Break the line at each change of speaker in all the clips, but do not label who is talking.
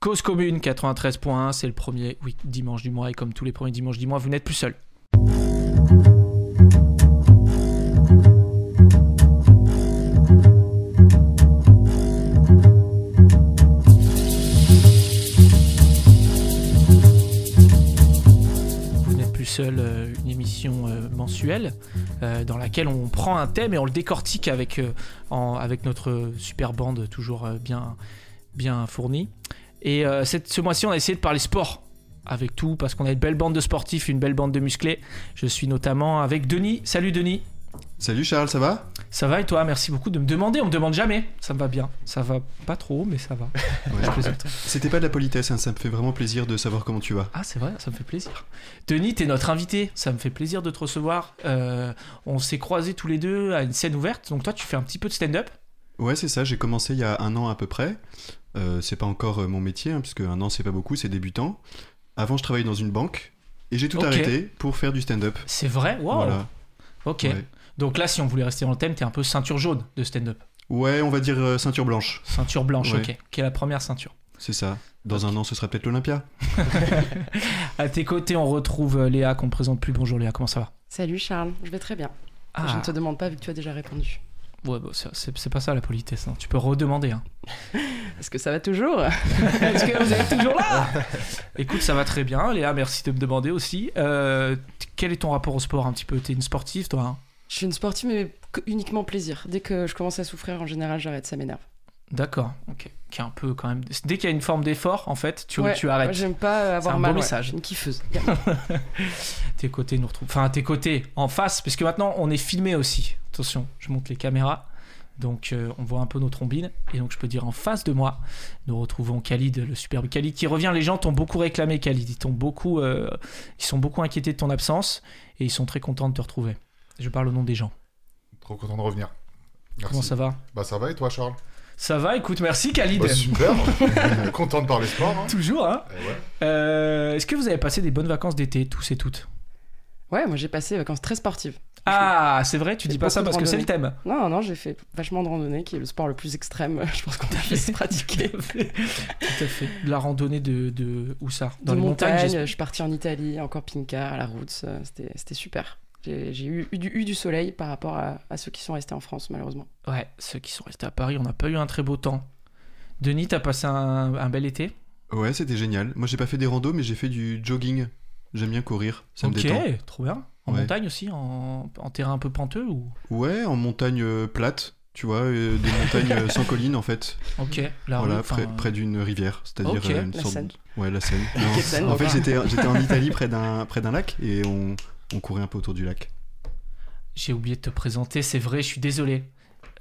Cause commune 93.1, c'est le premier oui, dimanche du mois et comme tous les premiers dimanches du mois, vous n'êtes plus seul. Vous n'êtes plus seul, euh, une émission euh, mensuelle euh, dans laquelle on prend un thème et on le décortique avec, euh, en- avec notre super bande toujours euh, bien, bien fournie. Et euh, cette, ce mois-ci, on a essayé de parler sport avec tout, parce qu'on a une belle bande de sportifs, une belle bande de musclés. Je suis notamment avec Denis. Salut Denis.
Salut Charles, ça va
Ça va et toi Merci beaucoup de me demander. On me demande jamais. Ça me va bien. Ça va pas trop, mais ça va. Je plaisante.
C'était pas de la politesse, hein, ça me fait vraiment plaisir de savoir comment tu vas.
Ah, c'est vrai, ça me fait plaisir. Denis, t'es notre invité. Ça me fait plaisir de te recevoir. Euh, on s'est croisés tous les deux à une scène ouverte. Donc toi, tu fais un petit peu de stand-up.
Ouais, c'est ça, j'ai commencé il y a un an à peu près. Euh, c'est pas encore euh, mon métier, hein, puisque un an c'est pas beaucoup, c'est débutant. Avant, je travaillais dans une banque et j'ai tout
Ok.
arrêté pour faire du stand-up.
C'est vrai Wow.
Voilà.
Ok.
Ouais.
Donc là, si on voulait rester dans le thème, t'es un peu ceinture jaune de stand-up.
Ouais, on va dire euh, ceinture blanche,
Ceinture blanche,
Ouais.
ok. Qui est la première ceinture.
c'est ça. Dans un an, ce sera peut-être l'Olympia.
À tes côtés, on retrouve euh, Léa qu'on ne présente plus. Bonjour Léa, comment ça va
Salut Charles, je vais très bien.
Ah.
Je ne te demande pas vu que tu as déjà répondu.
ouais, bah, ça- c'est c'est pas ça la politesse. hein. Tu peux redemander. hein.
Est-ce que ça va toujours Est-ce que vous êtes toujours là
Écoute, ça va très bien. Léa, merci de me demander aussi. Euh, t- quel est ton rapport au sport un petit peu T'es une sportive, toi hein
Je suis une sportive, mais que- uniquement plaisir. Dès que je commence à souffrir, en général, j'arrête, ça m'énerve.
D'accord. Ok. Qui est un peu quand même. Dès qu'il y a une forme d'effort, en fait, tu,
Ouais,
tu
moi,
arrêtes.
J'aime pas avoir
un
mal.
bon
ouais.
message.
Je suis Une kiffeuse.
tes côtés nous retrouvent. Enfin, à tes côtés, en face, parce que maintenant on est filmé aussi. Attention, je monte les caméras. Donc euh, on voit un peu nos trombines. Et donc je peux dire en face de moi, nous retrouvons Khalid, le superbe Khalid qui revient. Les gens t'ont beaucoup réclamé Khalid. Ils, t'ont beaucoup, euh, ils sont beaucoup inquiétés de ton absence et ils sont très contents de te retrouver. Je parle au nom des gens.
Trop content de revenir. Merci.
Comment ça va
Bah ça va et toi Charles
Ça va, écoute, merci Khalid.
Bah, Super. content de parler sport. Hein.
Toujours, hein
Eh ouais.
Euh, Est-ce que vous avez passé des bonnes vacances d'été, tous et toutes
Ouais, moi j'ai passé des vacances très sportives.
Ah, c'est vrai, tu
J'ai
dis pas ça
beaucoup
parce
de
que c'est le
randonnées.
thème.
Non, non, j'ai fait vachement de randonnée, qui est le sport le plus extrême, je pense qu'on puisse pratiquer.
Tout à fait. De la randonnée de, de où ça Dans
de
les montagnes.
montagne,
j'espère.
je suis partie en Italie, en camping-car, à la route, ça, c'était c'était super. J'ai j'ai eu, eu du, eu du soleil par rapport à, à ceux qui sont restés en France, malheureusement.
Ouais, ceux qui sont restés à Paris, on n'a pas eu un très beau temps. Denis, t'as passé un, un bel été
Ouais, c'était génial. Moi, j'ai pas fait des randos, mais j'ai fait du jogging. J'aime bien courir, ça
Ok,
me détend.
trop bien. En
Ouais.
montagne aussi, en, en terrain un peu penteux ou
Ouais, en montagne euh, plate, tu vois, euh, des montagnes euh, sans collines en fait.
Ok, la
voilà,
rue,
près,
enfin,
près d'une rivière, c'est-à-dire
Ok,
euh, une
la
sorte.
Seine.
Ouais, la Seine. Non,
Quelle Seine,
en fait,
enfin.
j'étais j'étais en Italie près d'un près d'un lac et on, on courait un peu autour du lac.
J'ai oublié de te présenter, c'est vrai, je suis désolé.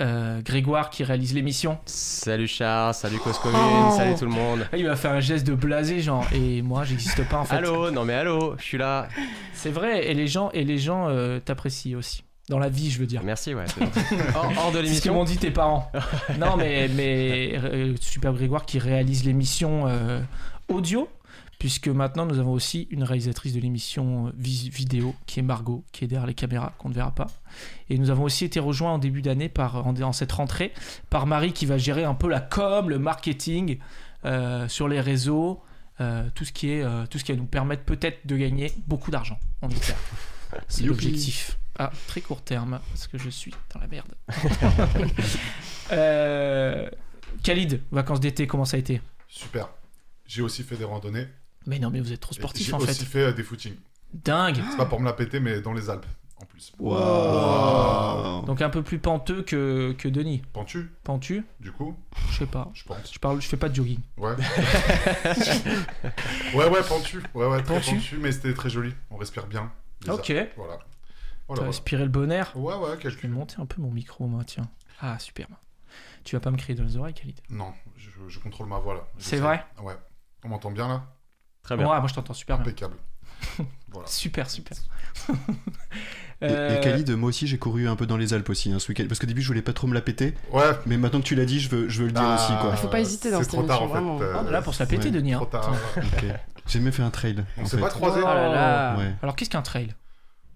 Euh, Grégoire qui réalise l'émission,
Salut Charles, salut Cause Commune,
Oh
salut tout le monde.
Ah, il va faire un geste de blasé genre et moi j'existe pas en fait.
Allô, non mais allô, je suis là.
C'est vrai et les gens et les gens euh, t'apprécient aussi dans la vie je veux dire.
Merci, ouais. c'est gentil. hors, hors
C'est ce que
de l'émission.
m'ont dit tes parents. non, mais, mais euh, Super Grégoire qui réalise l'émission euh, audio, puisque maintenant nous avons aussi une réalisatrice de l'émission euh, vis- vidéo, qui est Margot, qui est derrière les caméras, qu'on ne verra pas. Et nous avons aussi été rejoints en début d'année, par en, en cette rentrée, par Marie qui va gérer un peu la com, le marketing euh, sur les réseaux. euh, tout ce qui est euh, tout ce qui va nous permettre peut-être de gagner beaucoup d'argent on espère c'est
Youpi.
l'objectif à très court terme parce que je suis dans la merde euh, Khalid, vacances d'été, comment ça a été
Super. J'ai aussi fait des randonnées.
Mais non, mais vous êtes trop
Et
sportif
J'ai
en fait.
aussi fait euh, des footings.
Dingue
C'est pas pour me la péter, mais dans les Alpes en plus.
Waouh.
Donc un peu plus penteux que, que Denis.
Pentu,
Pentu
du coup,
Je sais pas.
je pense.
Je parle, je fais pas de jogging.
Ouais. ouais, ouais, pentu. Ouais, ouais, très
Pentu.
pentu, mais c'était très joli. On respire bien. Les
Ok.
Alpes, Voilà.
T'as
Voilà.
respiré le bon air.
voilà. Ouais, ouais,
Je vais
calcul.
monter un peu mon micro, moi, tiens. Ah, super. Tu vas pas me crier dans les oreilles, Khalid
Non, je, je contrôle ma voix là.
C'est
J'essaie.
vrai
Ouais. On m'entend bien là Ah,
Très
Ouais,
bien.
Ah, Moi, je t'entends super bien.
Impeccable. Voilà.
Super, super.
Et,
Euh,
et Khalid, moi aussi, j'ai couru un peu dans les Alpes aussi hein, ce week-end. Parce qu'au début, je voulais pas trop me la péter,
Ouais,
mais maintenant que tu l'as dit, je veux, je veux le dire
Ah,
aussi quoi.
Faut pas hésiter dans
c'est
cette
trop tard,
émission,
en fait. euh,
vraiment.
on est là pour se la
Ouais,
péter, Denis. hein.
Trop tard. ouais.
Ok. J'ai même fait un trail.
On
en
s'est
fait.
pas hein.
Oh
croisé.
Ah
là là.
Ouais.
Alors, qu'est-ce qu'un trail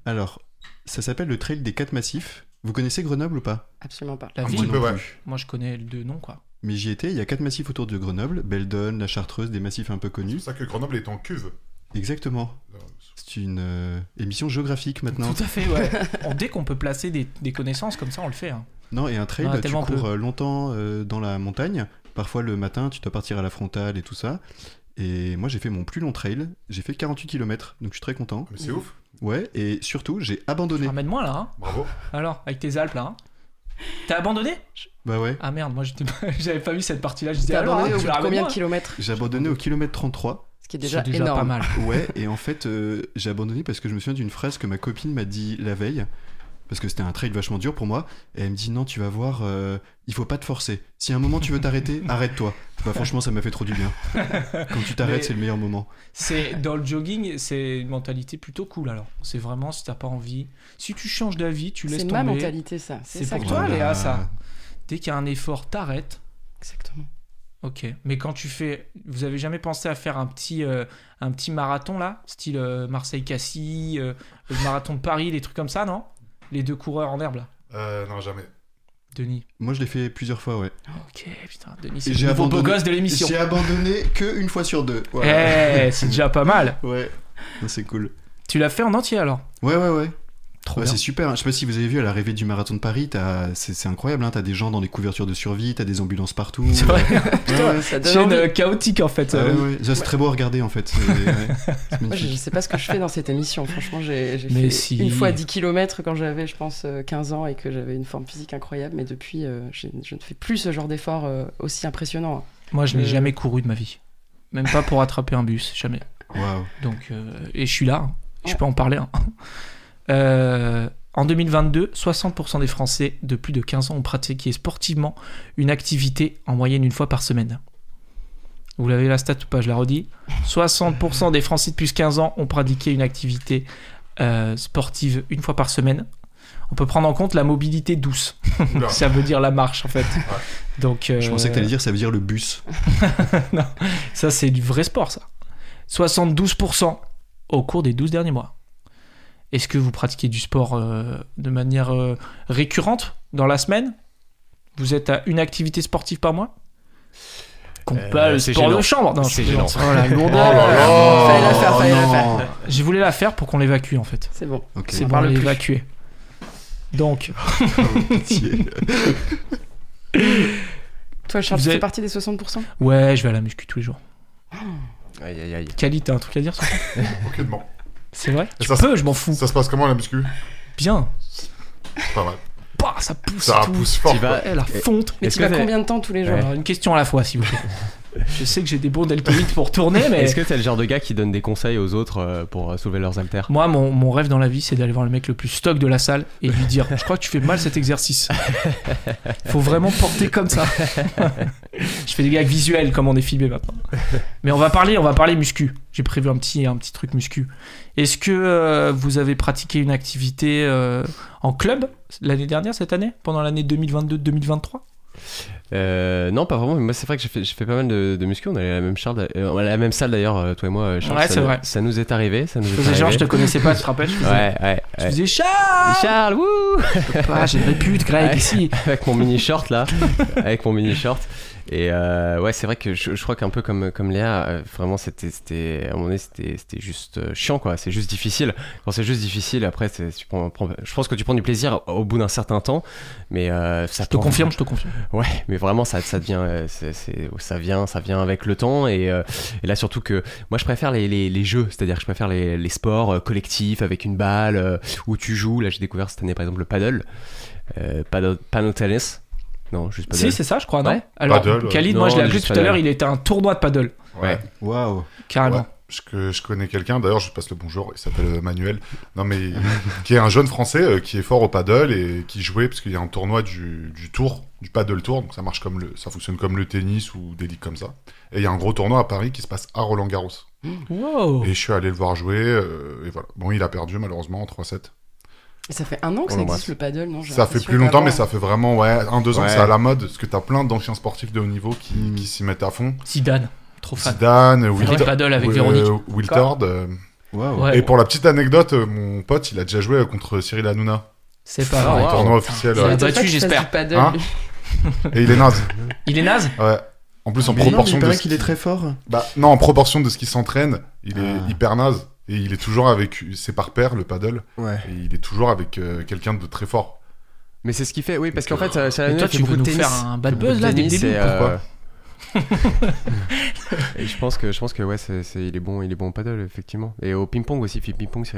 Alors, ça s'appelle le trail des quatre massifs. Vous connaissez Grenoble ou pas
Absolument pas.
La
Un
ville
petit peu, ouais.
Moi, je connais le deux noms, quoi.
Mais j'y étais, il y a quatre massifs autour de Grenoble, Beldon, la Chartreuse, des massifs un peu
C'est
connus.
pour ça que Grenoble est en cuve.
Exactement. C'est une euh, émission géographique maintenant.
Tout à fait, ouais. On- dès qu'on peut placer des, des connaissances comme ça, on le fait. hein.
Non, et un trail,
Ah,
tu
tellement
cours
peu.
euh, longtemps euh, dans la montagne. Parfois le matin, tu dois partir à la frontale et tout ça. Et moi, j'ai fait mon plus long trail. J'ai fait 48 km, donc je suis très content.
Ah, Mais c'est ouf.
Ouais, et surtout, j'ai abandonné.
Ramène-moi là. hein.
Bravo.
Alors, avec tes Alpes là. hein. T'as abandonné
Bah ouais,
Ah merde, moi j'étais pas- j'avais pas vu cette partie-là. Je disais,
T'as
alors,
abandonné
hein,
au
tu
bout
la
de combien
ramènes-moi
de kilomètres
j'ai abandonné au kilomètre 33.
Ce qui est
C'est
déjà,
pas
énorme.
mal.
Ouais, et en fait, euh, j'ai abandonné parce que je me souviens d'une phrase que ma copine m'a dit la veille. Parce que c'était un trail vachement dur pour moi. Et elle me dit Non, tu vas voir, euh, il faut pas te forcer. Si à un moment tu veux t'arrêter, arrête-toi. Bah, franchement, ça m'a fait trop du bien. Quand tu t'arrêtes,
Mais-
c'est le meilleur moment.
C'est dans le jogging, c'est une mentalité plutôt cool alors. C'est vraiment si t'as pas envie, si tu changes d'avis, tu laisses
C'est
tomber.
ma mentalité, ça. C'est
C'est
ça
pour
que
toi,
je-
Léa. ça. Dès qu'il y a un effort, t'arrêtes.
Exactement.
Ok. Mais quand tu fais, vous avez jamais pensé à faire un petit, euh, un petit marathon là, style euh, Marseille-Cassis, euh, le marathon de Paris, des trucs comme ça, non Les deux coureurs en herbe là,
Euh, non, jamais.
Denis.
Moi, je l'ai fait plusieurs fois, ouais.
Ok, putain, Denis, c'est
Et
le
j'ai
nouveau beau
abandonné-
gosse de l'émission.
J'ai abandonné que une fois sur deux.
Eh,
Voilà.
c'est déjà pas mal.
Ouais, Non, c'est cool.
Tu l'as fait en entier alors
Ouais, ouais, ouais.
Trop
Ouais,
bien.
c'est super. hein. Je sais pas si vous avez vu à l'arrivée du marathon de Paris, t'as- c'est c'est incroyable. Hein. T'as des gens dans des couvertures de survie, t'as des ambulances partout.
C'est vrai.
Ouais, ouais.
Ça donne
Chaîne
envie.
euh, chaotique en fait.
Ah
euh,
ouais, ouais. Ça, c'est très beau à regarder en fait. C'est- ouais. C'est
Moi, je, je
magnifique.
sais pas ce que je fais dans cette émission. Franchement, j'ai j'ai
Mais
fait
si.
une fois 10 km quand j'avais, je pense, euh, 15 ans et que j'avais une forme physique incroyable. Mais depuis, euh, je, je ne fais plus ce genre d'effort euh, aussi impressionnant.
Moi, je n'ai
Euh.
jamais couru de ma vie. Même pas pour attraper un bus, jamais.
Waouh.
Donc, euh, et je suis là, hein. je
Ouais.
peux en parler. hein. Euh, en 2022, 60% des Français de plus de 15 ans ont pratiqué sportivement une activité en moyenne une fois par semaine. Vous l'avez la stat ou pas, je la redis. 60% des Français de plus de 15 ans ont pratiqué une activité euh, sportive une fois par semaine. On peut prendre en compte la mobilité douce.
Oula.
Ça veut dire la marche en fait. Donc,
Je pensais que
euh,
t'allais dire ça veut dire le bus.
Ça, c'est du vrai sport, ça. 72% au cours des 12 derniers mois. Est-ce que vous pratiquez du sport euh, de manière euh, récurrente dans la semaine Vous êtes à une activité sportive par mois Compte
Euh,
pas le
c'est
sport
gênant.
de chambre. Non, je
C'est
plaisante.
gênant.
Oh, la
Oh
lourdeur.
là là Fallait la faire,
Oh
fallait la faire.
non.
Je voulais la faire pour qu'on l'évacue, en fait.
C'est bon.
Ok.
C'est
On
bon,
parle plus.
l'évacuer. Donc,
Pitié.
Toi, Charles,
Vous
tu
avez-
fais partie des 60%
ouais, je vais à la muscu tous les jours.
Aïe, aïe, aïe.
Cali, t'as un truc à dire sur ça
Aucunement.
C'est vrai Tu
Ça,
peux, je m'en fous.
Ça se passe comment la muscu
Bien.
Pas mal.
Bah, ça pousse
Ça
tout.
pousse fort.
Tu vas-
Eh, la fonte.
Mais
Est-ce
tu
que
vas
t'as-
combien de temps tous les jours
Ouais.
Alors, une question à la fois, s'il vous plaît. Je sais que j'ai des bons deltoïdes pour tourner, mais
Est-ce que t'es le genre de gars qui donne des conseils aux autres euh, pour euh, soulever leurs haltères
moi, mon, mon rêve dans la vie, c'est d'aller voir le mec le plus stock de la salle et lui dire Je crois que tu fais mal cet exercice. Faut vraiment porter comme ça. Je fais des gags visuels comme on est filmé maintenant. Mais on va parler, on va parler muscu. J'ai prévu un petit, un petit truc muscu. Est-ce que euh, vous avez pratiqué une activité euh, en club l'année dernière, cette année Pendant l'année 2022-2023
Euh, non, pas vraiment. mais Moi, c'est vrai que j'ai fait, j'ai fait pas mal de, de muscu. On allait à la même, charle- euh, à la même salle d'ailleurs, euh, toi et moi, euh, Charles.
Ouais,
ça
c'est
nous-
vrai.
Ça nous est arrivé. Ça nous
Je
est
faisais
arrivé.
genre, je te connaissais pas, tu te rappelles Je faisais,
Ouais, ouais,
je
ouais.
faisais Charles
Charles, wouh
Ah, j'ai une répute, Greg,
Ouais.
ici.
Ah,
avec mon mini short là, avec mon mini short. Et euh, ouais, c'est vrai que je, je crois qu'un peu comme comme Léa, euh, vraiment c'était c'était à un moment donné c'était c'était juste euh, chiant quoi. C'est juste difficile. Quand c'est juste difficile, après c'est- tu prends, prends- je pense que tu prends du plaisir au, au bout d'un certain temps, mais euh, ça
Je te confirme, je te confirme.
Ouais, mais vraiment ça ça devient euh, c'est- c'est- ça vient ça vient avec le temps et, euh, et là surtout que moi je préfère les, les, les jeux, c'est-à-dire que je préfère les, les sports euh, collectifs avec une balle euh, où tu joues. Là j'ai découvert cette année par exemple le paddle, euh, paddle pano tennis. Non, juste paddle.
Si, c'est ça, je crois, non
Ouais.
Alors,
Paddle, euh,
Khalid, moi je l'ai
non, on est
appelé
juste
tout à l'heure,
paddle.
il était à un tournoi de paddle,
Ouais.
Waouh.
carrément.
Ouais, je, que je connais quelqu'un, d'ailleurs je passe le bonjour, il s'appelle euh, Manuel, non mais qui est un jeune français euh, qui est fort au paddle et qui jouait, parce qu'il y a un tournoi du, du tour, du paddle tour, donc ça marche comme le, ça fonctionne comme le tennis ou des ligues comme ça. Et il y a un gros tournoi à Paris qui se passe à Roland Garros.
Wow.
Et je suis allé le voir jouer, euh, et voilà. Bon, il a perdu malheureusement en 3-7.
Et Ça fait un an que
On
ça
l'embrasse.
existe le paddle, non J'ai
Ça fait
l'impression
plus longtemps,
qu'avant-
mais ça fait vraiment, ouais, un, deux ans,
Ouais.
c'est à la mode, parce que t'as plein d'anciens sportifs de haut niveau qui,
Mm.
qui s'y mettent à fond.
Zidane, trop fan.
Zidane,
Il fait
Wiltord,
du paddle avec
euh,
Véronique.
Wiltord, euh,
Waouh.
Ouais,
Et pour la petite anecdote, euh, mon pote, il a déjà joué euh, contre Cyril Hanouna.
c'est pas
Ah,
vrai.
ouais.
Tournoi officiel.
Il
ouais.
a
Attends,
battu,
qu'il fasse
j'espère.
du paddle,
Hein
lui.
Et il est naze.
Il est naze
Ouais. En plus, en
Mais non, mais
proportion
il
de.
paraît
ce
qu'il est
qui-
très fort.
Bah, non, en proportion de ce qu'il s'entraîne, il est
Ah.
hyper naze. Et il est toujours avec. C'est par paire, le paddle.
Ouais.
Et il est toujours avec euh, quelqu'un de très fort.
Mais c'est ce qui fait, oui, parce qu'en
Donc,
fait, euh, c'est la
Mais toi,
note,
tu
tu
veux
joues au
nous
tennis.
faire un bad
Le
buzz là dès le
tennis,
début
et,
Pourquoi
euh, et je pense que je pense que ouais, c'est, c'est- il est bon, il est bon au paddle effectivement. Et au ping pong aussi, ping pong c'est.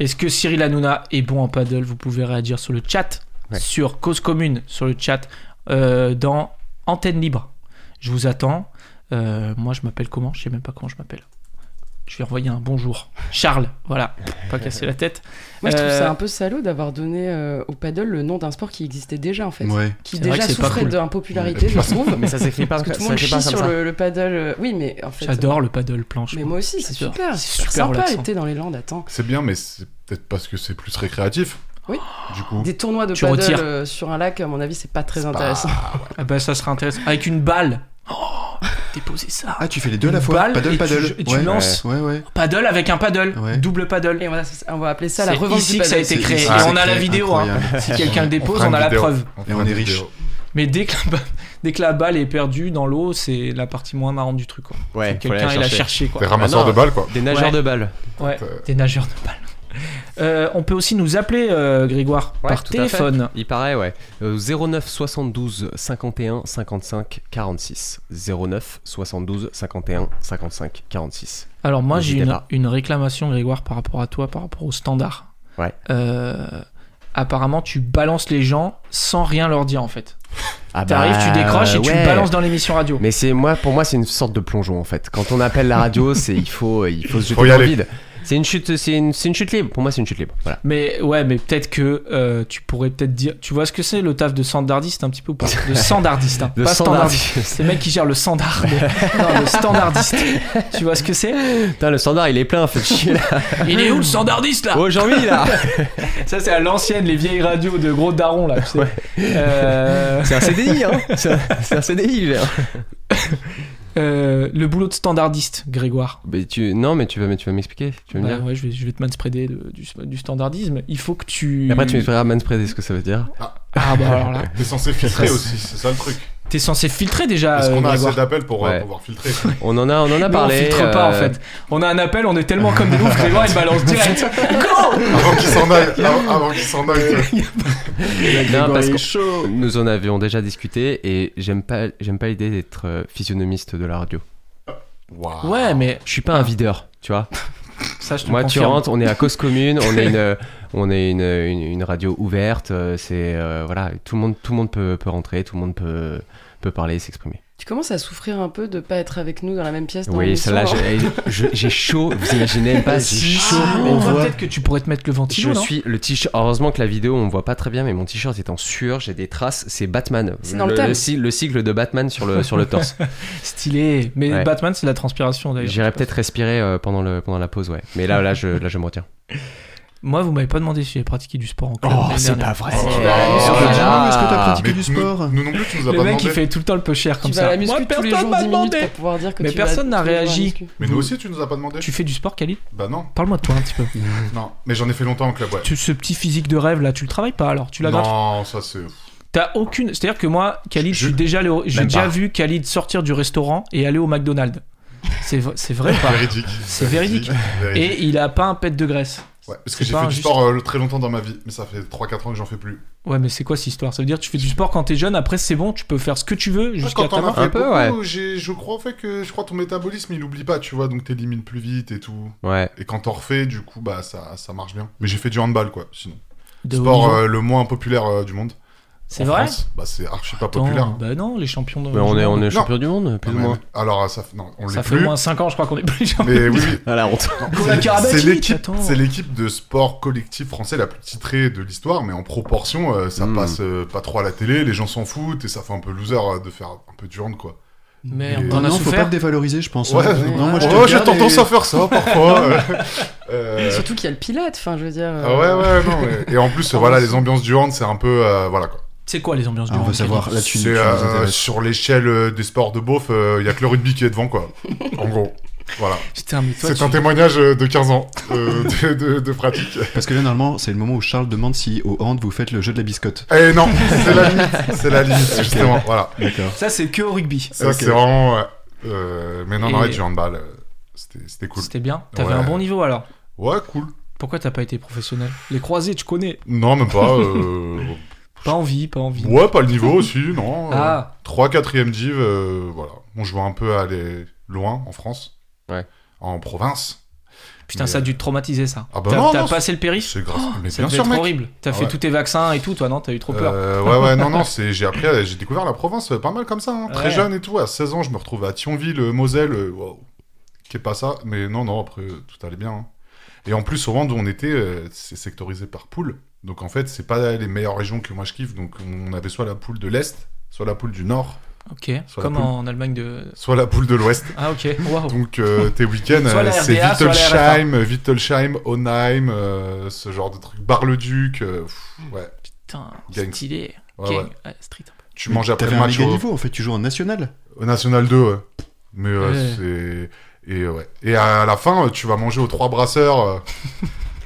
Est-ce que Cyril Hanouna est bon en paddle Vous pouvez réagir sur le chat,
Ouais.
sur Cause Commune, sur le chat, euh, dans Antenne Libre. Je vous attends. Euh, moi, je m'appelle comment Je sais même pas comment je m'appelle. Je vais envoyer un bonjour. Charles, voilà, pas casser la tête.
Moi, je trouve
Euh,
ça un peu salaud d'avoir donné euh, au paddle le nom d'un sport qui existait déjà, en fait.
Ouais.
Qui
C'est vrai
déjà
que c'est pas
souffrait
cool.
d'impopularité, je
Ouais.
trouve.
Mais ça s'écrit pas,
Parce que
ça
tout le monde
s'écrit pas
chie
comme
sur
ça.
le, le paddle. euh, Oui, mais en fait.
J'adore le paddle planche.
Mais
moi.
moi aussi, c'est
J'adore.
super.
C'est
C'est super
super
sympa
relaxant.
l'été dans les Landes. Attends,
C'est bien, mais c'est peut-être parce que c'est plus récréatif.
Oui.
Du coup.
des tournois de
Hein. Tu
paddle
retires.
euh, sur un lac, à mon avis, c'est pas très
pas-
intéressant.
Ah bah, ça serait intéressant. Avec une balle. Oh, déposez ça.
Ah, tu fais les deux à
Une
la fois.
balle
Paddle,
et tu-
paddle.
et tu lances.
Ouais, ouais.
Paddle avec un paddle.
Ouais.
Double paddle.
Et voilà, ça, on va appeler ça la
C'est
revanche
ici
du
que ça a
paddle.
été
C'est
créé.
ici
Et
que ça a
on a la
créé.
vidéo. hein.
Incroyable.
Si quelqu'un le dépose,
fera
on
une
a la
vidéo.
preuve.
fera
Et on
une
est riche.
vidéo.
Mais dès que, la, ba- dès que la balle est perdue dans l'eau, c'est la partie moins marrante du truc. quoi.
Ouais,
Faut
faut aller
Quelqu'un il
la
a
chercher.
cherché. Quoi.
Des ramasseurs
non.
de balles, quoi.
Des nageurs
Ouais.
de balles.
Ouais,
Euh,
des nageurs de balle. Euh, on peut aussi nous appeler, euh, Grégoire,
Ouais,
par
tout à fait.
téléphone.
Il paraît, ouais. Euh, 09 72 51 55 46. 09 72 51 55 46.
Alors moi,
N'hésitez
j'ai une,
pas.
une réclamation, Grégoire, par rapport à toi, par rapport au standard.
Ouais.
Euh, apparemment, tu balances les gens sans rien leur dire, en fait. T'arrives, tu décroches et tu le balances dans l'émission radio.
Ah bah, Mais c'est moi, pour moi, c'est une sorte de plongeon en fait. Quand on appelle la radio, c'est il faut, euh, il faut se jeter
Faut y
dans le
aller.
vide. C'est une chute, c'est une, c'est une chute libre. Pour moi, c'est une chute libre. Voilà.
Mais ouais, mais peut-être que euh, tu pourrais peut-être dire. Tu vois ce que c'est le taf de standardiste un petit peu ou pas De standardiste, hein,
De
pas standardiste.
standardiste.
C'est le mec qui gère le standard. mais- Non, le standardiste. tu vois ce que c'est
Putain, le standard, il est plein. Fait chier, là.
Il est où le standardiste là
Oh, j'ai envie là.
Ça, c'est à l'ancienne, les vieilles radios de gros darons là, tu sais. Euh,
C'est un CDI, hein. C'est un, c'est un CDI. là.
euh, le boulot de standardiste, Grégoire.
Mais tu, non, mais tu vas, mais tu vas m'expliquer. Tu vas me
Bah
dire.
ouais, je vais, je vais te manspreader de- du, du standardisme. Il faut que tu.
Et Après, tu m'expliqueras manspreader ce que ça veut dire.
Ah bah alors là.
T'es censé filtrer aussi, c'est ça le truc.
T'es censé filtrer déjà.
Est-ce qu'on
euh,
a
Grégoire.
assez d'appels pour euh,
Ouais.
pouvoir filtrer
On en a, on en a
Nous,
parlé.
on filtre pas en
euh,
fait. On a un appel, on est tellement comme des ouf, Grégoire il balance direct. Go
Avant qu'il s'en aille Avant avant qu'il s'en aille
Non, parce
Grégory
que
Chaud.
nous en avions déjà discuté et j'aime pas, j'aime pas l'idée d'être euh, physionomiste de la radio.
Waouh.
Ouais, mais
Je suis pas un videur, tu vois.
ça je te
Moi, tu
confirme.
rentres, on est à cause commune, on est une, on est une, une, une radio ouverte. euh, C'est euh, voilà, tout le monde, tout le monde peut, peut rentrer, tout le monde peut, peut parler, s'exprimer.
Tu commences à souffrir un peu de pas être avec nous dans la même pièce. dans
Oui,
l'émission,
celle-là,
hein.
j'ai- eh, je- j'ai chaud. Vous imaginez même pas, j'ai chaud.
Ah,
on
on voit
voit.
peut-être que tu pourrais te mettre le ventilo,
Je
non
suis le t-shirt. Heureusement que la vidéo, on me voit pas très bien, mais mon t-shirt est en sueur. J'ai des traces. C'est Batman.
C'est dans le
le,
thème.
cy- le cycle de Batman sur le sur le torse.
Stylé. Mais
Ouais.
Batman, c'est de la transpiration d'ailleurs.
J'irai peut-être respirer euh, pendant, le, pendant la pause, ouais. Mais là, là, je, là, je me retiens.
Moi, vous m'avez pas demandé si j'ai pratiqué du sport en club. l'année dernière.
vrai.
Oh
vas à la muscu,
Sur le
là.
gym, Est-ce que t'as
Mais
pratiqué du
nous-
sport
Nous non plus, tu nous as
Le
pas
mec, il
demandé.
fait tout le temps le peu cher
Tu
comme
vas à
ça.
la muscu
Moi,
tous les
personne
jours
m'a
10 minutes
demandé.
pour pouvoir dire que
Mais
tu vas
personne n'a
tous les jours à la
réagi.
muscu.
Mais nous aussi, tu nous as pas demandé.
Mmh. Tu fais du sport, Khalid
Bah non,
Parle-moi de toi un petit peu.
non. Mais j'en ai fait longtemps en club, ouais.
Tu- ce petit physique de rêve là, tu le travailles pas alors Tu l'as grave
Non, ça c'est.
T'as aucune. C'est-à-dire que moi, Khalid, je,
Je-
suis déjà allé au- J'ai
Même
déjà
pas.
vu Khalid sortir du restaurant et aller au McDonald's. C'est v- c'est vrai ou pas
Véridique.
C'est véridique.
Véridique.
Et il a pas un pet de graisse.
Ouais, parce
c'est
que j'ai
pas
fait du
injuste.
sport euh, très longtemps dans ma vie, mais ça fait 3-4 ans que j'en fais plus.
Ouais, mais c'est quoi cette histoire Ça veut dire que tu fais du sport quand t'es jeune, après c'est bon, tu peux faire ce que tu veux jusqu'à ta
Quand t'en as
mort.
fait
Un peu,
beaucoup,
ouais.
j'ai- je crois en fait que je crois ton métabolisme il oublie pas, tu vois, donc t'élimines plus vite et tout.
Ouais.
Et quand t'en refais, du coup, bah ça, ça marche bien. Mais j'ai fait du handball quoi, sinon.
de haut
sport
niveau.
euh, le moins populaire euh, du monde.
C'est
En
vrai
France, Bah c'est archi pas
Attends,
populaire. hein.
Bah non, les champions de.
Mais on est, on est
Non.
champion du monde, plus
Non,
ou
mais-
moins.
Alors, euh, ça, fait- non, on l'est
Ça fait au
plus.
moins 5 ans, je crois qu'on est plus champion.
Mais oui, oui.
Ah la honte.
Kola Karabatic,
C'est l'équipe,
attends.
c'est l'équipe de sport collectif français la plus titrée de l'histoire, mais en proportion, euh, ça
Hmm.
Mm.
passe euh, pas trop à la télé, les gens s'en foutent et ça fait un peu loser euh, de faire un peu du hand quoi.
Merde,
Mais-
on en a
Euh, Non, faut pas
souffert.
te dévaloriser, je pense.
Ouais,
hein.
ouais.
Ah,
Non, moi je te
Oh, j'ai
regarde
tendance
et-
à faire ça parfois. euh, euh,
Surtout qu'il y a le pilote, enfin, je veux dire. euh,
ah ouais, ouais, non. mais- Et en
Ah,
plus, euh, voilà, les ambiances du hand, c'est un peu. euh, voilà quoi.
C'est quoi les ambiances
Ah,
du
on
rugby
veut savoir, là tu tu
C'est,
nous
euh,
intéresses.
sur l'échelle euh, des sports de beauf, il y a que le rugby qui est devant quoi. En gros. Voilà.
Putain, mais toi,
C'est
tu-
un témoignage euh, de 15 ans euh, de, de- de pratique.
Parce que là, normalement, c'est le moment où Charles demande si au hand vous faites le jeu de la biscotte.
Eh non, c'est la limite. C'est la limite, justement. Voilà.
D'accord.
ça c'est que au rugby.
Ça,
Ok.
c'est vraiment. ouais. Euh, mais non,
Et-
non, arrête du handball. euh, C'était c'était cool.
C'était bien. T'avais
Ouais.
un bon niveau alors.
Ouais, cool.
Pourquoi t'as pas été professionnel Les croisés, tu connais.
Non, même pas. euh,
Pas envie, pas envie.
Ouais, pas le niveau aussi, non. euh.
Ah.
3 4 e div, euh, voilà. On jouait un peu à aller loin en France.
Ouais.
En province.
Putain,
Mais,
ça a dû te traumatiser ça.
Ah bah
T'as-
non,
T'as
non,
passé le périph'
C'est grave. mais
Ça
bien
devait
sûr,
être
mec.
horrible. T'as
Ah
fait
ouais.
tous tes vaccins et tout, toi, non T'as eu trop peur.
Euh, ouais, ouais, non, non, c'est, j'ai appris, à- j'ai découvert la province euh, pas mal comme ça, hein, très
Ouais.
jeune et tout. À 16 ans, je me retrouve à Thionville, euh, Moselle, euh, wow, qui est pas ça, mais non, non, après, euh, tout allait bien. hein. Et en plus, souvent, d'où on était, euh, c'est sectorisé par poule. Donc en fait, c'est pas les meilleures régions que moi je kiffe. Donc on avait soit la poule de l'Est, soit la poule du Nord,
Ok.
soit la
Comme
poule.
en Allemagne de.
soit la poule de l'Ouest.
Ah ok. Waouh.
Donc euh, tes week-ends,
Soit
euh,
la
c'est
RDA, soit la RFA.
Wittelsheim, euh, Wittelsheim, Onheim, euh, ce genre de trucs, Bar-le-Duc, euh, pff, ouais.
Putain,
Gang.
stylé.
ouais,
Gang.
ouais.
Ouais, street.
Tu manges après
T'avais
le
un
match
méga
au,
niveau en fait, tu joues en national.
au National 2, ouais. Mais euh, c'est... Et, ouais. et à la fin, euh, tu vas manger aux trois brasseurs. euh,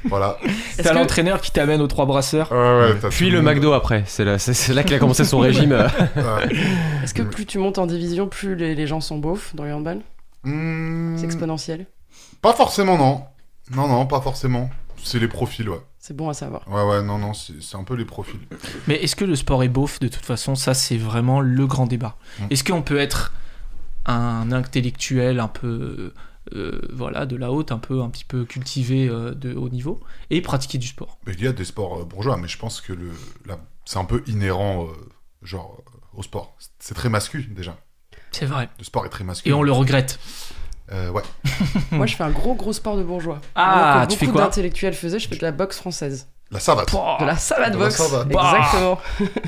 voilà.
T'as
que-
l'entraîneur qui t'amène aux trois brasseurs.
Ouais, ouais, t'as
Puis
tout
le
monde.
McDo après, c'est là, c'est- c'est là qu'il a commencé son régime. euh.
Ouais.
Est-ce que plus tu montes en division, plus les, les gens sont beaufs dans le handball
Hmm,
Mm.
C'est exponentiel.
pas forcément, non. Non, non, pas forcément. C'est les profils, ouais.
C'est bon à savoir.
Ouais, ouais, non, non, c'est c'est un peu les profils.
Mais est-ce que le sport est beauf De toute façon, ça c'est vraiment le grand débat.
Mm.
Est-ce qu'on peut être un intellectuel un peu euh, voilà de la haute, un peu un petit peu cultivé euh, de haut niveau et pratiquer du sport
Mais il y a des sports euh, bourgeois, mais je pense que le, la- c'est un peu inhérent, euh, genre, euh, au sport. C'est très masculin, déjà.
C'est vrai.
Le sport est très
Et
masculin.
on le regrette.
Euh, ouais.
Moi, je fais un gros, gros sport de bourgeois.
Mm. Ah,
Vraiment que
tu fais
Beaucoup
quoi Ah,
d'intellectuels faisaient, je fais de la boxe française.
La savate.
Pouah,
De la salade
de la
boxe.
savate.
Bah.
Exactement.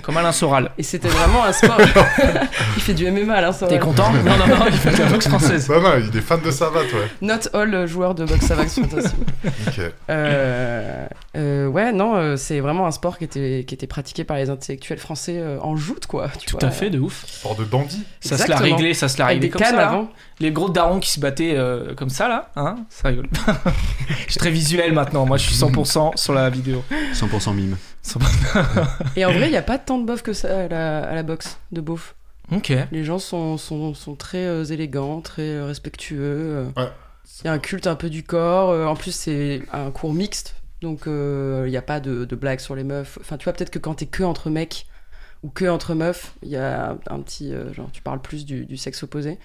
Comme Alain Soral.
Et c'était vraiment un sport. Il fait du MMA, là, ça.
T'es content Non, non, non, il fait de la boxe française.
Non, non, il est fan de savate, ouais.
Not all euh, joueurs de boxe savate sont ainsi.
Ok.
Euh, euh, ouais, non, euh, c'est vraiment un sport qui était, qui était pratiqué par les intellectuels français euh, en joute, quoi. Tu
Tout
vois.
à fait, de ouf.
Sport de dandy.
Ça se l'a
Exactement.
réglé, ça se l'a
Avec
réglé
des
comme ça.
cannes
là.
avant.
Les gros darons qui se battaient euh, comme ça là, hein Ça rigole. je suis très visuel maintenant, moi je suis 100% sur la vidéo.
100% mime.
Et en vrai, il n'y a pas tant de bof que ça à la, à la boxe, de beauf.
Ok.
Les gens sont, sont, sont très euh, élégants, très euh, respectueux. euh.
Ouais.
Il y a un culte un peu du corps. euh, en plus, c'est un cours mixte. Donc, euh, il n'y a pas de, de blagues sur les meufs. Enfin, tu vois, peut-être que quand t'es que entre mecs ou que entre meufs, il y a un, un petit. euh, genre, tu parles plus du, du sexe opposé.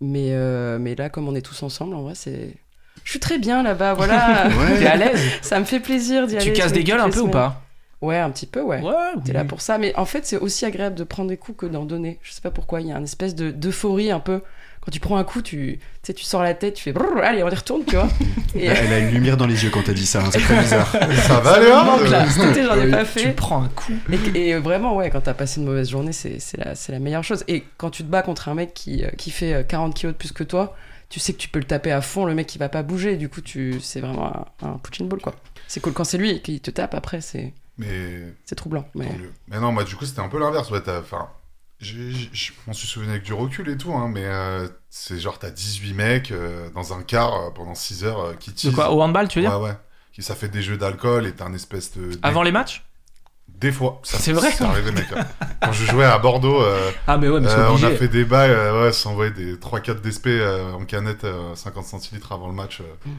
Mais, euh, mais là, comme on est tous ensemble, en vrai, c'est. Je suis très bien là-bas, voilà.
T'es à l'aise
Ça me fait plaisir d'y aller.
Tu casses
toutes les-
des gueules un
toutes
peu
les
ou
semaines.
pas
Ouais, un petit peu, ouais. T'es
oui.
Mm.
là pour ça, mais en fait, c'est aussi agréable de prendre des coups que d'en donner. Je sais pas pourquoi, il y a une espèce de d'euphorie un peu. Quand tu prends un coup, tu, tu sais, tu sors la tête, tu fais brrr, allez, on y retourne, tu vois. Et euh,
Elle a une lumière dans les yeux quand t'as dit ça, hein, c'est très bizarre.
Ça va,
ça me
Léa
manque, là. Cet été, j'en ai pas
Tu
fait.
prends un coup.
Et, et vraiment, ouais, quand t'as passé une mauvaise journée, c'est c'est la, c'est la meilleure chose. Et quand tu te bats contre un mec qui, euh, qui fait euh, 40 kilos de plus que toi, tu sais que tu peux le taper à fond, le mec il va pas bouger, du coup, tu c'est vraiment un, un punching ball, quoi. C'est cool quand c'est lui qui te tape, après, c'est
Mais...
c'est troublant. Mais...
tant mieux. mais non, moi, du coup, c'était un peu l'inverse. Ouais, t'as- enfin, j'ai- j'ai- je m'en suis souvenu avec du recul et tout, hein, mais euh, c'est genre, t'as 18 mecs euh, dans un car euh, pendant 6 heures euh, qui
De
teasent.
quoi Au handball, tu veux dire
Ouais, ouais. Qui- Ça fait des jeux d'alcool et t'as un espèce de...
Avant les matchs
Des fois. Ça-
C'est vrai
C'est arrivé, mec. hein. Quand je jouais à Bordeaux, euh,
Ah, mais ouais, mais c'est
euh, on a
obligé.
fait des bails, euh, ouais, s'envoyer des 3-4 DSP euh, en canette euh, 50 centilitres avant le match. euh.
Mm.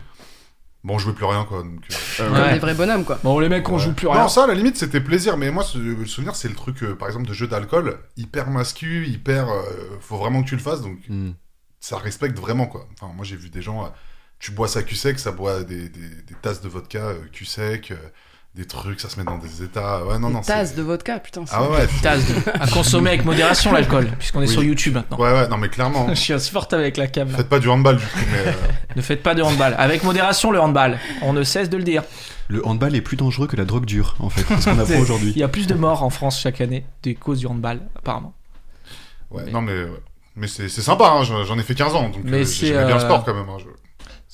Bon, je jouais plus rien, quoi. Donc, euh,
Comme
Ouais.
des vrais bonhommes, quoi.
Bon, les mecs, on
Ouais.
joue plus
non,
rien.
ça, à la limite, c'était plaisir. Mais moi, ce- le souvenir, c'est le truc, euh, par exemple, de jeu d'alcool, hyper mascu, hyper. euh, faut vraiment que tu le fasses, donc
Hmm.
ça respecte vraiment, quoi. Enfin, moi, j'ai vu des gens. euh, tu bois ça cul sec, ça boit des, des- des tasses de vodka euh, cul sec, euh, des trucs, ça se met dans des états. Ouais, non,
Des
non. c'est-
tasses de vodka, putain. c'est-
Ah ouais, ouais, c'est-
Tasse de- À consommer avec modération l'alcool, puisqu'on est
Oui.
sur YouTube maintenant.
ouais, ouais, non, mais clairement. hein.
Je suis insupportable avec la cam. là.
Faites pas du handball, du coup, mais. euh,
Ne faites pas de handball. Avec modération le handball. On ne cesse de le dire.
Le handball est plus dangereux que la drogue dure, en fait, c'est ce qu'on apprend
Il
aujourd'hui.
y a plus de morts en France chaque année des causes du handball, apparemment.
Ouais,
Mais-
non, mais, ouais. mais c'est c'est sympa, hein, j'en j'en ai fait 15 ans, donc
Mais
euh,
c'est,
j'aimais bien le
euh,
sport quand même. hein, je-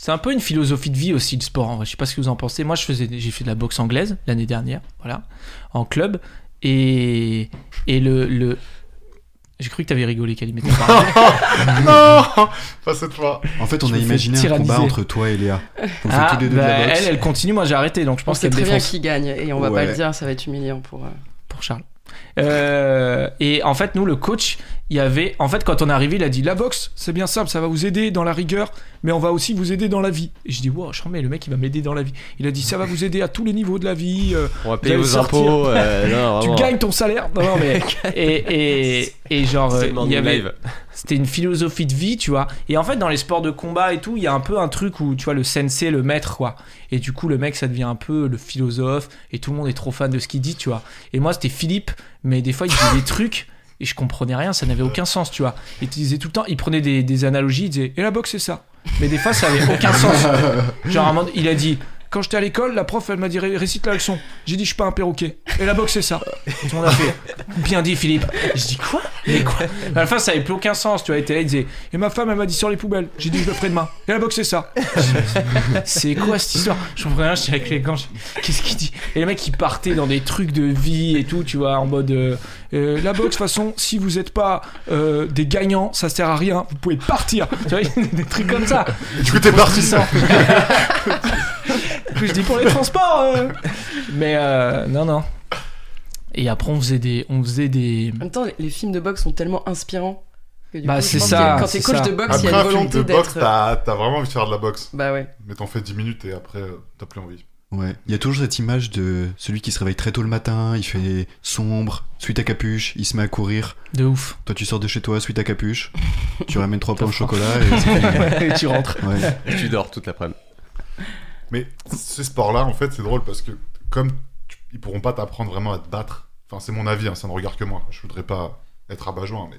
C'est un peu une philosophie de vie aussi le sport. En vrai. Je sais pas ce que vous en pensez. Moi, je faisais, j'ai fait de la boxe anglaise l'année dernière, voilà, en club, et et le, le J'ai cru que t'avais rigolé, Calimero.
non Pas cette fois.
En fait, on
Je
a
me fais
imaginé un
tyranniser.
combat entre toi et Léa. Vous faites
Ah,
tous les deux
bah,
de la boxe.
elle, elle continue. Moi, j'ai arrêté, donc je
On
pense
sait
qu'elle
très bien
défonce
qui gagne et on va pas
Ouais.
le dire, ça va être humiliant pour. euh,
pour Charles. Euh, et en fait, nous, le coach, il y avait. En fait, quand on est arrivé, il a dit La boxe, c'est bien simple, ça va vous aider dans la rigueur, mais on va aussi vous aider dans la vie. Et je dis Wow, je mais le mec, il va m'aider dans la vie. Il a dit Ça va vous aider à tous les niveaux de la vie. euh,
On va payer
Vous
vos
allez sortir.
impôts. euh, non,
tu
vraiment.
gagnes ton salaire. Non, non, mais. et, et, et genre,
C'est
euh,
le
il y
Morning
avait.
Live.
c'était une philosophie de vie, tu vois. Et en fait, dans les sports de combat et tout, il y a un peu un truc où, tu vois, le sensei, le maître, quoi. Et du coup, le mec, ça devient un peu le philosophe, et tout le monde est trop fan de ce qu'il dit, tu vois. Et moi, c'était Philippe, mais des fois, il disait des trucs, et je comprenais rien, ça n'avait aucun sens, tu vois. Et il disait tout le temps, il prenait des, des analogies, il disait, et la boxe, c'est ça. Mais des fois, ça avait aucun sens. Genre, un moment, il a dit. Quand j'étais à l'école, la prof, elle m'a dit Ré- récite la leçon. J'ai dit je suis pas un perroquet. Et la boxe c'est ça. Tout le monde a fait bien dit Philippe. Je dis quoi Mais quoi à la fin, ça avait plus aucun sens, tu vois. Et t'es là, il disait, et ma femme, elle m'a dit sur les poubelles. J'ai dit, je le ferai demain. Et la boxe, c'est ça. c'est quoi cette histoire Je comprenais rien, j'étais avec les gants. je- Qu'est-ce qu'il dit Et le mec, il partait dans des trucs de vie et tout, tu vois, en mode, euh, euh, la boxe, de toute façon, si vous êtes pas euh, des gagnants, ça sert à rien. Vous pouvez partir. Tu vois, il y a des trucs comme ça.
Du coup, t'es parti sans.
Du coup, je dis pour les transports. euh. Mais euh, non, non. Et après, on faisait des. On faisait des...
En même temps, les- les films de boxe sont tellement inspirants. Que du
Bah,
coup, je
c'est
pense
ça,
que Quand
c'est
t'es coach
ça.
de boxe, il y
Après
a une
un film de
volonté
boxe,
d'être.
t'as t'as vraiment envie de faire de la boxe.
Bah ouais.
Mais t'en fais 10 minutes et après, euh, t'as plus envie.
Ouais. Il y a toujours cette image de celui qui se réveille très tôt le matin, il fait sombre, suite à capuche, il se met à courir.
De ouf.
Toi, tu sors de chez toi, suite à capuche, tu ramènes trois pains au
T'offres.
chocolat et c'est fini.
Et tu rentres.
Ouais.
Et tu dors toute l'après-midi.
Mais ces sports-là, en fait, c'est drôle parce que comme tu- ils pourront pas t'apprendre vraiment à te battre, enfin, c'est mon avis, hein, ça ne regarde que moi. Je voudrais pas être abat-joint, mais.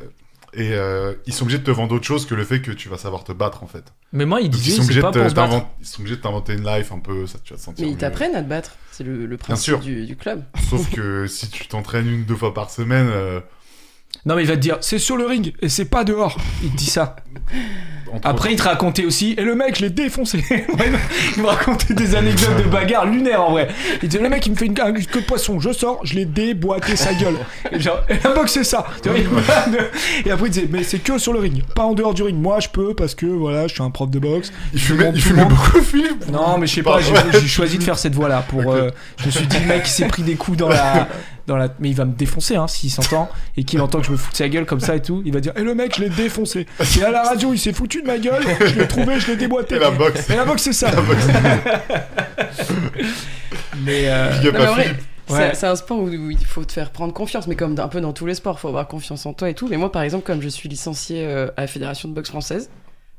euh, Et euh, ils sont obligés de te vendre autre chose que le fait que tu vas savoir te battre, en fait.
Mais moi, il
Donc, ils,
disait,
sont
c'est
obligés
pas
de
pour
te-
se battre.
t'inventer- ils sont obligés de t'inventer une life un peu, ça tu vas te sentir.
Mais ils
mieux.
t'apprennent à te battre. C'est le, le
sûr.
principe du, du club.
Sauf que si tu t'entraînes une, deux fois par semaine, euh,
Non, mais il va te dire, c'est sur le ring et c'est pas dehors. Il te dit ça.
entre-
Après, il te racontait aussi, et le mec, je l'ai défoncé. Ouais, non, il me racontait des anecdotes de bagarre lunaires en vrai. Il disait, le mec, il me fait une un queue de poisson, je sors, je l'ai déboîté sa gueule. Et genre, et la boxe, c'est ça. Tu vois, il va de- Et après, il disait, mais c'est que sur le ring, pas en dehors du ring. Moi, je peux parce que voilà, je suis un prof de boxe.
il
je
fumait,
demande
il
tout le
fumait
monde.
beaucoup, Philippe.
Non, mais je sais pas,
Pardon.
j'ai j'ai choisi de faire cette voie-là. Pour, euh, je me suis dit, le mec, il s'est pris des coups dans la, dans la. Mais il va me défoncer, hein, s'il s'entend, et qu'il entend que je me fous de sa gueule comme ça et tout. Il va dire, et le mec, je l'ai défoncé. Et à la radio, il s'est foutu de ma gueule, je l'ai trouvé, je l'ai déboîté.
Et la boxe.
Et la boxe, c'est ça. mais. euh,
Il y
Non, mais
a
en
pas
vrai,
Philippe.
c'est-
Ouais.
C'est un sport où, où il faut te faire prendre confiance, mais comme un peu dans tous les sports, il faut avoir confiance en toi et tout. Mais moi, par exemple, comme je suis licencié euh, à la Fédération de boxe française,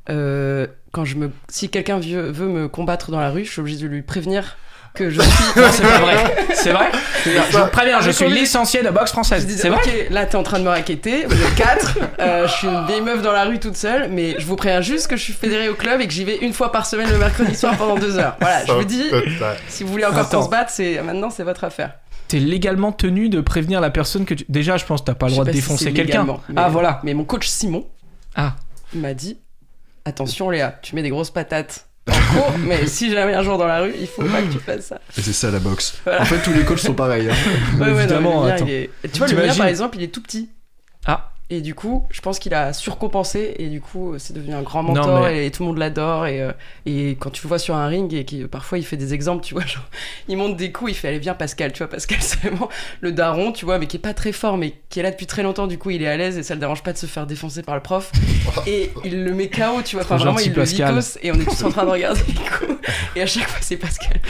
euh, quand je me, si quelqu'un veut, veut me combattre dans la rue, je suis obligé de lui prévenir que je suis.
non, c'est pas vrai. C'est vrai. Je vous préviens, je
Mais
suis
combien-
licencié de la boxe
Je
française.
disais,
C'est vrai.
ok, là t'es en train de me raqueter, vous êtes quatre, euh, je suis une vieille meuf dans la rue toute seule, mais je vous préviens juste que je suis fédérée au club et que j'y vais une fois par semaine le mercredi soir pendant deux heures. Voilà, ah, je vous dis, euh,
Total.
si vous voulez encore
Attends.
qu'on se batte, c'est maintenant c'est votre affaire.
T'es légalement tenu de prévenir la personne que tu. Déjà, je pense que t'as pas le
Je sais
droit de
pas si
défoncer
c'est
quelqu'un.
légalement, mais-
Ah voilà.
Mais mon coach Simon
Ah.
m'a dit, attention Léa, tu mets des grosses patates. En cours, mais si jamais un jour dans la rue, il faut pas que tu fasses ça.
Et c'est ça la boxe.
Voilà.
En fait, tous les coachs sont pareils. hein.
Ouais, ouais, non, mais
Évidemment,
le mien,
attends.
il est- Tu vois, le mien,
T'imagines
par exemple, il est tout petit.
Ah.
Et du coup, je pense qu'il a surcompensé et du coup, euh, c'est devenu un grand
Non,
mentor
mais-
et tout le monde l'adore. Et, euh, et quand tu le vois sur un ring et qui parfois il fait des exemples, tu vois, genre, il monte des coups, il fait allez viens Pascal, tu vois, Pascal c'est vraiment le daron, tu vois, mais qui est pas très fort, mais qui est là depuis très longtemps, du coup il est à l'aise et ça le dérange pas de se faire défoncer par le prof. et il le met KO, tu vois,
Trop
enfin vraiment
gentil,
il le
Pascal.
vicose et on est tous en train de regarder les coups. Et à chaque fois c'est Pascal.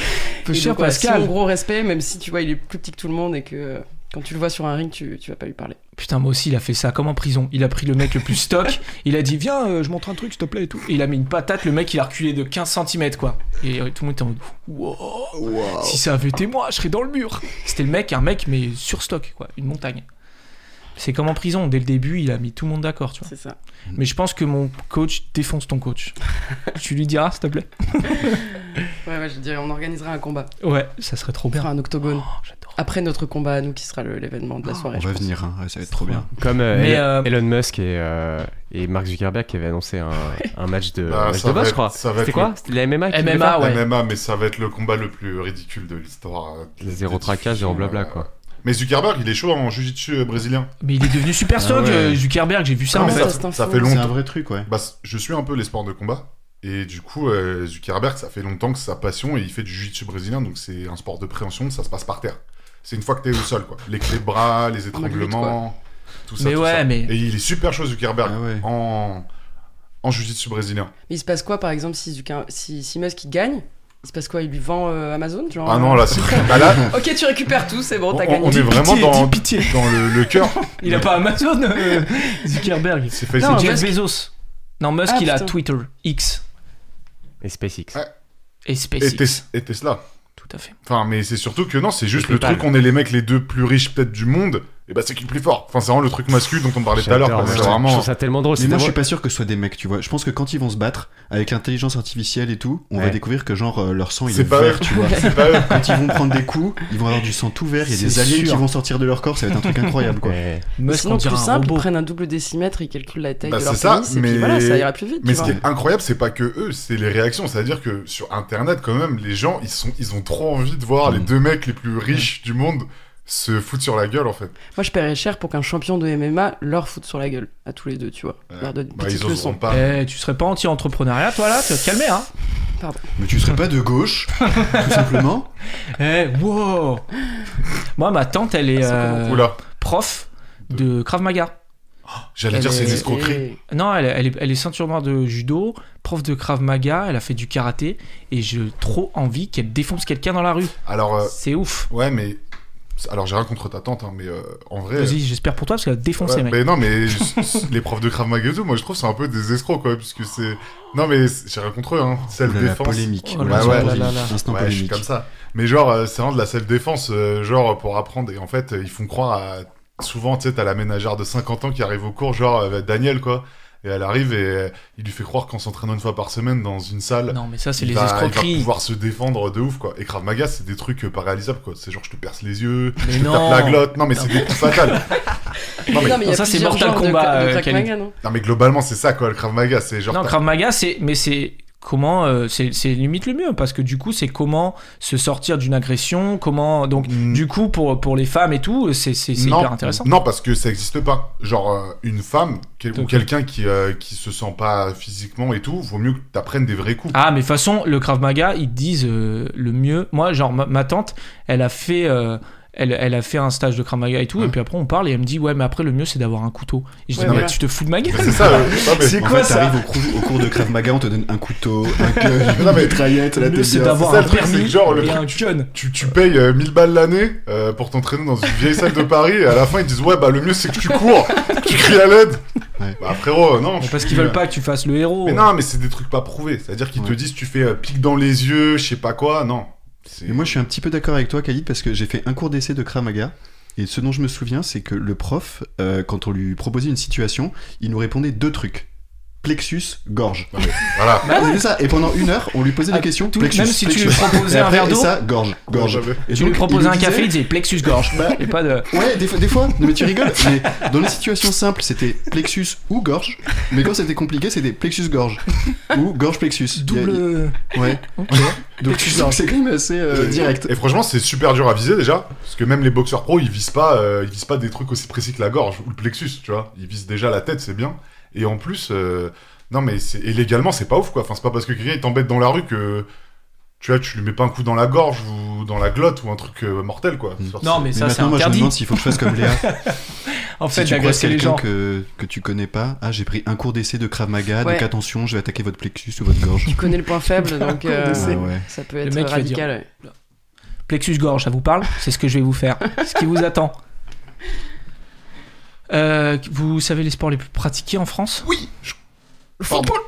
Peu
Et
cher
donc, ouais,
Pascal.
Simon, gros respect, même si tu vois, il est plus petit que tout le monde et que euh, quand tu le vois sur un ring, tu, tu vas pas lui parler.
Putain, moi aussi, il a fait ça comme en prison. Il a pris le mec le plus stock. il a dit Viens, euh, je montre un truc, s'il te plaît, et tout. Et il a mis une patate. Le mec, il a reculé de 15 cm, quoi. Et euh, tout le monde était en mode Wow, Si ça avait été moi, je serais dans le mur. C'était le mec, un mec, mais sur stock, quoi. Une montagne. C'est comme en prison. Dès le début, il a mis tout le monde d'accord, tu vois.
C'est ça.
Mais je pense que mon coach défonce ton coach. tu lui diras, s'il te plaît
Ouais, ouais, je dirais, on organisera un combat.
Ouais, ça serait trop
On
bien.
fera un octogone.
Oh, j'adore.
Après notre combat à nous, qui sera le- l'événement
Ah,
de la soirée.
On
je
va
pense.
venir, hein. Ouais, ça va être trop bien.
Comme euh,
Mais,
Elon,
euh,
Elon Musk et, euh, et Mark Zuckerberg qui avaient annoncé un, un match de,
Bah,
un match
ça va
de boxe,
être-
je crois.
ça va
C'était
être
quoi Ah C'était la MMA qui voulait
MMA,
faire
ouais.
MMA, mais ça va être le combat le plus ridicule de l'histoire.
Zéro
Des
tracas,
diffusions,
zéro blabla,
euh,
quoi.
Mais Zuckerberg, il est chaud en jujitsu euh, brésilien.
Mais il est devenu super
Ah
stock,
ouais.
euh, Zuckerberg, j'ai vu ça
Ah,
en
mais
fait.
ça,
cette info.
ça fait
C'est un
longtemps.
vrai truc, ouais.
Bah, c- je suis un peu les sports de combat. Et du coup, euh, Zuckerberg, ça fait longtemps que c'est sa passion et il fait du jiu-jitsu brésilien, donc c'est un sport de préhension, ça se passe par terre. C'est une fois que t'es au sol, quoi. Les clés de bras, les étranglements, tout ça.
Mais
tout
ouais,
ça.
mais-
Et il est super chaud, Zuckerberg,
Ah ouais.
en, en jiu-jitsu brésilien.
Mais il se passe quoi, par exemple, si, Zucker- si, si Musk il gagne Il se passe quoi Il lui vend euh, Amazon genre,
Ah non,
euh,
là, c'est. bah là,
Ok, tu récupères tout, c'est
Oh,
bon,
on,
t'as
on- on
gagné.
est vraiment
Pitié,
dans,
dis pitié.
dans le, le cœur.
Il a pas Amazon, euh, Zuckerberg. C'est
C'est Facebook.
Non,
Jeff
Ah, Musk-
Bezos. Non, Musk,
Ah,
il a
putain.
Twitter, X
Et
Ah,
SpaceX.
et
Et,
SpaceX.
Tes- et Tesla.
Tout à fait.
Enfin, mais c'est surtout que non, c'est juste
Et
le
PayPal.
truc, on est les mecs les deux plus riches peut-être du monde, et bah c'est qui le plus fort. Enfin, c'est vraiment le truc masculin dont on parlait tout à l'heure,
J'adore,
quoi.
moi,
c'est
je trouve- Je
vraiment.
trouve ça tellement drôle.
Mais
c'est
moi, je suis
tellement-
pas sûr que ce soit des mecs, tu vois. Je pense que quand ils vont se battre avec l'intelligence artificielle et tout, on va
Ouais.
découvrir que genre euh, leur sang il est,
C'est pas
vert,
eux.
tu vois.
C'est pas eux.
quand ils vont prendre des coups, ils vont avoir du sang tout vert. Il y a des
C'est
aliens
sûr.
qui vont sortir de leur corps. Ça va être un truc incroyable, quoi.
Ouais.
Mais
Musk,
Sinon,
on dirait
plus
un
simple, ils
robot.
prennent un double décimètre, ils calculent la taille
Bah,
de
c'est
leur
ça,
pénis, et
mais-
puis voilà, ça ira plus vite.
Mais
tu
ce
vois.
qui est incroyable, c'est pas que eux, c'est les réactions. C'est-à-dire que sur Internet, quand même, les gens, ils, sont, ils ont trop envie de voir les
Mm.
deux mecs les plus riches du monde se foutre sur la gueule, en fait.
Moi, je paierais cher pour qu'un champion de MMA leur foute sur la gueule, à tous les deux, tu vois. Leur donne une
Bah,
petite
ils
leçon.
oseront pas.
Eh, tu serais pas anti-entrepreneuriat, toi là Tu vas te calmer, hein
Mais tu serais pas de gauche, tout simplement.
Eh, wow Moi, ma tante, elle est
Ça
euh,
commence.
Oula,
prof de Krav Maga.
j'allais
Elle
dire, c'est
est-
une
des
escroquerie.
Et-
Non, elle, elle est, elle est ceinture noire de judo, prof de Krav Maga, elle a fait du karaté, et j'ai trop envie qu'elle défonce quelqu'un dans la rue.
Alors, euh,
C'est ouf
ouais, mais. Alors, j'ai rien contre ta tante, hein, mais euh, en vrai.
Vas-y, j'espère pour toi, parce qu'elle a défoncé,
Ouais,
mec.
mais non, mais s- s- les profs de Krav Maga et tout, moi je trouve que c'est un peu des escrocs quoi, puisque c'est. Non, mais c'est- j'ai rien contre eux, hein.
Oulala,
Self-défense.
polémique.
Oh
là
Instant
là
polémique.
là là.
Instant
Ouais, je suis
polémique.
comme ça. Mais genre, euh, c'est vraiment de la self-défense, euh, genre pour apprendre. Et en fait, euh, ils font croire à. Souvent, tu sais, t'as la ménagère de 50 ans qui arrive au cours, genre euh, Daniel quoi. Et elle arrive et euh, il lui fait croire qu'en s'entraînant une fois par semaine dans une salle.
Non, mais ça, c'est
il
les
va- Il va
escroqueries.
pouvoir se défendre de ouf quoi. Et Krav Maga, c'est des trucs euh, pas réalisables quoi. C'est genre je te perce les yeux,
Mais
je te
non.
tape la glotte. Non mais c'est des coups fatales. Non, mais-
Non, mais il y a
Ça, c'est
plusieurs
Mortal
genres de-
Kombat,
de
euh,
Krav
Kali.
Maga, non
Non mais globalement c'est ça quoi le Krav Maga, c'est genre
Non,
t'as-
Krav Maga, c'est. Mais c'est. Comment. euh, c'est c'est limite le mieux, parce que du coup, c'est comment se sortir d'une agression, comment. Donc,
Mm.
du coup, pour, pour les femmes et tout, c'est c'est- c'est
Non.
hyper intéressant.
Non parce que ça existe pas. Genre euh, une femme quel- ou
Donc.
quelqu'un qui euh, qui se sent pas physiquement et tout, vaut mieux que t'apprennes des vrais coups.
Ah, mais de toute façon, le Krav Maga, ils disent euh, le mieux. Moi, genre, ma, ma tante, elle a fait. euh, elle, elle a fait un stage de Krav Maga et tout,
Ouais.
et puis après on parle et elle me dit ouais mais après le mieux c'est d'avoir un couteau. Et je
Ouais,
dis mais
voilà.
tu te fous de ma
Mais
gueule.
C'est ça. euh, non, mais-
C'est
En
quoi
fait,
ça
t'arrives au, cours- au cours de Krav Maga, on te donne un couteau, un gun,
Non,
une
mais-
mitraillette, la
Le mieux c'est
tête
d'avoir
ça,
un
le truc, c'est
permis
que genre, le
et un
truc,
gun.
Tu, tu payes euh, 1000 balles l'année euh, pour t'entraîner dans une vieille salle de Paris et à la fin ils disent ouais bah le mieux c'est que tu cours, que tu cries à l'aide.
Ouais.
Bah frérot euh, non. je
Parce
suis-
qu'ils veulent pas que tu fasses le héros.
Mais non mais c'est des trucs pas prouvés. C'est-à-dire qu'ils te
Ouais.
disent tu fais euh, pique dans les yeux, je sais pas quoi. Non. C'est-
Et moi, je suis un petit peu d'accord avec toi, Khalid, parce que j'ai fait un cours d'essai de Krav Maga. Et ce dont je me souviens, c'est que le prof, euh, quand on lui proposait une situation, il nous répondait deux trucs. Plexus, gorge.
Voilà.
Il disait ça. Et pendant une heure, on lui posait
Ah,
des questions.
tout-
plexus,
même si tu
plexus.
lui proposais
Et
un
après,
verre
et
d'eau, Ah, bah,
ça, gorge, gorge.
Ouais, ouais.
Et
Tu
donc,
lui proposais
il
un
disait- Bah,
café, il disait plexus gorge. Et pas de.
Ouais, des fois, des fois. Non, mais tu rigoles. Mais dans les situations simples, c'était plexus ou gorge. Mais quand c'était compliqué, c'était plexus gorge ou gorge plexus. Il y
Double.
a- Ouais. Donc tu sens que c'est quand même assez euh, direct.
Et franchement, c'est super dur à viser déjà, parce que même les boxeurs pro, ils visent pas, euh, ils visent pas des trucs aussi précis que la gorge ou le plexus, tu vois. Ils visent déjà la tête, c'est bien. Et en plus, euh, non mais c'est et légalement, c'est pas ouf quoi. Enfin, c'est pas parce que quelqu'un il t'embête dans la rue que tu vois, tu lui mets pas un coup dans la gorge ou dans la glotte ou un truc euh, mortel quoi.
Mm.
Genre,
Non,
c'est-
mais
Mais
ça c'est
maintenant, moi, je me
interdit.
demande s'il faut que je fasse comme Léa.
En fait,
si tu croises
d'agresser les
quelqu'un
gens.
que, que tu connais pas, ah j'ai pris un cours d'essai de Krav Maga,
Ouais.
donc attention, je vais attaquer votre plexus ou votre gorge.
Tu connais le point faible, donc euh,
Ah ouais.
ça peut
Le
être
mec, il va dire-
radical. ouais.
Plexus gorge, ça vous parle C'est ce que je vais vous faire. Ce qui vous attend. Euh, vous savez les sports les plus pratiqués en France
Oui. je-
football.
Pardon.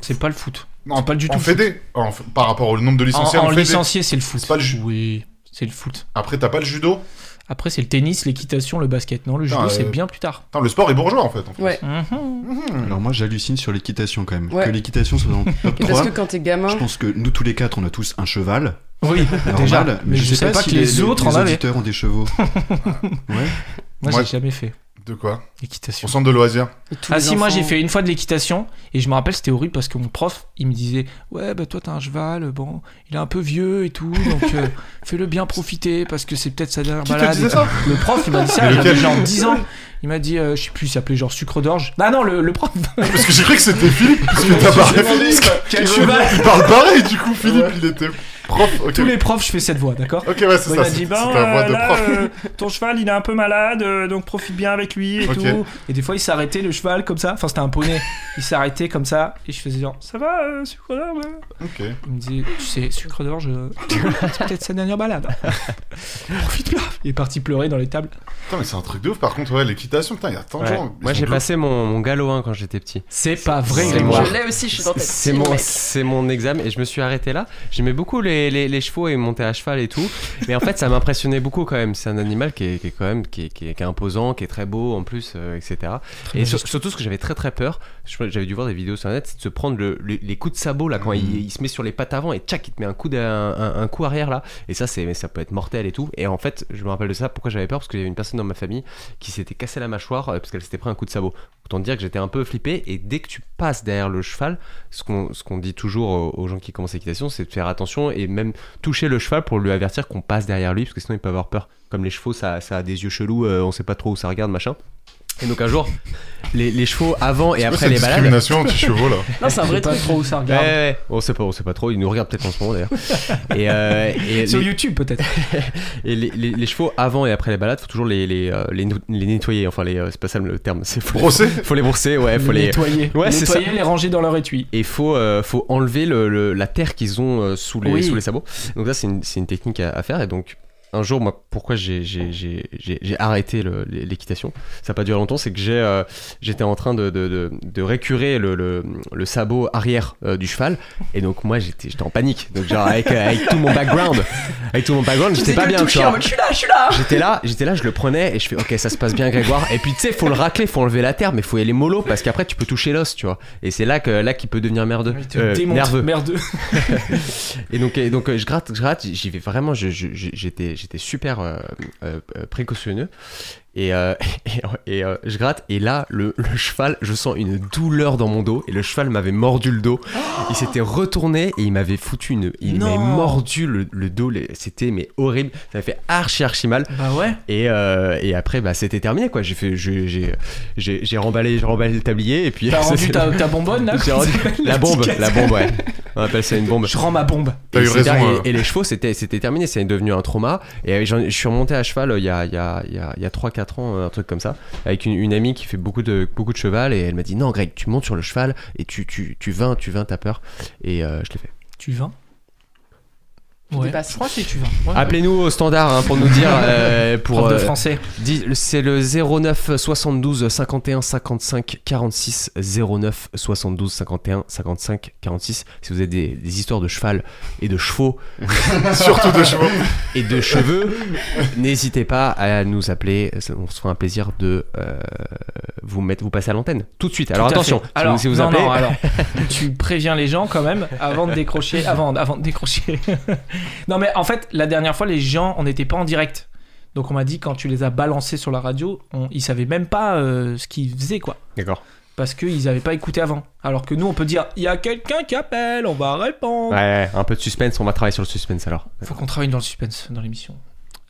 C'est pas le foot.
Non,
pas du
En
tout.
fédé, en f- par rapport au nombre de
En,
licenciés, en,
en
fédé.
licencié, c'est le foot.
C'est pas le ju-
Oui, c'est le foot.
Après, t'as pas le judo.
Après, c'est le tennis, l'équitation, le basket. Non, le judo,
Ah,
c'est
euh,
bien plus tard.
Attends, le sport est bourgeois en fait. en France.
Ouais.
Mhm.
Mhm.
Alors moi j'hallucine sur l'équitation quand même.
Ouais.
Que l'équitation soit dans le top
Et parce
3.
que quand t'es gamin,
Je pense que nous tous les quatre on a tous un cheval.
Oui, déjà.
normal,
mais je, sais pas,
si
que les, autres en
les
avaient.
auditeurs ont des chevaux. ouais.
Moi,
Moi,
j'ai jamais fait.
De quoi Au
Équitation.
centre de loisirs.
Et tous
Ah
les
si, moi
enfants-
j'ai fait une fois de l'équitation et je me rappelle c'était horrible parce que mon prof il me disait ouais bah toi t'as un cheval bon il est un peu vieux et tout donc euh, fais-le bien profiter parce que c'est peut-être sa dernière
Qui te
balade.
disait ça
Le prof il m'a dit ça
Mais
j'avais
lequel
genre 10 ans il m'a dit euh, je sais plus il s'appelait genre sucre d'orge ah non le, le prof
Parce que j'ai cru que c'était Philippe, parce que t'as parlé.
quel
Il parle pareil, du coup, Philippe, il était prof. Ok,
tous les profs je fais cette voix d'accord
Ok, ouais, c'est
Bon, il
ça.
m'a
c'est-
dit
C'était
ben
la voix
euh,
de
là,
prof.
euh, ton cheval il est un peu malade euh, donc profite bien avec lui et
Ok.
tout et des fois il s'arrêtait le cheval comme ça enfin c'était un poney il s'arrêtait comme ça et je faisais genre ça va euh, sucre d'orge
Ok.
Il me disait, tu sais, sucre d'orge, euh, c'est peut-être sa dernière balade. Profite bien. Il est parti pleurer dans les tables.
Putain, mais c'est un truc de ouf. Par contre, ouais, l'équitation, putain, il y a tant de
Ouais.
gens.
Moi, j'ai
passé
passé mon, mon galop 1 quand j'étais petit.
C'est pas vrai,
c'est
Grégoire.
moi.
Je l'ai aussi, je suis dans ta
C'est
team,
mon,
mec.
c'est mon examen et je me suis arrêté là. J'aimais beaucoup les, les, les chevaux et monter à cheval et tout. Mais en fait, ça m'impressionnait beaucoup quand même. C'est un animal qui est, qui est quand même qui est, qui est- qui est imposant, qui est très beau en plus, euh, etc. Et sur- surtout, ce que j'avais très très peur, je- j'avais dû voir des vidéos sur net, c'est de se prendre le- le- les coups de sabot là quand il, il se met sur les pattes avant et tchac, il te met un coup, d'a- un, un coup arrière là. Et ça, c'est mais ça peut être mortel et tout. Et en fait, je me rappelle de ça. Pourquoi j'avais peur Parce qu'il y avait une personne dans ma famille qui s'était cassé la mâchoire euh, parce qu'elle s'était pris un coup de sabot. Autant dire que j'étais un peu flippé. Et dès que tu passes derrière le cheval, ce qu'on ce qu'on dit toujours aux, aux gens qui commencent l'équitation, c'est de faire attention et même toucher le cheval pour lui avertir qu'on passe derrière lui parce que sinon il peut avoir peur. Comme les chevaux, ça, ça a des yeux chelous, euh, on sait pas trop où ça regarde, machin. Et donc un jour, les, les chevaux avant et après les balades,
discrimination anti-chevaux, là.
Non, c'est un vrai
pas
truc.
trop où ça
Ouais,
regarde.
ouais, ouais. on sait pas, on sait pas trop. Ils nous regardent peut-être en ce moment d'ailleurs. et euh, et
Sur
les,
YouTube peut-être.
et les- les- les chevaux avant et après les balades, faut toujours les les, euh, les, nou- les nettoyer. Enfin, les euh, c'est pas ça le terme. C'est faut,
Brosser
faut les brosser, ouais, Eh, faut les.
nettoyer.
Ouais, c'est
nettoyer, les ranger dans leur étui.
Et faut euh, faut enlever le, le- la terre qu'ils ont euh, sous les
Oui.
sous les sabots. Donc ça c'est une, c'est une technique à, à faire. Et donc un jour, moi, pourquoi j'ai j'ai- j'ai- j'ai- j'ai arrêté le- l'équitation Ça n'a pas duré longtemps, c'est que j'ai euh, j'étais en train de, de, de, de récurer le, le, le sabot arrière euh, du cheval. Et donc, moi, j'étais j'étais en panique. Donc, genre, avec, euh, avec tout mon background, avec tout mon background, j'étais
J'étais
pas bien.
Je
tu
suis
vois.
là, je suis là, je suis là.
J'étais là, j'étais là, je le prenais et je fais ok ça se passe bien Grégoire et puis tu sais faut le racler, faut enlever la terre mais faut y aller mollo parce qu'après tu peux toucher l'os tu vois et c'est là que là qu'il peut devenir merdeux,
Il te
euh,
démonte,
nerveux
merdeux.
et donc, et donc euh, je gratte, je gratte, j'y vais vraiment, je- je- je- j'étais j'étais super euh, euh, euh, précautionneux. Et, euh, et, et, euh, je gratte, et là, le, le cheval, je sens une douleur dans mon dos, et le cheval m'avait mordu le dos. Il s'était retourné, et il m'avait foutu une. Il
Non.
m'avait mordu le, le dos, les- c'était mais horrible, ça m'a fait archi archi mal.
Bah ouais.
Et, euh, et après, bah, c'était terminé quoi, j'ai fait- j'ai- j'ai j'ai- j'ai remballé, j'ai remballé le tablier, et puis.
T'as rendu ta, ta bonbonne là
J'ai rendu- La bombe,
Petite
la bombe, ouais. On appelle ça une bombe.
Je rends ma bombe.
T'as
Et
eu
c'est
raison,
dingue.
euh.
Et, et les chevaux, c'était c'était terminé. C'est devenu un trauma. Et euh, j'en- je suis remonté à cheval euh, il y a, il y a, il y a, il y a 3-4 ans, euh, un truc comme ça, avec une, une amie qui fait beaucoup de, beaucoup de cheval. Et elle m'a dit Non, Greg, tu montes sur le cheval et tu, tu, tu vins, tu vins, t'as peur. Et euh, je l'ai fait.
Tu vins
Tu
Ouais.
dépasses.
Je crois que c'est tu vins. Ouais.
Appelez-nous au standard hein, pour nous dire. euh, Ah, pour
Prof de
euh,
français.
dix- C'est le 09 72 51 55 46. 09 72 51 55 46. Si vous avez des, des histoires de cheval et de chevaux
Surtout de chevaux.
et de cheveux, n'hésitez pas à nous appeler. On se fera un plaisir de euh, vous mettre, vous passer à l'antenne tout de suite. Alors
Tout à
attention,
fait.
si vous-
alors,
si vous
non,
appelez,
non, alors, tu préviens les gens quand même avant de décrocher. Avant, avant de décrocher. non, mais en fait, la dernière fois, les gens, on n'était pas en direct. Donc, on m'a dit, quand tu les as balancés sur la radio, on, ils savaient même pas euh, ce qu'ils faisaient, quoi.
d'accord.
Parce qu'ils n'avaient pas écouté avant. Alors que nous, on peut dire, il y a quelqu'un qui appelle, on va répondre.
Ouais, ouais, un peu de suspense, on va travailler sur le suspense alors.
Faut qu'on travaille dans le suspense, dans l'émission.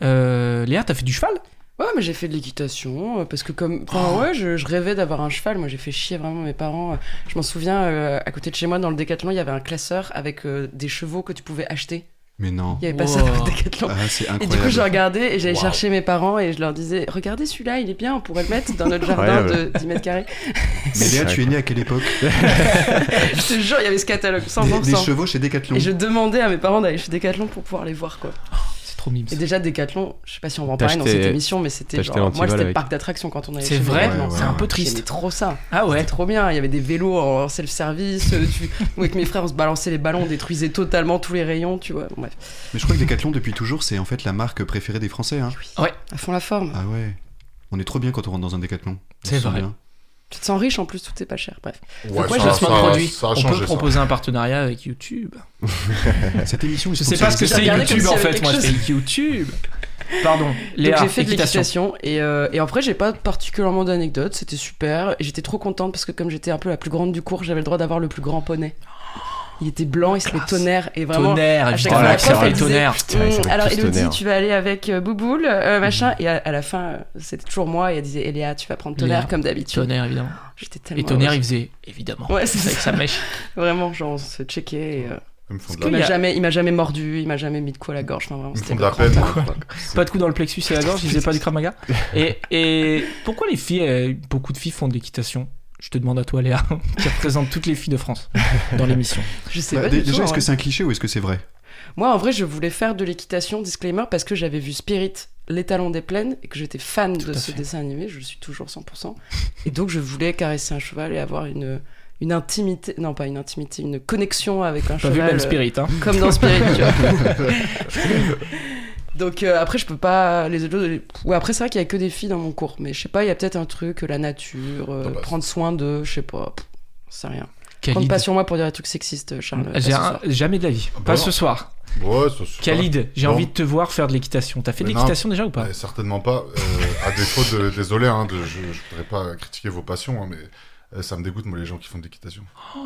Euh, Léa, t'as fait du cheval
Ouais, mais j'ai fait de l'équitation euh, parce que comme, enfin ouais, je, je rêvais d'avoir un cheval. Moi, j'ai fait chier vraiment mes parents. Je m'en souviens, euh, à côté de chez moi, dans le décathlon, il y avait un classeur avec euh, des chevaux que tu pouvais acheter.
Mais non.
Il y avait pas
Wow.
ça dans le décathlon.
Ah, c'est
Et du coup, je
incroyable.
regardais et j'allais
Wow.
chercher mes parents et je leur disais Regardez celui-là, il est bien, on pourrait le mettre dans notre jardin
Incroyable.
de 10 mètres carrés.
Mais Léa,
C'est
tu es
vrai,
né à quelle époque
Je te jure, il y avait ce catalogue,
des,
100%.
des chevaux chez Decathlon.
hein. Et je demandais à mes parents d'aller chez Decathlon pour pouvoir les voir, quoi.
C'est trop mime.
Et
ça.
déjà, Decathlon, je sais pas si on va en
T'as
parler dans
acheté-
cette émission, mais c'était
t'as acheté
genre. Moi,
l'antival
c'était le
avec.
parc d'attraction quand on allait
C'est
chez
vrai,
Decathlon.
c'est
ouais,
un peu
ouais.
triste.
J'aimais trop ça.
Ah ouais.
C'était trop bien. Il y avait des vélos en self-service. euh, Tu... Nous, avec mes frères, on se balançait les ballons, on détruisait totalement tous les rayons, tu vois. Bon, bref,
Mais je crois que Decathlon, depuis toujours, c'est en fait la marque préférée des Français. Hein.
à fond la forme.
Ah ouais. On est trop bien quand on rentre dans un Decathlon. On
C'est
se sent
vrai.
bien.
Tu te sens riche en plus, tout est pas cher. Bref.
Ouais,
Pourquoi
ça-
je lance
ça-
mon produit
ça a
On
changé,
peut
ça.
proposer un partenariat avec YouTube.
Cette émission, est
Je sais pas ce que
sponsorisée
c'est
Regardez comme
YouTube
s'il y
en
avait
fait,
quelque
moi je
chose.
fais YouTube. Pardon,
Donc
Léa,
j'ai fait de
équitation.
l'équitation et, euh, et en vrai j'ai pas particulièrement d'anecdotes, c'était super. Et J'étais trop contente parce que comme j'étais un peu la plus grande du cours, j'avais le droit d'avoir le plus grand poney. Il était blanc, il s'appelait
Classe.
tonnerre et vraiment.
Tonnerre,
à chaque
évidemment,
fois,
la
la prof,
prof,
elle
le tonnerre.
Putain, ils
Hum,
sont tous
alors Elodie,
tonnerre.
tu vas aller avec euh, Bouboule, euh,
Mmh.
machin. Et à, à la fin, euh, c'était toujours moi et elle disait Eléa, tu vas prendre tonnerre
Léa,
comme d'habitude.
Tonnerre, évidemment.
J'étais tellement.
Et tonnerre,
heureuse.
il faisait, évidemment.
Ouais, c'est
Avec
ça.
sa Mmh. mèche.
Vraiment, genre on se checkait. et, euh,
Ils me font de
que-
la-
il
y
m'a
a-
jamais, il m'a jamais mordu, il m'a jamais mis de quoi à la gorge. Enfin, vraiment,
Ils me
Mmh.
c'était
font de
le
la
grand temps,
peine.
quoi.
Pas de coup dans le plexus et la gorge, il faisait pas du kramaga. Et, et pourquoi les filles, euh, beaucoup de filles font de l'équitation Je te demande à toi, Léa, qui représente toutes les filles de France dans l'émission.
Je sais
Mmh.
Bah,
pas.
dé-
du tout, hein.
déjà,
en
est-ce
vrai.
que c'est un cliché ou est-ce que c'est vrai
Moi, en vrai, je voulais faire de l'équitation, disclaimer, parce que j'avais vu Spirit, Les Talons des Plaines, et que j'étais fan
Tout
de
à
ce
fait.
dessin animé, je le suis toujours 100%. Et donc, je voulais caresser un cheval et avoir une, une intimité, non pas une intimité, une connexion avec un
Pas
cheval.
vu le même
euh,
spirit, hein
Comme dans Spirit, tu vois. Donc euh, après je peux pas les autres les- ouais après c'est vrai qu'il y a que des filles dans mon cours mais je sais pas il y a peut-être un truc la nature euh,
Non, bah,
prendre soin de je sais pas pff, c'est rien prendre
Khalid.
pas sur moi pour dire des trucs sexistes Charles pas ce
J'ai un-
soir.
jamais de la vie.
Ah, bah
Pas
non.
ce soir.
Ouais, ça, c'est-
Khalid, j'ai
Bon.
envie de te voir faire de l'équitation. T'as fait de
Mais non.
l'équitation déjà ou pas
Ouais, Eh, certainement pas. Euh, à défaut de, désolé, hein, de- je, je voudrais pas critiquer vos passions, hein, mais euh, ça me dégoûte moi les gens qui font de l'équitation.
Oh.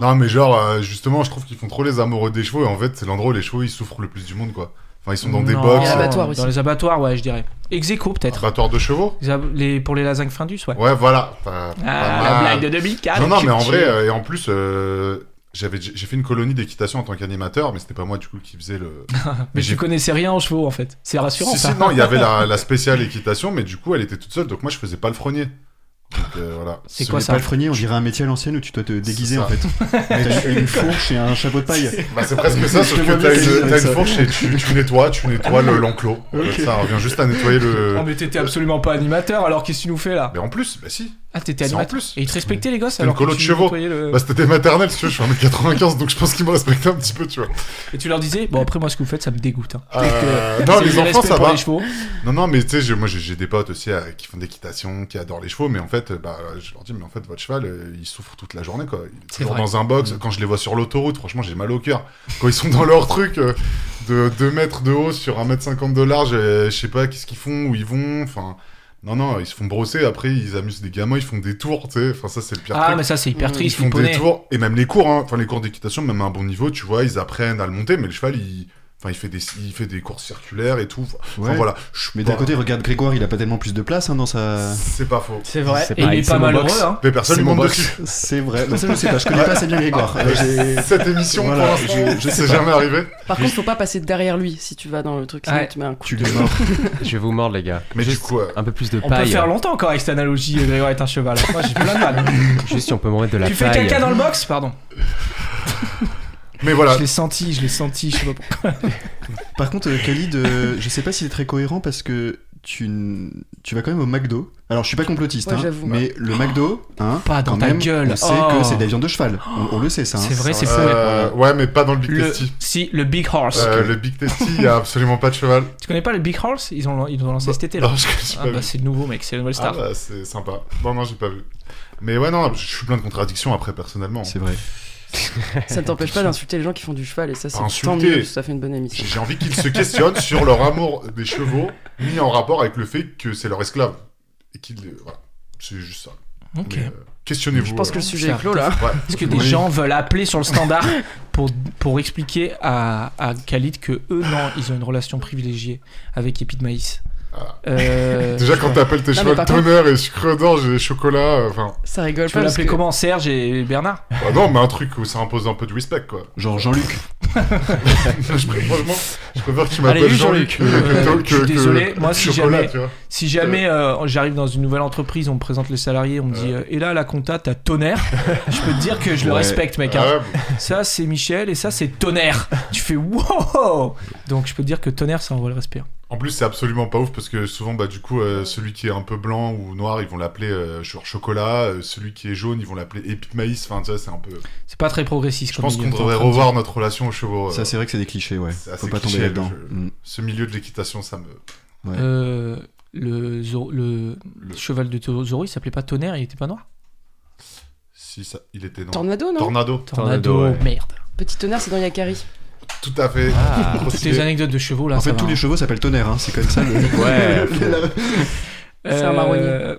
Non, mais genre euh, justement, je trouve qu'ils font trop les amoureux des chevaux et en fait c'est l'endroit où les chevaux ils souffrent le plus du monde quoi. Enfin ils sont dans des
Non,
box, euh, Ah
Et l'abattoir aussi.
Dans les abattoirs, ouais, je dirais. Execo peut-être.
abattoirs de chevaux.
Les ab- les- pour les lasagnes findus, ouais.
bah. Ouais, voilà. Pas-
Ah,
pas
la
mal.
blague de 2004.
Non, non, mais en
Culture.
vrai, euh, et en plus, euh, j'avais, j'ai fait une colonie d'équitation en tant qu'animateur, mais c'était pas moi du coup qui faisais le.
Mais tu
j'ai-
connaissais rien en chevaux en fait. C'est rassurant
Si,
ça.
si, non, il y avait la, la spéciale équitation, mais du coup, elle était toute seule, donc moi, je faisais pas le frenier. Donc, euh, voilà.
C'est
Celui-
quoi
C'est pas
ça
le freinier, on dirait un métier à l'ancienne où tu dois te déguiser
ça.
en fait. T'as une fourche et un chapeau de paille.
Bah, c'est presque ça, sauf
Je
que
vois
t'as
bien
une,
ça.
t'as une fourche et tu, tu nettoies, tu nettoies le- l'enclos. Voilà,
Ok.
Ça revient juste à nettoyer le.
Oh, mais t'étais absolument pas animateur alors qu'est-ce que tu nous fais là
Mais en plus, bah si.
Ah, t'étais
C'est en
animateur.
plus.
Et ils te respectaient les gosses
une
alors que
colo
tu
de chevaux.
nettoyais le-
Bah, c'était des maternelles, si tu veux, je suis en 95, donc je pense qu'ils me respectaient un petit peu, tu vois.
Et tu leur disais, bon après moi ce que vous faites ça me dégoûte. hein.
Euh,
Parce
non,
que
les
j'ai
enfants,
respect
ça
pour
va.
les chevaux.
Non, non, mais tu sais, j'ai- moi j'ai j'ai des potes aussi euh, qui font de l'équitation, qui adorent les chevaux, mais en fait, euh, bah, je leur dis, mais en fait, votre cheval, euh, il souffre toute la journée, quoi. Il est
C'est
toujours
vrai. Mm.
dans un box. Quand je les vois sur l'autoroute, franchement, j'ai mal au cœur. Quand ils sont dans leur truc euh, de 2 mètres de haut sur 1 mètre 50 de large, euh, je sais pas qu'est-ce qu'ils font, où ils vont, enfin. Non, non, ils se font brosser, après ils amusent des gamins, ils font des tours, tu sais. Enfin, ça, c'est le pire
Ah
truc.
mais ça c'est hyper
Ils
Ils
triste
font
les
des
poneys.
tours, et même les cours, hein. Enfin, les cours d'équitation, même à un bon niveau, tu vois, ils apprennent à le monter, mais le cheval, il. Enfin, il fait des, il fait des courses circulaires et tout. Enfin,
Ouais.
voilà. Bah, Je suis
Mais
pas-
d'un côté, regarde Grégoire, il a pas tellement plus de place hein, dans sa.
c'est pas faux.
C'est vrai.
C'est
Et il
pareil,
est
c'est
pas
mon
malheureux
box.
hein.
Mais personne
C'est
ne
mon
monte
box.
dessus.
C'est vrai. Bah, ça, je sais pas, je connais pas assez bien Grégoire. Euh, j'ai-
Cette émission,
Voilà,
pour l'instant,
je- je sais
c'est
pas.
jamais arrivé.
Par contre, faut pas passer derrière lui si tu vas dans le truc, sinon
Ouais.
tu mets un coup.
Tu le mords.
Je vais vous mordre, les gars.
Mais
Juste
du coup, euh,
un peu plus de
On peut
paille.
faire longtemps encore avec cette analogie euh, Grégoire est un cheval. Moi j'ai plein de mal.
Juste si on peut me mettre de la
Tu fais
paille.
caca dans le box Pardon.
mais voilà.
Je l'ai senti, je l'ai senti, je sais pas pourquoi.
Par contre, euh, Khalid, euh, je sais pas s'il est très cohérent parce que tu, n- tu vas quand même au McDo. Alors, je suis pas complotiste,
Ouais,
hein,
j'avoue. Oh.
mais le McDo, hein,
Oh, Pas dans
quand
ta
même,
gueule.
on sait
Oh.
que c'est de la viande de cheval. On, on le sait, ça. hein.
C'est vrai, c'est fou.
Euh, ouais, mais pas dans le Big
Le,
Testy.
si, le Big Horse.
Euh, le Big Testy, il y a absolument pas de cheval.
Tu connais pas le Big Horse ils ont, ils l'ont lancé cet été là.
Non, je j'ai
Ah
pas
bah
vu.
c'est le nouveau mec, c'est la nouvelle
Ah
star.
bah, c'est sympa. Non, non, j'ai pas vu. Mais ouais, non, je suis plein de contradictions après, personnellement.
C'est vrai.
Ça ne t'empêche pas d'insulter les gens qui font du cheval et ça,
Bah,
Pas
c'est tant
insulter.
mieux. Ça fait une bonne émission.
J'ai j'ai envie qu'ils se questionnent sur leur amour des chevaux, mis en rapport avec le fait que c'est leur esclave. Et qu'ils. euh, voilà. C'est juste ça.
ok.
Mais, euh, Questionnez-vous.
Je pense que le
euh,
sujet
Ça-
est clos là.
ouais.
Est-ce que des
Oui.
gens veulent appeler sur le standard pour, pour expliquer à, à Khalid que eux, non, ils ont une relation privilégiée avec Épi de Maïs
Ah.
Euh,
Déjà, quand t'appelles tes
Non,
chevaux
mais par
tonnerre et sucre d'orge et chocolat, euh, enfin.
Ça rigole
Tu
pas.
veux
parce
l'appeler
que-
comment Serge et Bernard
Bah non, mais un truc où ça impose un peu de respect, quoi.
Genre Jean-Luc.
je préfère, franchement, je préfère que tu
Allez,
m'appelles
oui,
Jean-Luc.
Jean-Luc. Euh, je suis désolé, moi, si
Chocolat,
jamais-
tu vois.
Si jamais euh, j'arrive dans une nouvelle entreprise, on me présente les salariés, on me dit euh, Et là, la compta, t'as tonnerre. je peux te dire que je le
Ouais.
respecte, mec. hein.
Ah ouais,
Ça, c'est Michel et ça, c'est tonnerre. tu fais Wow Donc, je peux te dire que tonnerre, ça envoie le respect. hein.
en plus, c'est absolument pas ouf parce que souvent, bah, du coup, euh, celui qui est un peu blanc ou noir, ils vont l'appeler euh, genre chocolat. euh, celui qui est jaune, ils vont l'appeler épic maïs. Enfin, tu vois, c'est un peu.
C'est pas très progressiste.
Je
comme
pense
il
qu'on
est en
devrait
train de dire.
revoir notre relation aux chevaux. euh,
Ça, c'est vrai que c'est des clichés, ouais.
C'est assez
Faut pas
cliché,
tomber là-dedans.
je-
Mm.
ce milieu de l'équitation, ça me.
Ouais.
Euh, le, Zoro- le
Le-
cheval de Zoro, il s'appelait pas Tonnerre, il était pas noir
Si ça, il était dans.
Tornado, non
Tornado.
Tornado, ouais.
merde.
Petit tonnerre, c'est dans Yakari.
Tout à fait.
Ah.
Trop
Toutes
stylé.
les anecdotes de chevaux là.
En
ça
fait,
va,
tous les
hein.
chevaux s'appellent tonnerre, hein, c'est comme ça. le-
Ouais.
la-
C'est un marronnier.
Euh,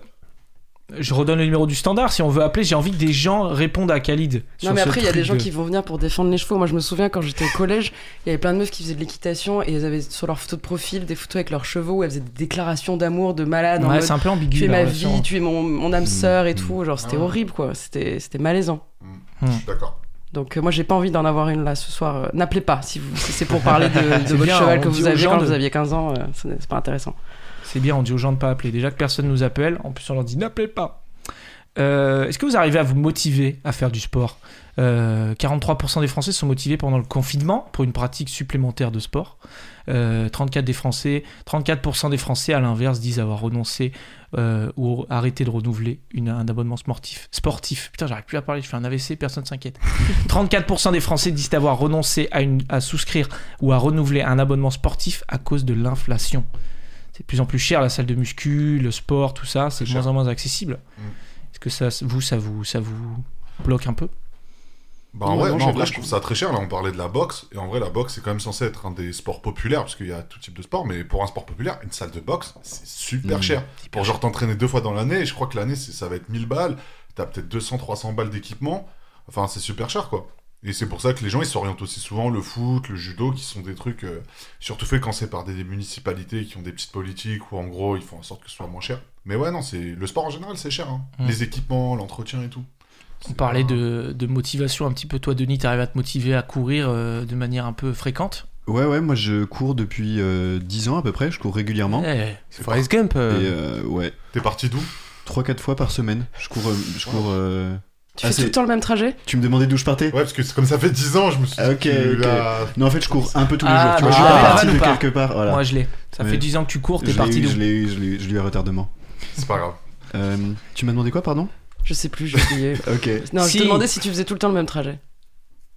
Je redonne le numéro du standard. Si on veut appeler, j'ai envie que des gens répondent à Khalid. sur
Non, mais
ce
après, il y a
truc
des gens
de-
qui vont venir pour défendre les chevaux. Moi, je me souviens quand j'étais au collège, il y avait plein de meufs qui faisaient de l'équitation et elles avaient sur leurs photos de profil des photos avec leurs chevaux où elles faisaient des déclarations d'amour de malade. en
Ouais, Mm.
mode,
c'est un peu ambigu.
tu es
la
ma
relation.
vie, tu es mon, mon âme sœur et
Mmh.
tout. Genre, c'était
Ah ouais.
horrible, quoi. C'était c'était malaisant.
Hmm. Je suis d'accord.
Donc, euh, moi, j'ai pas envie d'en avoir une là ce soir. Euh, N'appelez pas si, vous- si c'est pour parler de, de
C'est
votre
bien,
cheval
on
que
dit
vous
aux
aviez
gens
quand
de-
vous aviez 15 ans. euh, ce n'est- c'est pas intéressant.
C'est bien, on dit aux gens de pas appeler. Déjà que personne nous appelle, en plus on leur dit n'appelez pas. Euh, Est-ce que vous arrivez à vous motiver à faire du sport Euh, 43% des Français sont motivés pendant le confinement pour une pratique supplémentaire de sport. Euh, 34 des Français, 34% des Français, à l'inverse, disent avoir renoncé euh, ou arrêté de renouveler une- un abonnement sportif. Sportif. Putain, j'arrive plus à parler, je fais un AVC, personne s'inquiète. 34% des Français disent avoir renoncé à, une, à souscrire ou à renouveler un abonnement sportif à cause de l'inflation c'est de plus en plus cher la salle de muscu, le sport, tout ça, c'est de
cher.
moins en moins accessible.
Mm.
Est-ce que ça, vous, ça vous, ça vous bloque un peu
Bah, en
Ouais,
vrai,
non,
moi, en
j'ai
vrai,
pas-
je trouve ça très cher. Là, on parlait de la boxe. Et en vrai, la boxe, c'est quand même censé être un des sports populaires, parce qu'il y a tout type de sport. Mais pour un sport populaire, une salle de boxe, c'est super
Mmh.
cher. Pour genre t'entraîner deux fois dans l'année, et je crois que l'année, c'est- ça va être 1000 balles. T'as peut-être 200, 300 balles d'équipement. Enfin, c'est super cher, quoi. Et c'est pour ça que les gens, ils s'orientent aussi souvent le foot, le judo, qui sont des trucs, euh, surtout fait quand c'est par des municipalités qui ont des petites politiques, où en gros, ils font en sorte que ce soit moins cher. Mais ouais, non, c'est le sport en général, c'est cher. hein.
Mm.
Les équipements, l'entretien et tout.
On
C'est
parlait
pas-
de, de motivation un petit peu. Toi, Denis, t'arrives à te motiver à courir euh, de manière un peu fréquente
Ouais, ouais, moi je cours depuis euh, 10 ans à peu près, je cours régulièrement.
Eh,
C'est Forrest Gump.
Et
euh.
euh, ouais,
T'es parti d'où
3-4 fois par semaine, je cours. euh, je cours euh, Ah,
Tu fais
c'est-
tout le temps le même trajet
Tu me demandais d'où je partais
Ouais, parce que c'est comme ça fait 10 ans, je me suis
Ah, ok,
tu
ok.
l'as-
Non, en fait, je cours un peu tous les
Ah,
jours. Tu vois,
mais
je
je
suis
l'avais la
parti
vanne
de
ou pas
quelque part. Voilà.
Moi, je l'ai. Ça
Mais-
fait 10 ans que tu cours,
je
t'es
l'ai
parti
eu,
d'où
je l'ai eu, je l'ai eu, je l'ai eu à retardement.
C'est pas grave.
Euh, tu m'as demandé quoi, pardon
Je sais plus, j'ai oublié.
Ok.
non, je
Si.
te demandais si tu faisais tout le temps le même trajet.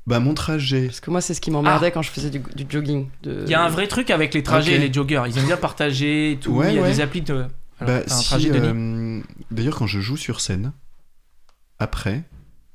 Bah, mon trajet.
Parce que moi, c'est ce qui m'emmerdait quand je faisais du, du jogging. de-
Ah. Il y a un vrai truc avec les trajets
Ok.
et les joggers. Ils aiment bien partager et tout.
Ouais,
Il y a
ouais.
des applis de. Alors,
Bah,
t'as un
si,
trajet, Denis
euh, D'ailleurs, quand je joue sur scène, après,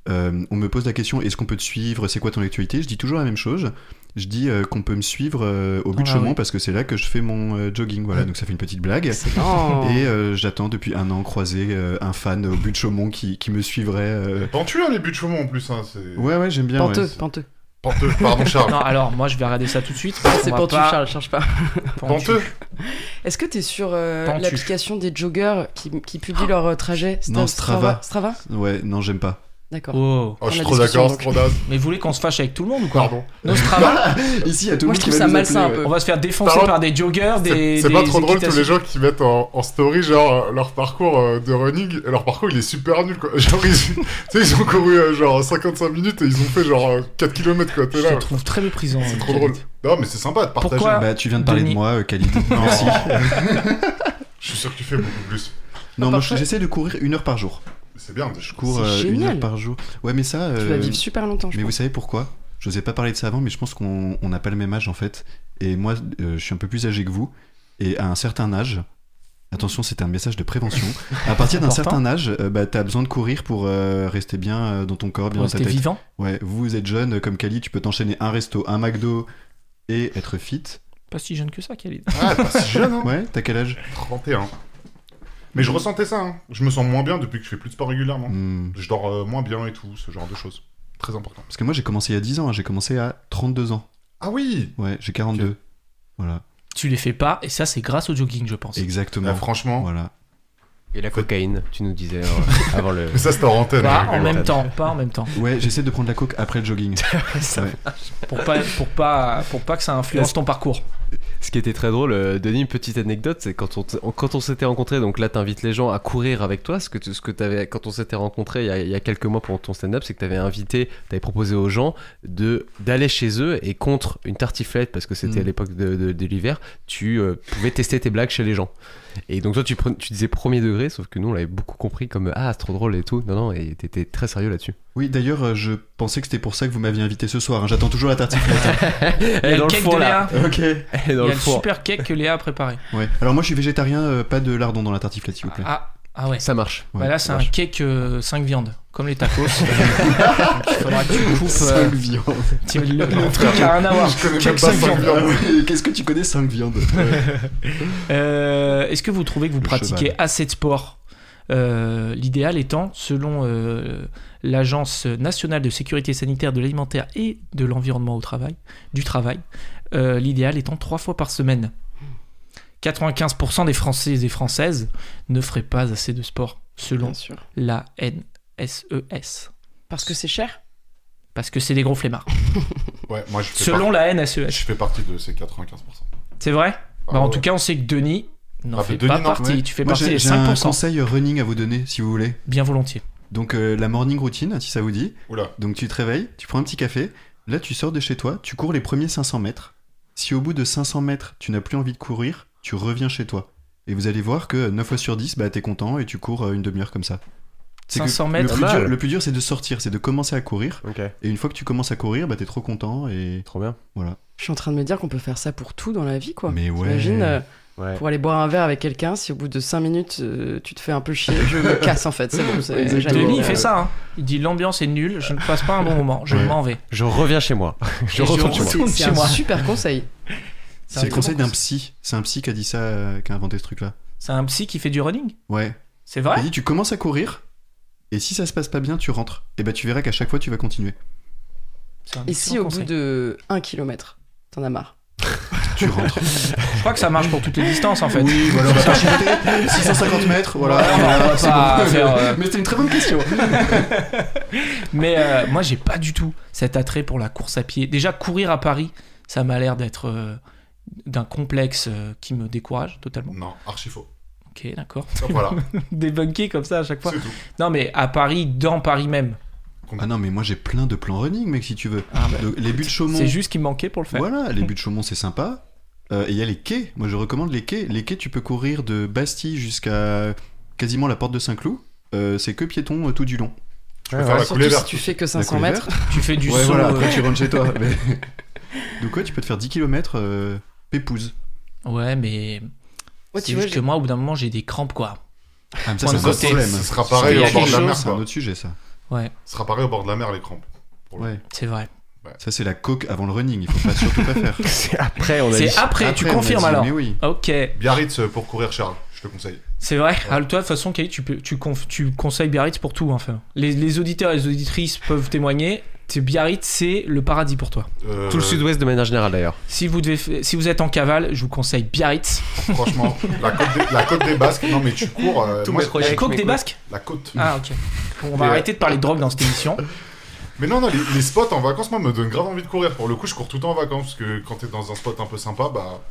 euh, on me pose la question est-ce qu'on peut te suivre C'est quoi ton actualité Je dis toujours la même chose. Je dis euh, qu'on peut me suivre euh, au but
Ah
Dans
de
la
Chaumont
rue.
parce que c'est là que je fais mon euh, jogging. Voilà, donc ça fait une petite blague.
Non.
Et euh, j'attends depuis un an croiser euh, un fan au but de Chaumont qui, qui me suivrait. euh.
Pentu, hein, les buts de Chaumont en plus. Hein, c'est...
Ouais, ouais, j'aime bien. ouais.
Penteux, penteux.
Penteux, pardon Charles.
Non, alors moi, je vais regarder ça tout de suite.
Ah, C'est
On va
pentu,
pas-
Charles, cherche pas.
Pentu.
Penteux.
Est-ce que tu es sur euh,
Pentu.
l'application des joggers qui, qui publient leur euh, trajet
Non, Strava.
Strava, Strava
Ouais, non, j'aime pas.
D'accord.
Oh.
Oh, je suis
On a
trop
discussion,
d'accord,
donc.
c'est trop naze.
Mais vous voulez qu'on se fâche avec tout le monde ou quoi
Pardon.
Nostrava,
Ici, il y a tout
Moi,
le
je
monde qui
trouve
va
ça
nous
malsain un
appeler,
peu.
on va se faire défoncer
Pardon.
par des joggers, des.
C'est, c'est pas
des
trop drôle tous les
équitations.
gens qui mettent en, en story genre euh, leur parcours euh, de running. Et leur parcours il est super nul quoi. Genre ils, tu sais, ils ont couru euh, genre 55 minutes et ils ont fait genre euh, 4 km quoi. T'es
Je
là.
te trouve très méprisant.
C'est
euh,
trop
Khalid.
drôle. Non mais c'est sympa de partager.
Pourquoi
Ah,
ouais. Bah, tu viens de parler
Denis.
de moi, euh, Khalid.
Non.
Merci.
Je suis sûr que tu fais beaucoup plus.
Non, moi,
Parfait.
j'essaie de courir une heure par jour.
C'est bien.
Je cours
C'est
euh, une
génial.
heure par jour. Ouais, mais ça.
Tu
euh,
vas vivre super longtemps, je
mais vous
pense.
savez pourquoi Je n'osais pas parler de ça avant, mais je pense qu'on on n'a pas le même âge en fait. Et moi, euh, je suis un peu plus âgé que vous. Et à un certain âge, attention, c'est un message de prévention. À partir d'un
Important.
certain âge, euh, bah, t'as besoin de courir pour euh, rester bien euh, dans ton corps, bien
Pour
dans ta
rester
tête.
vivant.
Ouais, vous êtes jeune, euh, comme Kali, tu peux t'enchaîner un resto, un McDo et être fit.
Pas si jeune que ça, Khalid.
Ah, t'es pas si jeune hein.
Ouais, t'as quel âge
31. Mais je ressentais ça. hein. Je me sens moins bien depuis que je fais plus de sport régulièrement.
Hmm.
Je dors euh, moins bien et tout, ce genre de choses. Très important.
Parce que moi, j'ai commencé il y a 10 ans, hein, j'ai commencé à 32 ans.
Ah oui
Ouais, j'ai 42. Voilà,
Tu les fais pas, et ça, c'est grâce au jogging, je pense.
exactement.
Ah, Franchement.
Voilà.
Et la cocaïne, tu nous disais euh, avant le.
Mais ça, c'était en antenne.
Pas
hein,
Bah, en
rigolo.
même temps, pas en même temps.
Ouais, j'essaie de prendre la coke après le jogging.
Ça-
Ouais.
Pour pas, pour pas, pour pas que ça influence ton parcours.
Ce qui était très drôle, euh, Denis, une petite anecdote, c'est quand on, t- on- quand on s'était rencontrés, donc là t'invites les gens à courir avec toi, ce que, tu- ce que t'avais, quand on s'était rencontrés il y, a, il y a quelques mois pour ton stand-up, c'est que t'avais invité, t'avais proposé aux gens de, d'aller chez eux et contre une tartiflette, parce que c'était
Mm.
à l'époque de, de- de l'hiver, tu euh, pouvais tester tes blagues chez les gens. Et donc toi tu, pren- tu disais premier degré, sauf que nous on l'avait beaucoup compris comme ah c'est trop drôle et tout, non non, et t'étais très sérieux là-dessus.
Oui, d'ailleurs, euh, je pensais que c'était pour ça que vous m'aviez invité ce soir. hein. J'attends toujours la tartiflette.
Il y
Et
a le cake de Léa.
ok.
Elle est
Il
dans
y
le
a le
four.
super cake que Léa a préparé.
Ouais. Alors moi, je suis végétarien, euh, pas de lardon dans la tartiflette, s'il vous plaît.
Ah, ah ouais.
Ça marche.
Bah là, c'est un
vache.
cake 5 viandes. comme les tacos. Il
Ah,
faudra que tu coupes. euh,
Cinq viandes.
tu- le, le truc a rien à voir.
Je connais
Cinq
même pas
viandes.
cinq viandes.
Ah oui, Qu'est-ce que tu connais 5 viandes
Euh, Est-ce que vous trouvez que vous
Le
pratiquez
cheval.
assez de sport Euh, L'idéal étant, selon euh, l'Agence nationale de sécurité sanitaire de l'alimentaire et de l'environnement au travail, du travail, euh, l'idéal étant trois fois par semaine. 95% des Français et des Françaises ne feraient pas assez de sport, selon
Bien sûr.
la NSES.
Parce que c'est cher
Parce que c'est des gros flemmards.
Ouais, moi je fais,
Selon la
par-
NSES.
je fais partie de ces 95%.
C'est vrai
Ah
Bah, En
ouais.
tout cas, on sait que Denis n'en
Ah,
fait
Denis,
pas
non,
partie.
ouais.
Tu fais
Moi,
partie
j'ai
des
j'ai un
5%.
conseil running à vous donner, si vous voulez.
Bien volontiers.
Donc, euh, la morning routine, si ça vous dit.
Oula.
Donc, tu te réveilles, tu prends un petit café. Là, tu sors de chez toi, tu cours les premiers 500 mètres. Si au bout de 500 mètres, tu n'as plus envie de courir, tu reviens chez toi. Et vous allez voir que 9 fois sur 10, bah, t'es content et tu cours euh, une demi-heure comme ça. C'est que
500
le
mètres. ah, bah, euh,
plus,
Pas
dur,
mal.
le plus dur, c'est de sortir, c'est de commencer à courir.
Ok,
Et une fois que tu commences à courir, bah, t'es trop content et.
trop bien.
Je suis en train de me dire qu'on peut faire ça pour tout dans la vie, quoi.
Mais ouais.
T'imagines, euh,
Ouais.
pour aller boire un verre avec quelqu'un, si au bout de 5 minutes euh, tu te fais un peu chier, je me casse en fait, c'est bon. c'est-
Exactement.
j'annule.
Denis, il fait
Euh,
ça. hein. Il dit l'ambiance est nulle, je ne passe pas un bon moment, je
Ouais.
m'en vais.
Je reviens chez moi.
Et
je retourne chez moi.
retourne
C'est
chez
un
moi.
super conseil.
C'est un
C'est le
très
conseil
bon
d'un
conseil.
psy. C'est un psy qui a dit ça, euh, qui a inventé ce truc-là.
C'est un psy qui fait du running
Ouais.
C'est
Il
vrai
dit tu commences à courir et si ça se passe pas bien, tu rentres. Et bah tu verras qu'à chaque fois tu vas continuer.
C'est un
Et
excellent
si au bout
conseil.
de 1 km, t'en as marre
Tu rentres.
Je crois que ça marche pour toutes les distances en fait.
oui, voilà, on va pas chipoter. 650 mètres, voilà.
Ouais, on va
Voilà,
pas
c'est bon.
faire, euh,
Mais c'était une très bonne question.
Mais euh, moi, j'ai pas du tout cet attrait pour la course à pied. Déjà, courir à Paris, ça m'a l'air d'être euh, d'un complexe euh, qui me décourage
Mm.
totalement.
Non, archi faux.
Ok, d'accord.
Ah, Voilà,
Débunker comme ça à chaque fois.
c'est tout.
Non, mais à Paris, dans Paris même.
Ah non, mais moi j'ai plein de plans running, mec, si tu veux.
Ah, bah,
Donc, les buts de Chaumont.
C'est juste qu'il me manquait pour le faire.
Voilà, les buts de Chaumont c'est sympa. Euh, et il y a les quais. Moi je recommande les quais. Les quais, tu peux courir de Bastille jusqu'à quasiment la porte de Saint-Cloud. Euh, c'est que piéton euh, tout du long.
Ouais,
faire
ouais.
la-
Surtout
coulée
si
verte.
tu fais que
La
500
coulée
mètres.
Tu fais du
ouais,
saut.
voilà,
euh,
après tu rentres chez toi. mais- Donc ouais, tu peux te faire 10 km pépouze.
Ouais, mais.
Ouais,
c'est
tu vois,
juste que
j'ai-
moi, au bout d'un moment, j'ai des crampes, quoi.
Ah, mais
Point
ça,
de
c'est un autre
côté.
problème.
Ce sera
Il
pareil
y a
au bord de
quelque
la
chose,
mer,
C'est un
quoi.
autre sujet, ça.
Ouais,
Ce sera pareil au bord de la mer, les crampes.
Ouais.
c'est vrai.
Ça, c'est la coque avant le running. Il faut pas surtout pas faire.
C'est après, on a dit.
C'est après, tu
on a
confirmes
dit,
alors.
Mais oui.
Ok,
Biarritz euh, pour courir, Charles, je te conseille.
c'est vrai. Ah, toi, de toute façon, Kay, tu, peux- tu, conf- tu conseilles Biarritz pour tout. Enfin, les, les auditeurs et les auditrices peuvent témoigner. T'es- Biarritz, c'est le paradis pour toi.
Euh,
Tout le sud-ouest de manière générale d'ailleurs.
Si vous, devez, f- si vous êtes en cavale, je vous conseille Biarritz.
Euh, Franchement, la côte, des, la côte des Basques, non mais tu cours. euh,
Tout
moi,
mes
je-
Ouais,
la
avec
coque
mes
des
couilles.
Basques
la côte.
Ah, ok. Bon, on va
Et, euh,
arrêter de parler de drogue dans cette émission.
Mais non, non, les, les spots en vacances, moi, me donnent grave envie de courir. Pour le coup, je cours tout le temps en vacances parce que quand t'es dans un spot un peu sympa, bah.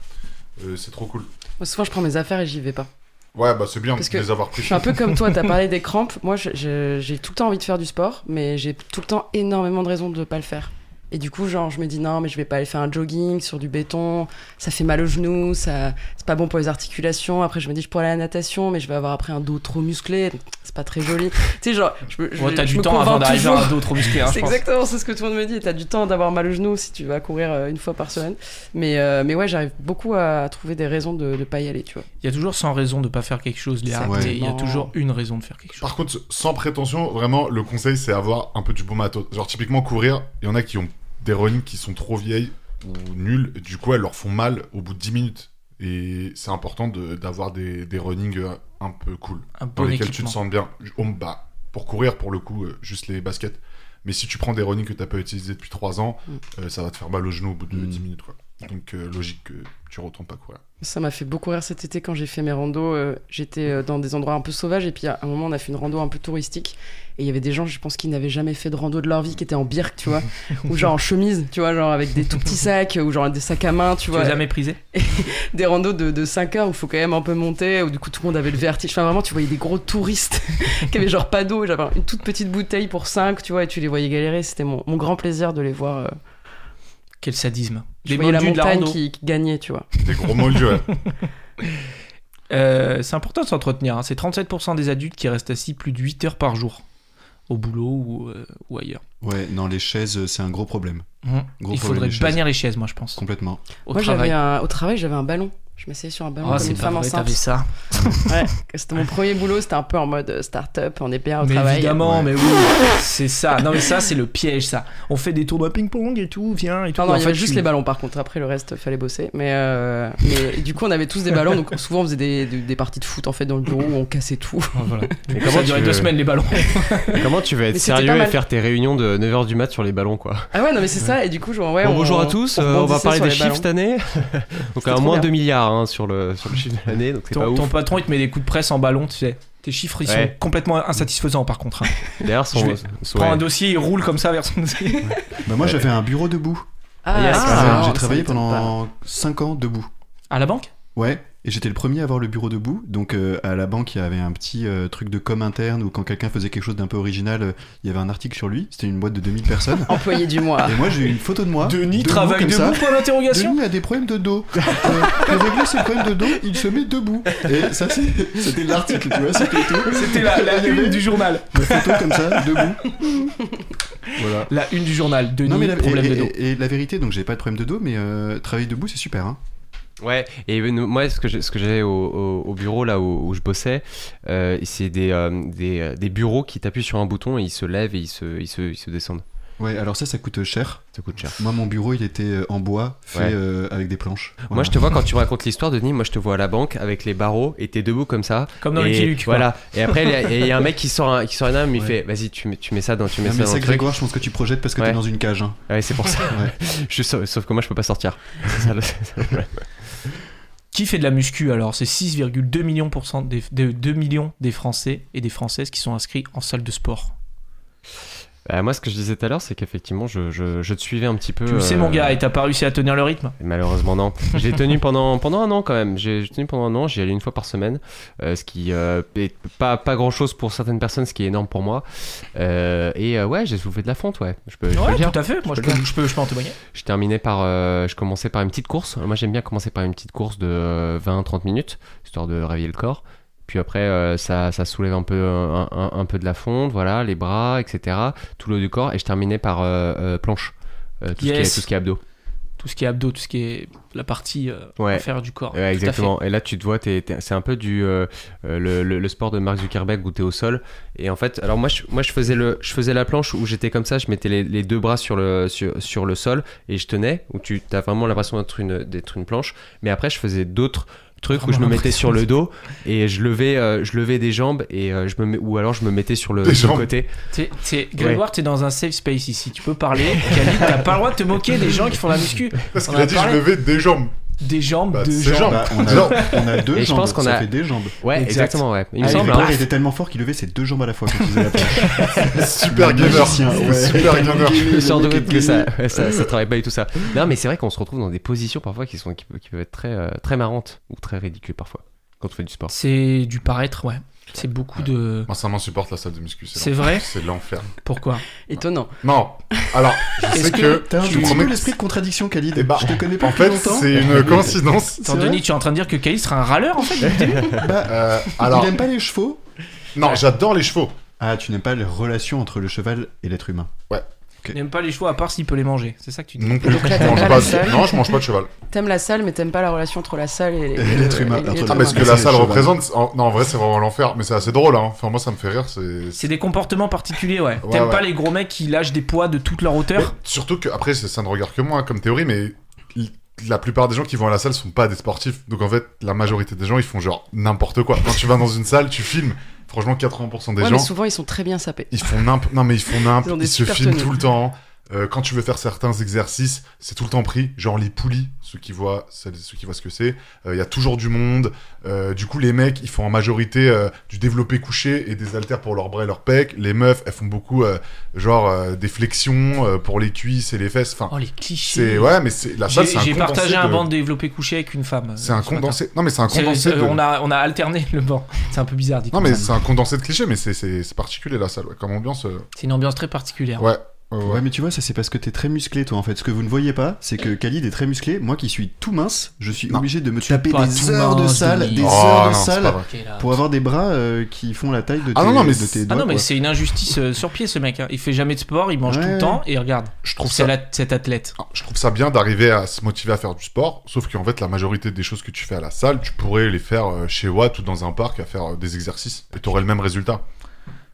euh, c'est trop cool.
Moi, souvent, je prends mes affaires et j'y vais pas.
Ouais, bah c'est bien
Parce
de
que
les avoir
Je
pris.
suis un peu comme toi, t'as parlé des crampes. Moi, je- je- j'ai tout le temps envie de faire du sport, mais j'ai tout le temps énormément de raisons de pas le faire. Et du coup, genre, je me dis non, mais je vais pas aller faire un jogging sur du béton, ça fait mal aux genoux, ça, c'est pas bon pour les articulations. Après, je me dis, je pourrais aller à la natation, mais je vais avoir après un dos trop musclé, c'est pas très joli. tu sais, genre, je, me- je,
Ouais, t'as
je
du
me
temps avant
convainc
d'arriver
toujours.
à d'autres musclés, hein, je
C'est
pense.
exactement c'est ce que tout le monde me dit. T'as du temps d'avoir mal aux genoux si tu vas courir euh, une fois par semaine. Mais, euh, mais ouais, j'arrive beaucoup à trouver des raisons de ne pas y aller, tu vois.
Il y a toujours 100 raisons de pas faire quelque chose, Léa.
Ouais.
Et Il y a toujours une raison de faire quelque chose.
Par contre, sans prétention, vraiment, le conseil, c'est avoir un peu du beau matos. Genre, typiquement, courir, il y en a qui ont des runs qui sont trop vieilles ou nulles, et du coup, elles leur font mal au bout de 10 minutes. Et c'est important de- d'avoir des, des runnings euh, un peu cool,
Un
dans
bon
lesquels tu te
équipement.
sens bien. J- oh, bah, pour courir, pour le coup, euh, juste les baskets. Mais si tu prends des runnings que t'as pas utilisés depuis 3 ans,
Mm.
euh, ça va te faire mal au genou au bout de
Mm.
10 minutes, quoi. Donc, euh, logique que tu retournes pas courir.
Ça m'a fait beaucoup rire cet été quand j'ai fait mes randos. euh, J'étais euh, dans des endroits un peu sauvages et puis à un moment on a fait une rando un peu touristique et il y avait des gens, je pense, qui n'avaient jamais fait de rando de leur vie, qui étaient en birk, tu vois, ou genre en chemise, tu vois, genre avec des tout petits sacs ou genre des sacs à main, tu
Tu
vois,
les as méprisés
des randos de, de 5 heures où il faut quand même un peu monter, où du coup tout le monde avait le vertige. Enfin vraiment, tu voyais des gros touristes qui avaient genre pas d'eau, j'avais une toute petite bouteille pour 5, tu vois, et tu les voyais galérer. C'était mon, mon grand plaisir de les voir. euh,
Quel sadisme.
je
Les
voyais la
moldus de la
montagne
rando.
qui, qui gagnait, tu vois.
Des gros mots ouais.
Euh, c'est important de s'entretenir. hein. C'est 37% des adultes qui restent assis plus de 8 heures par jour au boulot ou, euh, ou ailleurs.
Ouais, non, les chaises, c'est un gros problème.
Mhm.
Gros
Il
problème,
faudrait
les chaises.
bannir les chaises, moi, je pense.
Complètement.
Au
Moi, j'avais
travail.
un- au travail, j'avais un ballon. Je m'essayais sur un ballon
Oh,
comme
c'est
une
pas
femme
vrai, t'as vu
enceinte.
ça
Ouais, c'était mon premier boulot, c'était un peu en mode euh, start-up, on est bien au
Mais
travail.
évidemment, mais oui, c'est ça. Non, mais ça, c'est le piège, ça. On fait des tournois ping-pong et tout, viens et tout.
Non, non,
En
il y
fait,
avait juste
tu-
les ballons par contre, après le reste fallait bosser. Mais, euh, mais du coup on avait tous des ballons, donc souvent on faisait des, des- des parties de foot en fait dans le bureau où on cassait tout.
Oh, voilà.
Et
Ça a
comment, tu
duré
veux,
deux semaines, les ballons.
comment tu vas être
Mais c'était pas
sérieux et
mal.
faire tes réunions de 9h du mat sur les ballons quoi
Ah ouais, non mais c'est ça, et du coup genre ouais.
Bon,
on-
Bonjour à tous, euh, on, va
rebondissait
parler
sur
des
les
chiffres
ballons.
cette année. donc à
trop
moins
bien.
2 milliards hein, sur, le, sur le chiffre de l'année, donc c'est pas
Ton, ton
ouf.
patron, il te met des coups de presse en ballon, tu sais. Tes chiffres, ils sont
Ouais.
complètement insatisfaisants, par contre. hein.
D'ailleurs, son,
Je vais
son-
Prends
ouais.
un dossier, il roule comme ça vers son dossier.
Bah, moi,
Ouais.
j'avais un bureau debout.
Ah,
Yes.
ah,
Ah,
non,
j'ai
ça
travaillé
m'étonne pas.
pendant 5 ans debout.
À la banque
Ouais, et j'étais le premier à avoir le bureau debout. Donc euh, à la banque, il y avait un petit euh, truc de com interne où quand quelqu'un faisait quelque chose d'un peu original, euh, il y avait un article sur lui. C'était une boîte de 2000 personnes.
Employé du mois.
Et moi, j'ai eu une photo hein de moi.
Ah. Denis
debout,
travaille
comme
debout,
ça.
point d'interrogation
Denis a des problèmes de dos. Euh, pour régler ses problèmes de dos, il se met debout. Et ça, c'est- c'était l'article, tu vois, c'était tout.
C'était la, la
Il y avait
une du journal.
Ma photo comme ça, debout. Voilà.
La une du journal, Denis,
Non, mais la,
problème
et,
de dos.
et- et la vérité, donc j'ai pas de problème de dos, mais euh, travailler debout, c'est super. Hein.
Ouais, et euh, nous- moi, ce que j'ai- ce que j'avais au, au- au bureau là où, où je bossais, euh, c'est des, euh, des, euh, des bureaux qui t'appuient sur un bouton et ils se lèvent et ils se, ils se, ils se descendent.
Ouais, alors ça, ça coûte euh, cher.
Ça coûte cher.
Moi, mon bureau, il était euh, en bois, fait
Ouais.
euh, avec des planches.
Moi,
Voilà.
je te vois quand tu me racontes l'histoire, Denis, moi, je te vois à la banque avec les barreaux et t'es debout comme ça.
Comme dans
et,
les Luke. quoi.
Voilà. Et après, il y a- et il y, a un mec qui sort, un, qui sort une arme, il
Ouais.
fait Vas-y, tu, mets- tu mets ça dans, tu mets
Non,
ça
mais
dans
ça,
le truc.
Grégoire, je pense que tu projettes parce que
Ouais.
t'es dans une cage. hein.
Ouais, c'est pour ça.
Ouais.
je, suis sa- sauf que moi, je peux pas sortir. C'est ça, le-
Qui fait de la muscu alors C'est 6,2 millions, pour cent des, de- 2 millions des Français et des Françaises qui sont inscrits en salle de sport.
Bah, moi, ce que je disais tout à l'heure, c'est qu'effectivement, je, je- je te suivais un petit peu.
Tu le sais,
euh,
mon gars, et t'as pas réussi à tenir le rythme
Et Malheureusement non. J'ai tenu pendant pendant un an quand même. J'ai j'ai tenu pendant un an. J'y allais une fois par semaine, euh, ce qui euh, est pas pas grand chose pour certaines personnes, ce qui est énorme pour moi. Euh, et euh, ouais, j'ai soulevé de la fonte, ouais. Je peux, je peux
Ouais,
le dire.
tout à fait. Moi, je
Je
peux,
peux
je peux, je peux en témoigner.
Je terminais par, euh, je commençais par une petite course. Moi, j'aime bien commencer par une petite course de 20-30 minutes, histoire de réveiller le corps. Puis après, euh, ça, ça soulève un peu un, un- un peu de la fonte, voilà, les bras, etc. Tout le haut du corps. Et je terminais par euh, euh, planche, Euh, tout, ce qui
Yes.
est, tout ce qui est abdos.
Tout ce qui est abdos, tout ce qui est la partie euh,
Ouais.
inférieure du corps.
Ouais,
Tout à fait.
exactement. Et là, tu te vois, t'es- t'es- c'est un peu du euh, euh, le, le- le sport de Mark Zuckerberg où t'es au sol. Et en fait, alors moi, je, moi, je faisais le, je faisais la planche où j'étais comme ça, je mettais les, les deux bras sur le sur, sur le sol et je tenais. Où tu as vraiment l'impression d'être une d'être une planche. Mais après, je faisais d'autres trucs où je me
Vraiment
mettais
l'impression
sur le dos et je levais euh, je levais des jambes et euh, je me mets- ou alors je me mettais sur le,
Des
sur le
jambes.
côté
T'es- t'es- Grégoire, t'es dans un safe space ici. Tu peux parler. Khalid, t'as pas le droit de te moquer des gens qui font la muscu.
Parce
On
qu'il
en a
a dit, je
parlé.
levais des jambes.
Des jambes,
Bah,
deux
c'est
jambes.
genre-
Bah, on, a,
Non.
on a deux
Et je
jambes,
pense qu'on
ça
a-
fait des jambes.
ouais
Exact.
exactement ouais il me
Ah,
semble
bah,
hein.
Grégoire, il était tellement fort qu'il levait ses deux jambes à la fois quand il faisait la planche.
Super gamer. Super gamer.
Le sort de route que ça, ça, ça travaille pas du tout ça. Non, mais c'est vrai qu'on se retrouve dans des positions parfois qui, sont, qui, peuvent- qui peuvent être très, euh, très marrantes ou très ridicules parfois quand on fait du sport.
C'est du paraître, ouais. C'est beaucoup de.
Moi, ça m'insupporte la salle de muscu.
C'est
l'enfer.
vrai
C'est l'enfer.
Pourquoi
Étonnant.
Non. Alors, je sais
Est-ce
que.
T'as un
je te
tout petit
promets
peu
que
l'esprit de contradiction, Khalid.
Eh bah,
je te connais pas
En
depuis
fait,
longtemps.
c'est une coïncidence.
Attends, Denis, tu es en train de dire que Khalid sera un râleur en fait
Bah,
Euh,
Il
alors,
aime pas les chevaux
non, j'adore les chevaux.
Ah, tu n'aimes pas les relations entre le cheval et l'être humain.
Il n'aime pas les chevaux à part s'il peut les manger. C'est ça que tu dis.
Non plus.
Donc là,
je
t'aimes
mange
pas
pas
la
de-
salle
Non, je mange pas de cheval.
T'aimes la salle, mais t'aimes pas la relation entre la salle et,
Et l'être humain.
et- et
Ah,
l'être
Ah, parce
bah,
humain.
que
c'est
la
les
salle
chevaux.
représente. en- Non, en vrai, c'est vraiment l'enfer. Mais c'est assez drôle, hein. Enfin, moi, ça me fait rire. C'est.
C'est des comportements particuliers, ouais.
Ouais,
T'aimes
ouais.
pas les gros mecs qui lâchent des poids de toute leur
Mais
hauteur
Surtout que, après, c'est- ça ne regarde que moi hein, comme théorie, mais l- la plupart des gens qui vont à la salle sont pas des sportifs. Donc, en fait, la majorité des gens, ils font genre n'importe quoi. Quand tu vas dans une salle, tu filmes. Franchement, 80% des
Ouais, mais
gens,
souvent ils sont très bien sapés.
ils font nimp. Non, mais ils font nimp.
Ils ont
Ils,
des
se
super
filment
tenues.
tout le temps. Euh, quand tu veux faire certains exercices, c'est tout le temps pris. Genre les poulies, ceux qui voient, celles- ceux qui voient ce que c'est. Euh, Il y a toujours du monde. Euh, du coup, les mecs, ils font en majorité euh, du développé couché et des haltères pour leurs bras et leurs pecs. Les meufs, elles font beaucoup, euh, genre euh, des flexions euh, pour les cuisses et les fesses. Enfin,
Oh les clichés
c'est ouais, mais c'est la salle,
J'ai
c'est un
j'ai
condensé.
partagé un
de-
banc de développé couché avec une femme. euh,
C'est un
ce matin.
condensé. Non, mais c'est un
C'est-
condensé.
euh,
de-
on, a, on a alterné le banc. C'est un peu bizarre dit
Non,
comme
mais
ça.
c'est un condensé de clichés, mais c'est- c'est c'est particulier la salle, ouais, comme ambiance. euh,
C'est une ambiance très particulière.
Ouais.
Ouais, mais tu vois, ça c'est parce que t'es très musclé, toi en fait. Ce que vous ne voyez pas, c'est que Khalid est très musclé. Moi qui suis tout mince, je suis
Non.
obligé de me
Tu es
taper
pas
des
tout
heures de
mince,
salle,
Denis.
des
Oh,
heures de
non, c'est pas
salle
vrai.
pour avoir des bras euh, qui font la taille de tes,
Ah non, non, mais
de tes
c'est-
Ah
doigts.
non, mais
quoi.
c'est une injustice euh, sur pied, ce mec. hein. Il fait jamais de sport, il mange
Ouais.
tout le temps et regarde.
Je trouve
C'est
ça
la- cet athlète.
Ah, Je trouve ça bien d'arriver à se motiver à faire du sport, sauf qu'en fait, la majorité des choses que tu fais à la salle, tu pourrais les faire euh, chez Watt ou dans un parc à faire euh, des exercices et t'aurais le même résultat.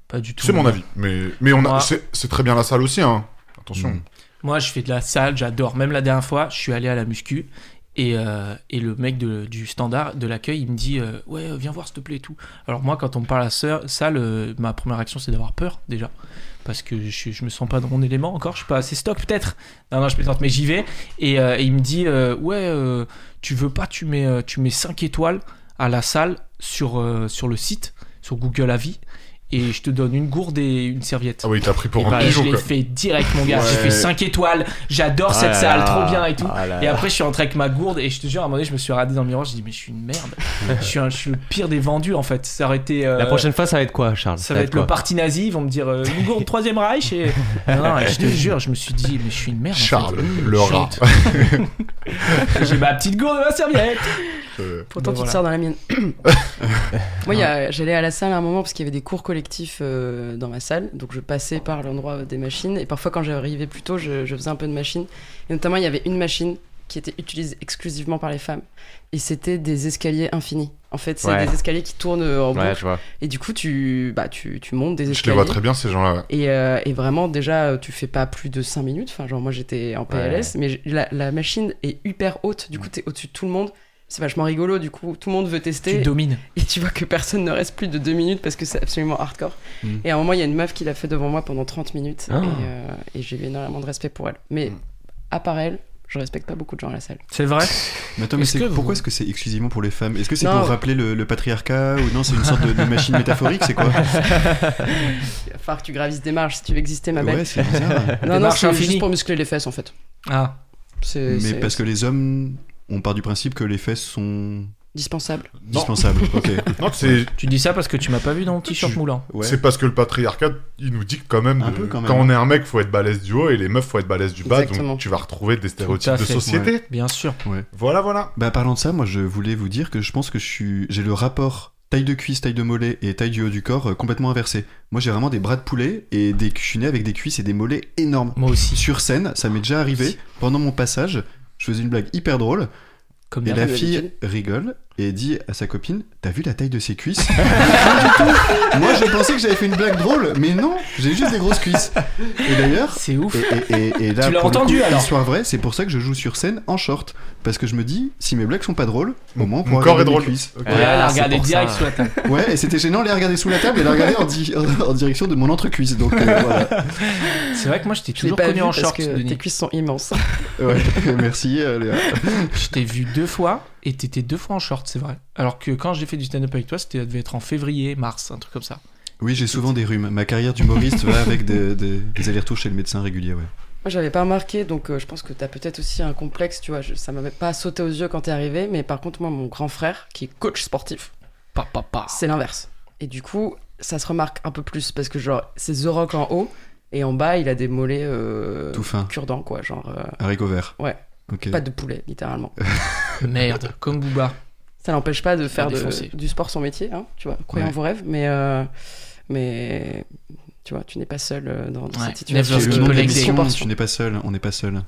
Pas du tout.
C'est mon avis, mais, mais on
Moi-
a... c'est c'est très bien la salle aussi, hein. Attention.
Mm.
Moi, je fais de la salle, j'adore. Même la dernière fois, je suis allé à la muscu. Et, euh, et le mec de- du standard, de l'accueil, il me dit euh, Ouais, euh, viens voir, s'il te plaît, et tout. Alors, moi, quand on me parle à la sœur- salle, euh, ma première action, c'est d'avoir peur, déjà. Parce que je, suis- je me sens pas dans mon élément encore, je suis pas assez stock, peut-être. Non, non, je plaisante, mais j'y vais. Et, euh, et il me dit euh, Ouais, euh, tu veux pas, tu mets, euh, tu mets 5 étoiles à la salle sur, euh, sur le site, sur Google Avis, et je te donne une gourde et une serviette.
Ah oui, t'as pris pour
Et
un
bah, je
pigeon,
l'ai
quoi.
fait direct, mon gars.
Ouais.
J'ai fait 5 étoiles. J'adore Oh,
Ah
cette salle, trop bien et tout. et après, je suis rentré avec ma gourde et je te jure, à un moment donné, je me suis regardé dans le miroir. J'ai dit, mais je suis une merde. je, suis un- je suis le pire des vendus en fait. Ça aurait été. euh,
La prochaine fois, ça va être quoi, Charles
Ça va être le
quoi
parti nazi. Ils vont me dire, euh, une gourde, troisième Reich. Et... Non, non, et je te jure, je me suis dit, mais je suis une merde. en fait.
Charles, le rat.
Chante. J'ai ma petite gourde et ma serviette.
Euh,
Pourtant,
Bah,
tu te
voilà.
sors dans la mienne. Moi, il y a- j'allais à la salle à un moment parce qu'il y avait des cours collectifs euh, dans ma salle. Donc, je passais par l'endroit des machines. Et parfois, quand j'arrivais plus tôt, je, je faisais un peu de machine. Et notamment, il y avait une machine qui était utilisée exclusivement par les femmes. Et c'était des escaliers infinis. En fait, c'est
Ouais.
des escaliers qui tournent en boucle.
Ouais, je vois.
Et du coup, tu, bah, tu, tu montes des
Je
escaliers.
les vois très bien, ces gens-là.
Et, euh, et vraiment, déjà, euh, tu fais pas plus de 5 minutes. Enfin, genre, moi, j'étais en PLS, mais j- la, la machine est hyper haute.
Mm.
Du coup, t'es au-dessus de tout le monde. C'est vachement rigolo. Du coup, tout le monde veut
Tu
tester.
domines.
et tu vois que personne ne reste plus de 2 minutes parce que c'est absolument hardcore.
Mm.
Et à un moment, il y a une meuf qui l'a fait devant moi pendant 30 minutes.
Ah.
Et, euh, et j'ai eu énormément de respect pour elle. Mais
Mm.
à part elle, je respecte pas beaucoup de gens à la salle.
C'est vrai.
Mais attends, mais
Est-ce
c'est-
que vous-
pourquoi est-ce que c'est exclusivement pour les femmes Est-ce que c'est
Non.
pour rappeler le, le patriarcat ou non C'est une sorte de, de machine métaphorique, c'est quoi
Il va falloir que tu gravisses des marches si tu veux exister, ma belle.
Ouais, c'est bizarre.
Des
non, non,
marches
c'est
infinies.
juste pour muscler les fesses, en fait.
Ah.
C'est
Mais
c'est
parce que les hommes, on part du principe que les fesses sont
dispensable.
Non,
dispensables. Ok.
non, c'est
Tu dis ça parce que tu m'as pas vu dans mon t-shirt
Tu-
moulant.
Ouais.
c'est parce que le patriarcat, il nous dit que quand même,
Un
de-
peu, quand même.
on est un mec, faut être balèze du haut et les meufs, faut être balèze du bas.
Exactement.
Donc tu vas retrouver des
à
stéréotypes de
fait,
société.
Bien sûr.
Voilà, voilà.
Bah parlant de ça, moi je voulais vous dire que je pense que je suis, j'ai le rapport taille de cuisse, taille de mollet et taille du haut du corps euh, complètement inversé. Moi j'ai vraiment des bras de poulet et des, je suis né avec des cuisses et des mollets énormes.
Moi aussi.
Sur scène, ça m'est déjà arrivé. Pendant mon passage, je faisais une blague hyper drôle
Comme
et
d'hab.
la
oui,
fille
d'habitude.
rigole et dit à sa copine "T'as vu la taille de ses cuisses Pas du tout. Moi je pensais que j'avais fait une blague drôle, mais non, j'ai juste des grosses cuisses. Et d'ailleurs,
C'est ouf.
et, et- et- et là,
Tu l'as
pour le
entendu,
coup,
alors
Histoire vraie, c'est pour ça que je joue sur scène en short. Parce que je me dis, si mes blagues sont pas drôles, au moins on
Mon
pourra
corps est
regarder mes
drôle.
cuisses.
Ok.
Ouais, elle a
c'est
regardé
pour ça.
direct, soit.
Ouais, et c'était gênant de les regarder sous la table et les regarder en, di- en direction de mon entrecuisse. Donc euh, voilà.
C'est vrai que moi, je t'ai
Je l'ai
toujours
pas
connu
vu
en
parce
short,
que
Denis.
tes cuisses sont immenses.
Ouais, merci euh, Léa.
Je t'ai vu deux fois et t'étais deux fois en short, c'est vrai. Alors que quand j'ai fait du stand-up avec toi, c'était ça devait être en février, mars, un truc comme ça.
Oui, j'ai souvent des rhumes. Ma carrière d'humoriste va avec des, des- des allers-retours chez le médecin régulier, ouais.
Moi, j'avais pas remarqué, donc euh, je pense que t'as peut-être aussi un complexe, tu vois. je- ça m'avait pas sauté aux yeux quand t'es arrivé, mais par contre, moi, mon grand frère, qui est coach sportif,
Pa, pa, pa.
c'est l'inverse. Et du coup, ça se remarque un peu plus parce que, genre, c'est The Rock en haut, et en bas, il a des mollets euh,
Tout fin.
cure-dents, quoi. Genre, euh,
Haricot vert.
Ouais.
Ok.
pas de poulet, littéralement.
Euh.
Merde, comme Booba.
Ça l'empêche pas de faire de-
défoncer.
du sport son métier, hein, tu vois. Croyez en
Ouais.
vos rêves, mais. euh, mais tu vois, tu n'es pas seul euh, dans, dans
Ouais,
cette situation.
never
C'est
skip Parce que a
le nom de
qui peut laisser
des
l'émission,
proportion.
tu n'es pas seul, on n'est pas seul.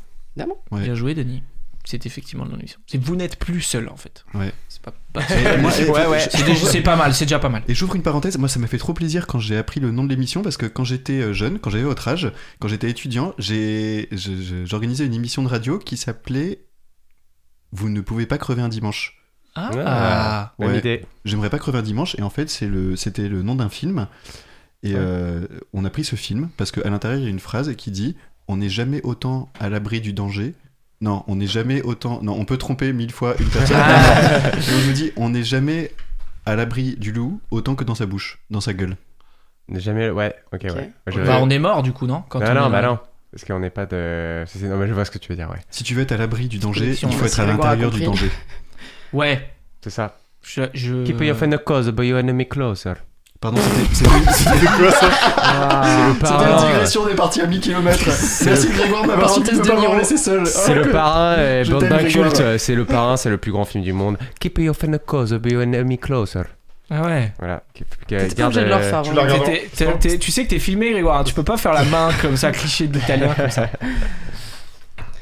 Ouais.
Bien joué, Denis. C'est effectivement le nom de l'émission. C'est vous n'êtes plus seul, en fait.
Ouais.
C'est pas, pas-
Et moi, et-
Ouais, ouais,
je-
c'est déjà- c'est pas mal, c'est déjà pas mal.
Et j'ouvre une parenthèse, moi ça m'a fait trop plaisir quand j'ai appris le nom de l'émission parce que quand j'étais euh, jeune, quand j'avais votre âge, quand j'étais étudiant, j'ai je- je- j'organisais une émission de radio qui s'appelait Vous ne pouvez pas crever un dimanche.
Ah,
Ah. Bonne
Ouais.
idée.
J'aimerais pas crever un dimanche et en fait c'est le c'était le nom d'un film et euh, on a pris ce film parce qu'à l'intérieur il y a une phrase qui dit on n'est jamais autant à l'abri du danger. Non, on n'est jamais autant. Non, on peut tromper mille fois une personne. Et je me dis, on n'est jamais à l'abri du loup autant que dans sa bouche, dans sa gueule.
N'est Jamais. Ouais, ok, ouais. Je-
Bah, on est mort, du coup, non Quand
Non,
on
non,
est-
bah non. Parce qu'on n'est pas de. c'est- c'est- Non, mais je vois ce que tu veux dire, ouais.
Si tu veux être à l'abri du danger,
Si on
il faut
veut
être
se
à
revoir
l'intérieur du
compris.
danger.
Ouais.
C'est ça.
Je, je... Euh,
Keep your friend close, but your enemy closer.
Pardon, c'était- c'était c'était quoi ça
Ah.
C'est le
C'était la
parrain.
digression des parties à 1000 km. Merci Grégoire de ma partie
Ah.
de
Parenthèse de Miro.
m'avoir laissé seul.
C'est
Oh,
le
que-
parrain, euh,
Je
bande
t'aime, Grégoire.
culte. C'est le parrain, c'est le plus grand film du monde. Keep your friend close, be your enemy closer.
Ah ouais.
Voilà.
T'étais pas obligé de le
euh,
refaire.
tu
vraiment.
l'as Pardon.
T'es- t'es- t'es- tu sais que t'es filmé, Grégoire. hein, Tu peux pas faire la main comme ça, cliché de l'italien. comme ça.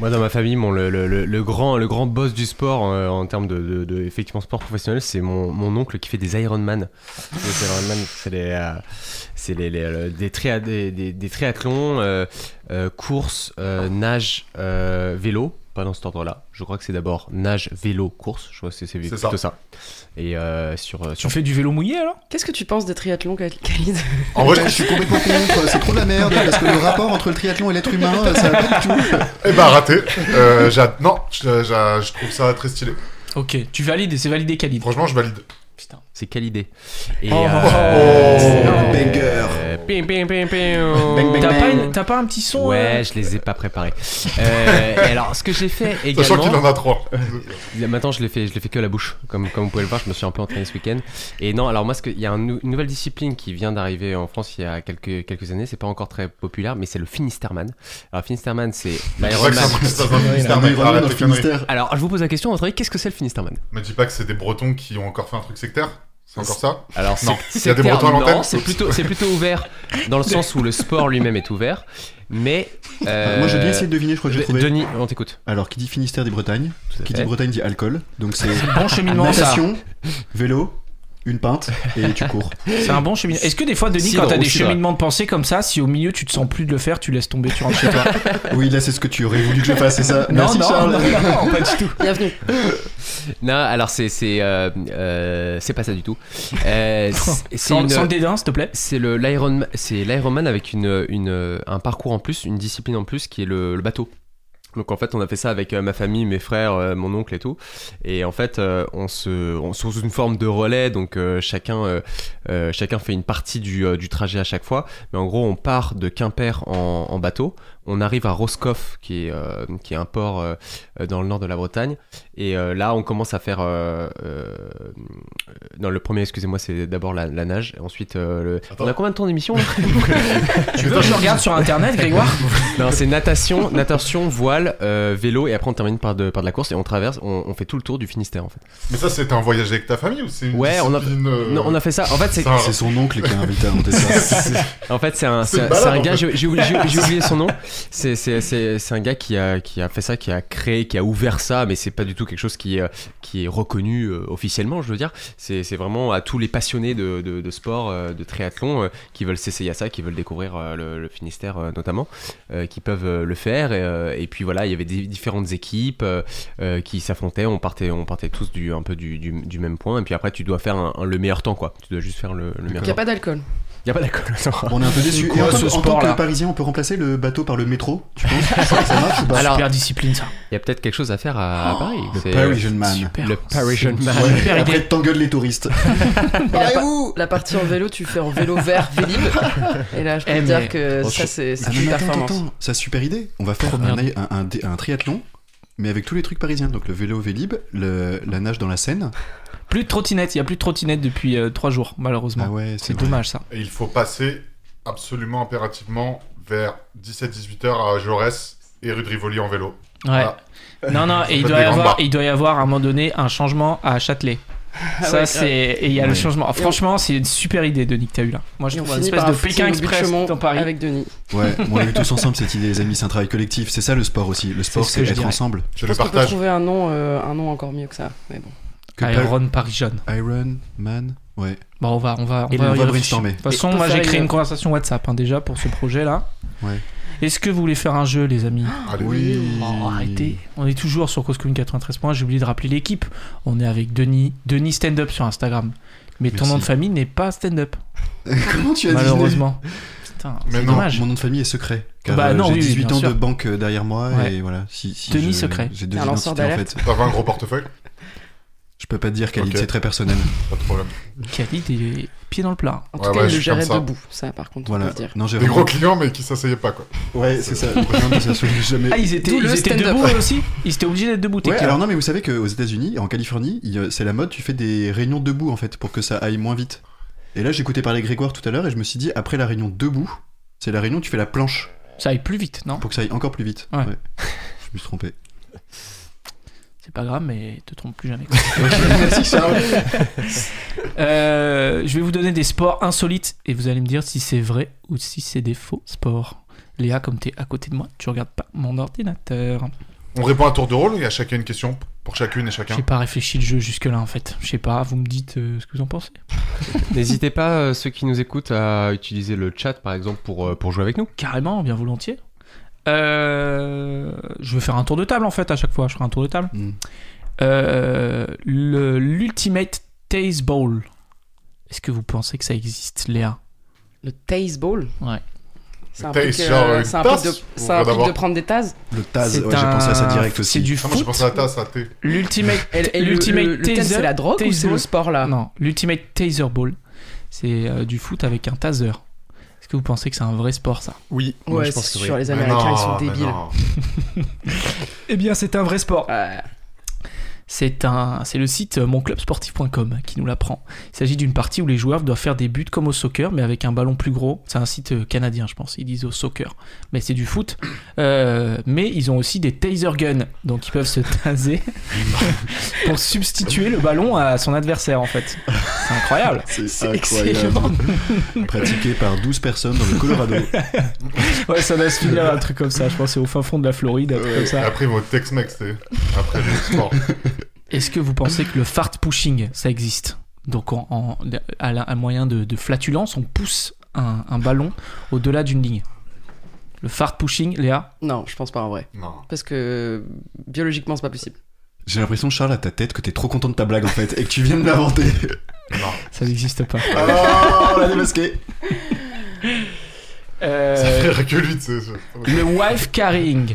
Moi, dans ma famille, mon, le, le- le- le grand, le grand boss du sport euh, en termes de, de- de- effectivement sport professionnel, c'est mon, mon oncle qui fait des Ironman. Les Ironman, c'est les, euh, c'est les- les- le- des, tria- des, des- des triathlons, euh, euh, course, euh, nage, euh, vélo. Pas dans cet ordre-là. Je crois que c'est d'abord nage, vélo, course. Je crois que c'est c'est
C'est
plutôt ça. Et euh, sur, euh,
Tu
sur
fais du vélo mouillé alors
Qu'est-ce que tu penses des triathlons, Khalid
En vrai,
je suis complètement contre, c'est trop de la merde, parce que le rapport entre le triathlon et l'être humain, ça va pas du tout.
eh ben raté. Euh, j'a- non, je, j'a- je trouve ça très stylé.
Ok, tu valides et c'est validé, Khalid.
Franchement, je valide.
Putain.
C'est Calidé. Et, euh,
Oh.
Oh. Banger.
pim, pim, pim, pim.
Bang, bang,
T'as
bang.
pas, une- t'as pas un petit son
Ouais,
euh
je les ai pas préparés. Euh, et alors, ce que j'ai fait
Sachant qu'il en
également,
a trois.
maintenant je l'ai fait, je l'ai fait que à la bouche, comme comme vous pouvez le voir, je me suis un peu entraîné ce week-end. Et non, alors moi, ce que- il y a un nou- une nouvelle discipline qui vient d'arriver en France il y a quelques quelques années. C'est pas encore très populaire, mais c'est le Finisterman. Alors Finisterman, c'est
Je crois que
l'Ironman.
c'est un- c'est un
Arnaud
mec,
Ironman
arrête
dans le
tes conneries.
Finistère.
Alors, je vous pose la question, à votre avis, qu'est-ce que c'est le Finisterman
Me dis pas que c'est des Bretons qui ont encore fait un truc sectaire. C'est encore ça
Alors, c'est-
Non.
c'est
Il y a des
clair,
Bretons à l'antenne
non, C'est plutôt, c'est plutôt ouvert dans le sens où le sport lui-même est ouvert, mais. euh,
Moi j'ai bien essayé de deviner, je crois que j'ai
De-
trouvé.
Denis, on t'écoute.
Alors, qui dit Finistère des Bretagnes,
Tout à
qui
fait.
dit Bretagne dit alcool, donc c'est
C'est un bon cheminement ça.
natation, vélo, une pinte, et tu cours.
C'est un bon cheminement. Est-ce que des fois, Denis,
Cidre
quand t'as
ou
des
cidre.
cheminements de pensée comme ça, si au milieu tu te sens plus de le faire, tu laisses tomber, tu rentres chez toi
Oui, là c'est ce que tu aurais voulu que je fasse, c'est ça.
Non,
Merci
non,
Charles.
non, non, pas du tout.
Bienvenue.
Non, alors c'est c'est euh, euh, c'est pas ça du tout. Euh, c'est- c'est
Sans,
une-
sans le dédain, s'il te plaît.
c'est le l'Iron c'est l'Ironman avec une, une un parcours en plus, une discipline en plus qui est le, le bateau. Donc en fait, on a fait ça avec euh, ma famille, mes frères, euh, mon oncle et tout. Et en fait, euh, on se on se- sous une forme de relais, donc euh, chacun euh, euh, chacun fait une partie du, euh, du trajet à chaque fois. Mais en gros, on part de Quimper en, en bateau, on arrive à Roscoff, qui est euh, qui est un port euh, euh, dans le nord de la Bretagne. Et euh, là, on commence à faire euh, euh, non le premier, excusez-moi, c'est d'abord la, la nage, ensuite euh, le...
Attends.
on a combien de temps d'émission là
Tu veux que je regarde sur internet, Grégoire
Non, c'est natation, natation, voile, euh, vélo, et après on termine par de, par de la course et on traverse, on, on fait tout le tour du Finistère en fait.
Mais ça, c'était un voyage avec ta famille ou c'est une
Ouais, on a-
discipline, euh,
Non, on a fait ça. En fait, c'est
ça,
C'est son oncle qui a invité à monter ça.
en fait c'est un
C'est
c'est un-
une balade,
c'est un
en
gars.
fait.
J'ai j'ai oublié, j'ai- j'ai oublié son nom. C'est c'est c'est c'est un gars qui a qui a fait ça, qui a créé, qui a ouvert ça, mais c'est pas du tout quelque chose qui euh, qui est reconnu euh, officiellement. Je veux dire, c'est c'est vraiment à tous les passionnés de de, de sport, euh, de triathlon, euh, qui veulent s'essayer à ça, qui veulent découvrir euh, le, le Finistère euh, notamment. euh, qui peuvent euh, le faire. Et, euh, et puis voilà, il y avait des, différentes équipes euh, euh, qui s'affrontaient. On partait, on partait tous du, un peu du, du- du même point. Et puis après, tu dois faire un- un- le meilleur temps, quoi. Tu dois juste faire le, le meilleur
Il n'y a
temps.
pas d'alcool.
Il y a pas d'alcool. non.
On est un peu déçus.
Quoi,
Et en,
ce
tant- en tant
sport-là
que parisien, on peut remplacer le bateau par le métro, tu penses Ça ça marche ou pas
Alors-
Super discipline ça.
Il y a peut-être quelque chose à faire à, à Paris.
Le
C'est- euh,
Parisian Bah Man.
Super.
Le Parisian
C'est-
Man.
Ouais.
Et après, t'engueules les touristes.
Parlez-vous La partie en vélo, tu fais en vélo vert Vélib. Et là, je peux
Eh,
te
mais-
dire que
Oh,
ça,
je-
c'est
Ah,
c'est
non,
une
mais attends,
performance.
attends, ça super idée. On va faire
Trop
un,
bien.
un- un- un triathlon, mais avec tous les trucs parisiens. Donc le vélo Vélib, le- la nage dans la Seine.
Plus de trottinette, il y a plus de trottinette depuis 3 jours, malheureusement.
Ah ouais,
C'est
vrai.
dommage ça.
Et il faut passer absolument impérativement vers 17-18 heures à Jaurès et rue de Rivoli en vélo.
Ouais.
Ah.
Non, non, et il
fait
doit, y
des grandes
avoir,
barres.
il doit y avoir à un moment donné un changement à Châtelet. Ça,
ouais,
c'est. Et il y a le
Ouais.
changement. Franchement, c'est une super idée, Denis, que t'as eu là. Moi, je
Et on
trouve une
finit
espèce
par
de
un footing
Pékin
au
Express
Buttes-Chaumont
dans Paris.
Avec Denis.
Ouais, bon, on l'a eu tous ensemble cette idée, les amis. C'est un travail collectif. C'est ça le sport aussi. Le sport,
ce
c'est
que je
être
dirais.
ensemble.
Je
Je
le
pense qu'on peut
partage.
trouver un nom, euh, un nom encore mieux que ça. Mais bon.
Que
Ah, Iron Paris Jaune.
Par- Iron Man. Ouais.
Bon, Bah, on va, on va, on
Et
va,
on
y
va
réfléchir.
brainstormer.
De toute façon,
Mais on
moi,
peut
j'ai
faire
créé
une-
une conversation WhatsApp hein, déjà pour ce projet-là.
Ouais. bah,
Est-ce que vous voulez faire un jeu, les amis
Allez.
Oui.
Oh, arrêtez. On est toujours sur Cause Commune 93.1. J'ai oublié de rappeler l'équipe. On est avec Denis. Denis Stand Up sur Instagram. Mais ton
Merci.
nom de famille n'est pas Stand Up,
Comment tu as dit
malheureusement. Putain,
Mais
c'est
non,
dommage.
Euh, Mon nom de famille est secret. Car
Bah
euh,
non,
j'ai
oui, oui,
18
bien
ans
sûr.
de banque euh, derrière moi
Ouais.
et voilà. Si, si
Denis
je-
secret.
J'ai deux
Un lanceur
identités en
d'alerte.
fait.
T'avais un gros portefeuille
Je peux pas te dire Khalid,
Ok.
c'est très personnel.
Pas de problème.
Khalid est pied dans le plat.
En
Ouais,
tout
ouais,
cas, il
je
le
suis comme
gérait
ça.
debout. Ça, par contre, on
Voilà.
peut le dire.
Non, j'ai
Des gros
vraiment...
clients, mais qui s'asseyaient pas, quoi.
Ouais, c'est ça. Rien ne s'associe jamais.
Ah, ils étaient,
D'où le
ils étaient
stand-up.
debout eux aussi Ils étaient obligés d'être debout, t'es
Ouais,
clair.
alors non, mais vous savez qu'aux États-Unis, en Californie, il y a- c'est la mode, tu fais des réunions debout en fait pour que ça aille moins vite. Et là, j'écoutais parler Grégoire tout à l'heure et je me suis dit, après la réunion debout, c'est la réunion, tu fais la planche
Ça aille plus vite, non
pour que ça aille encore plus vite.
Ouais.
je me suis trompé.
C'est pas grave, mais te trompe plus jamais.
Merci Charles.
Euh, je vais vous donner des sports insolites et vous allez me dire si c'est vrai ou si c'est des faux sports. Léa, comme t'es à côté de moi, tu regardes pas mon ordinateur.
On répond à tour de rôle, il y a chacun une question pour chacune et chacun.
J'ai pas réfléchi le jeu jusque-là en fait. Je sais pas, vous me dites euh, ce que vous en pensez.
N'hésitez pas, euh, ceux qui nous écoutent, à utiliser le chat par exemple pour, euh, pour jouer avec nous.
Carrément, bien volontiers. Euh, je vais faire un tour de table en fait à chaque fois. Je ferai un tour de table.
Mm.
Euh, le- L'Ultimate Taste Bowl. Est-ce que vous pensez que ça existe, Léa
Le taste ball
Ouais.
C'est un
Le taste,
truc, euh,
genre, une
c'est un truc
tasse
de,
ou
c'est un
rien
truc
à
de
voir
prendre des tasses.
Le Taz,
C'est
Ah, ouais, j'ai
un-
pensé à ça direct
C'est
aussi.
du
Ah, moi j'ai
foot.
pensé à la tasse, à thé.
L'Ultimate
Et, et le,
L'Ultimate
le- le thème,
Taser-
c'est la drogue ou
Taser-
c'est le sport là
Non, l'Ultimate Taser Ball, c'est euh, du foot avec un taser. Est-ce que vous pensez que c'est un vrai sport ça
Oui,
Ouais,
je pense
c'est
que oui.
sûr, les
Mais
Américains
non,
ils sont
mais
débiles.
non.
Eh bien, c'est un vrai sport.
Ouais.
C'est un, c'est le site euh, monclubsportif.com qui nous l'apprend. Il s'agit d'une partie où les joueurs doivent faire des buts comme au soccer, mais avec un ballon plus gros. C'est un site euh, canadien, je pense. Ils disent au soccer, mais c'est du foot. Euh, mais ils ont aussi des taser guns, donc ils peuvent se taser pour substituer le ballon à son adversaire en fait. C'est incroyable.
C'est
C'est
incroyable.
excellent.
Pratiqué par 12 personnes dans le Colorado.
Ouais, ça doit se finir un truc comme ça. Je pense que c'est au fin fond de la Floride, un truc comme
Et
ça.
Après, ils vont au Tex-Mex, c'est- Après, le sport.
Est-ce que vous pensez que le fart pushing, ça existe Donc, en, en- à, la- à moyen de, de flatulence, on pousse un, un ballon au-delà d'une ligne. Le fart pushing, Léa
Non, je pense pas en vrai.
Non.
Parce que biologiquement, c'est pas possible.
J'ai l'impression, Charles, à ta tête, que t'es trop content de ta blague en fait et que tu viens de l'inventer.
Non.
Ça n'existe pas.
Oh, on l'a démasqué.
Euh.
Ça fait rire que lui, tu sais. ça.
le wife carrying.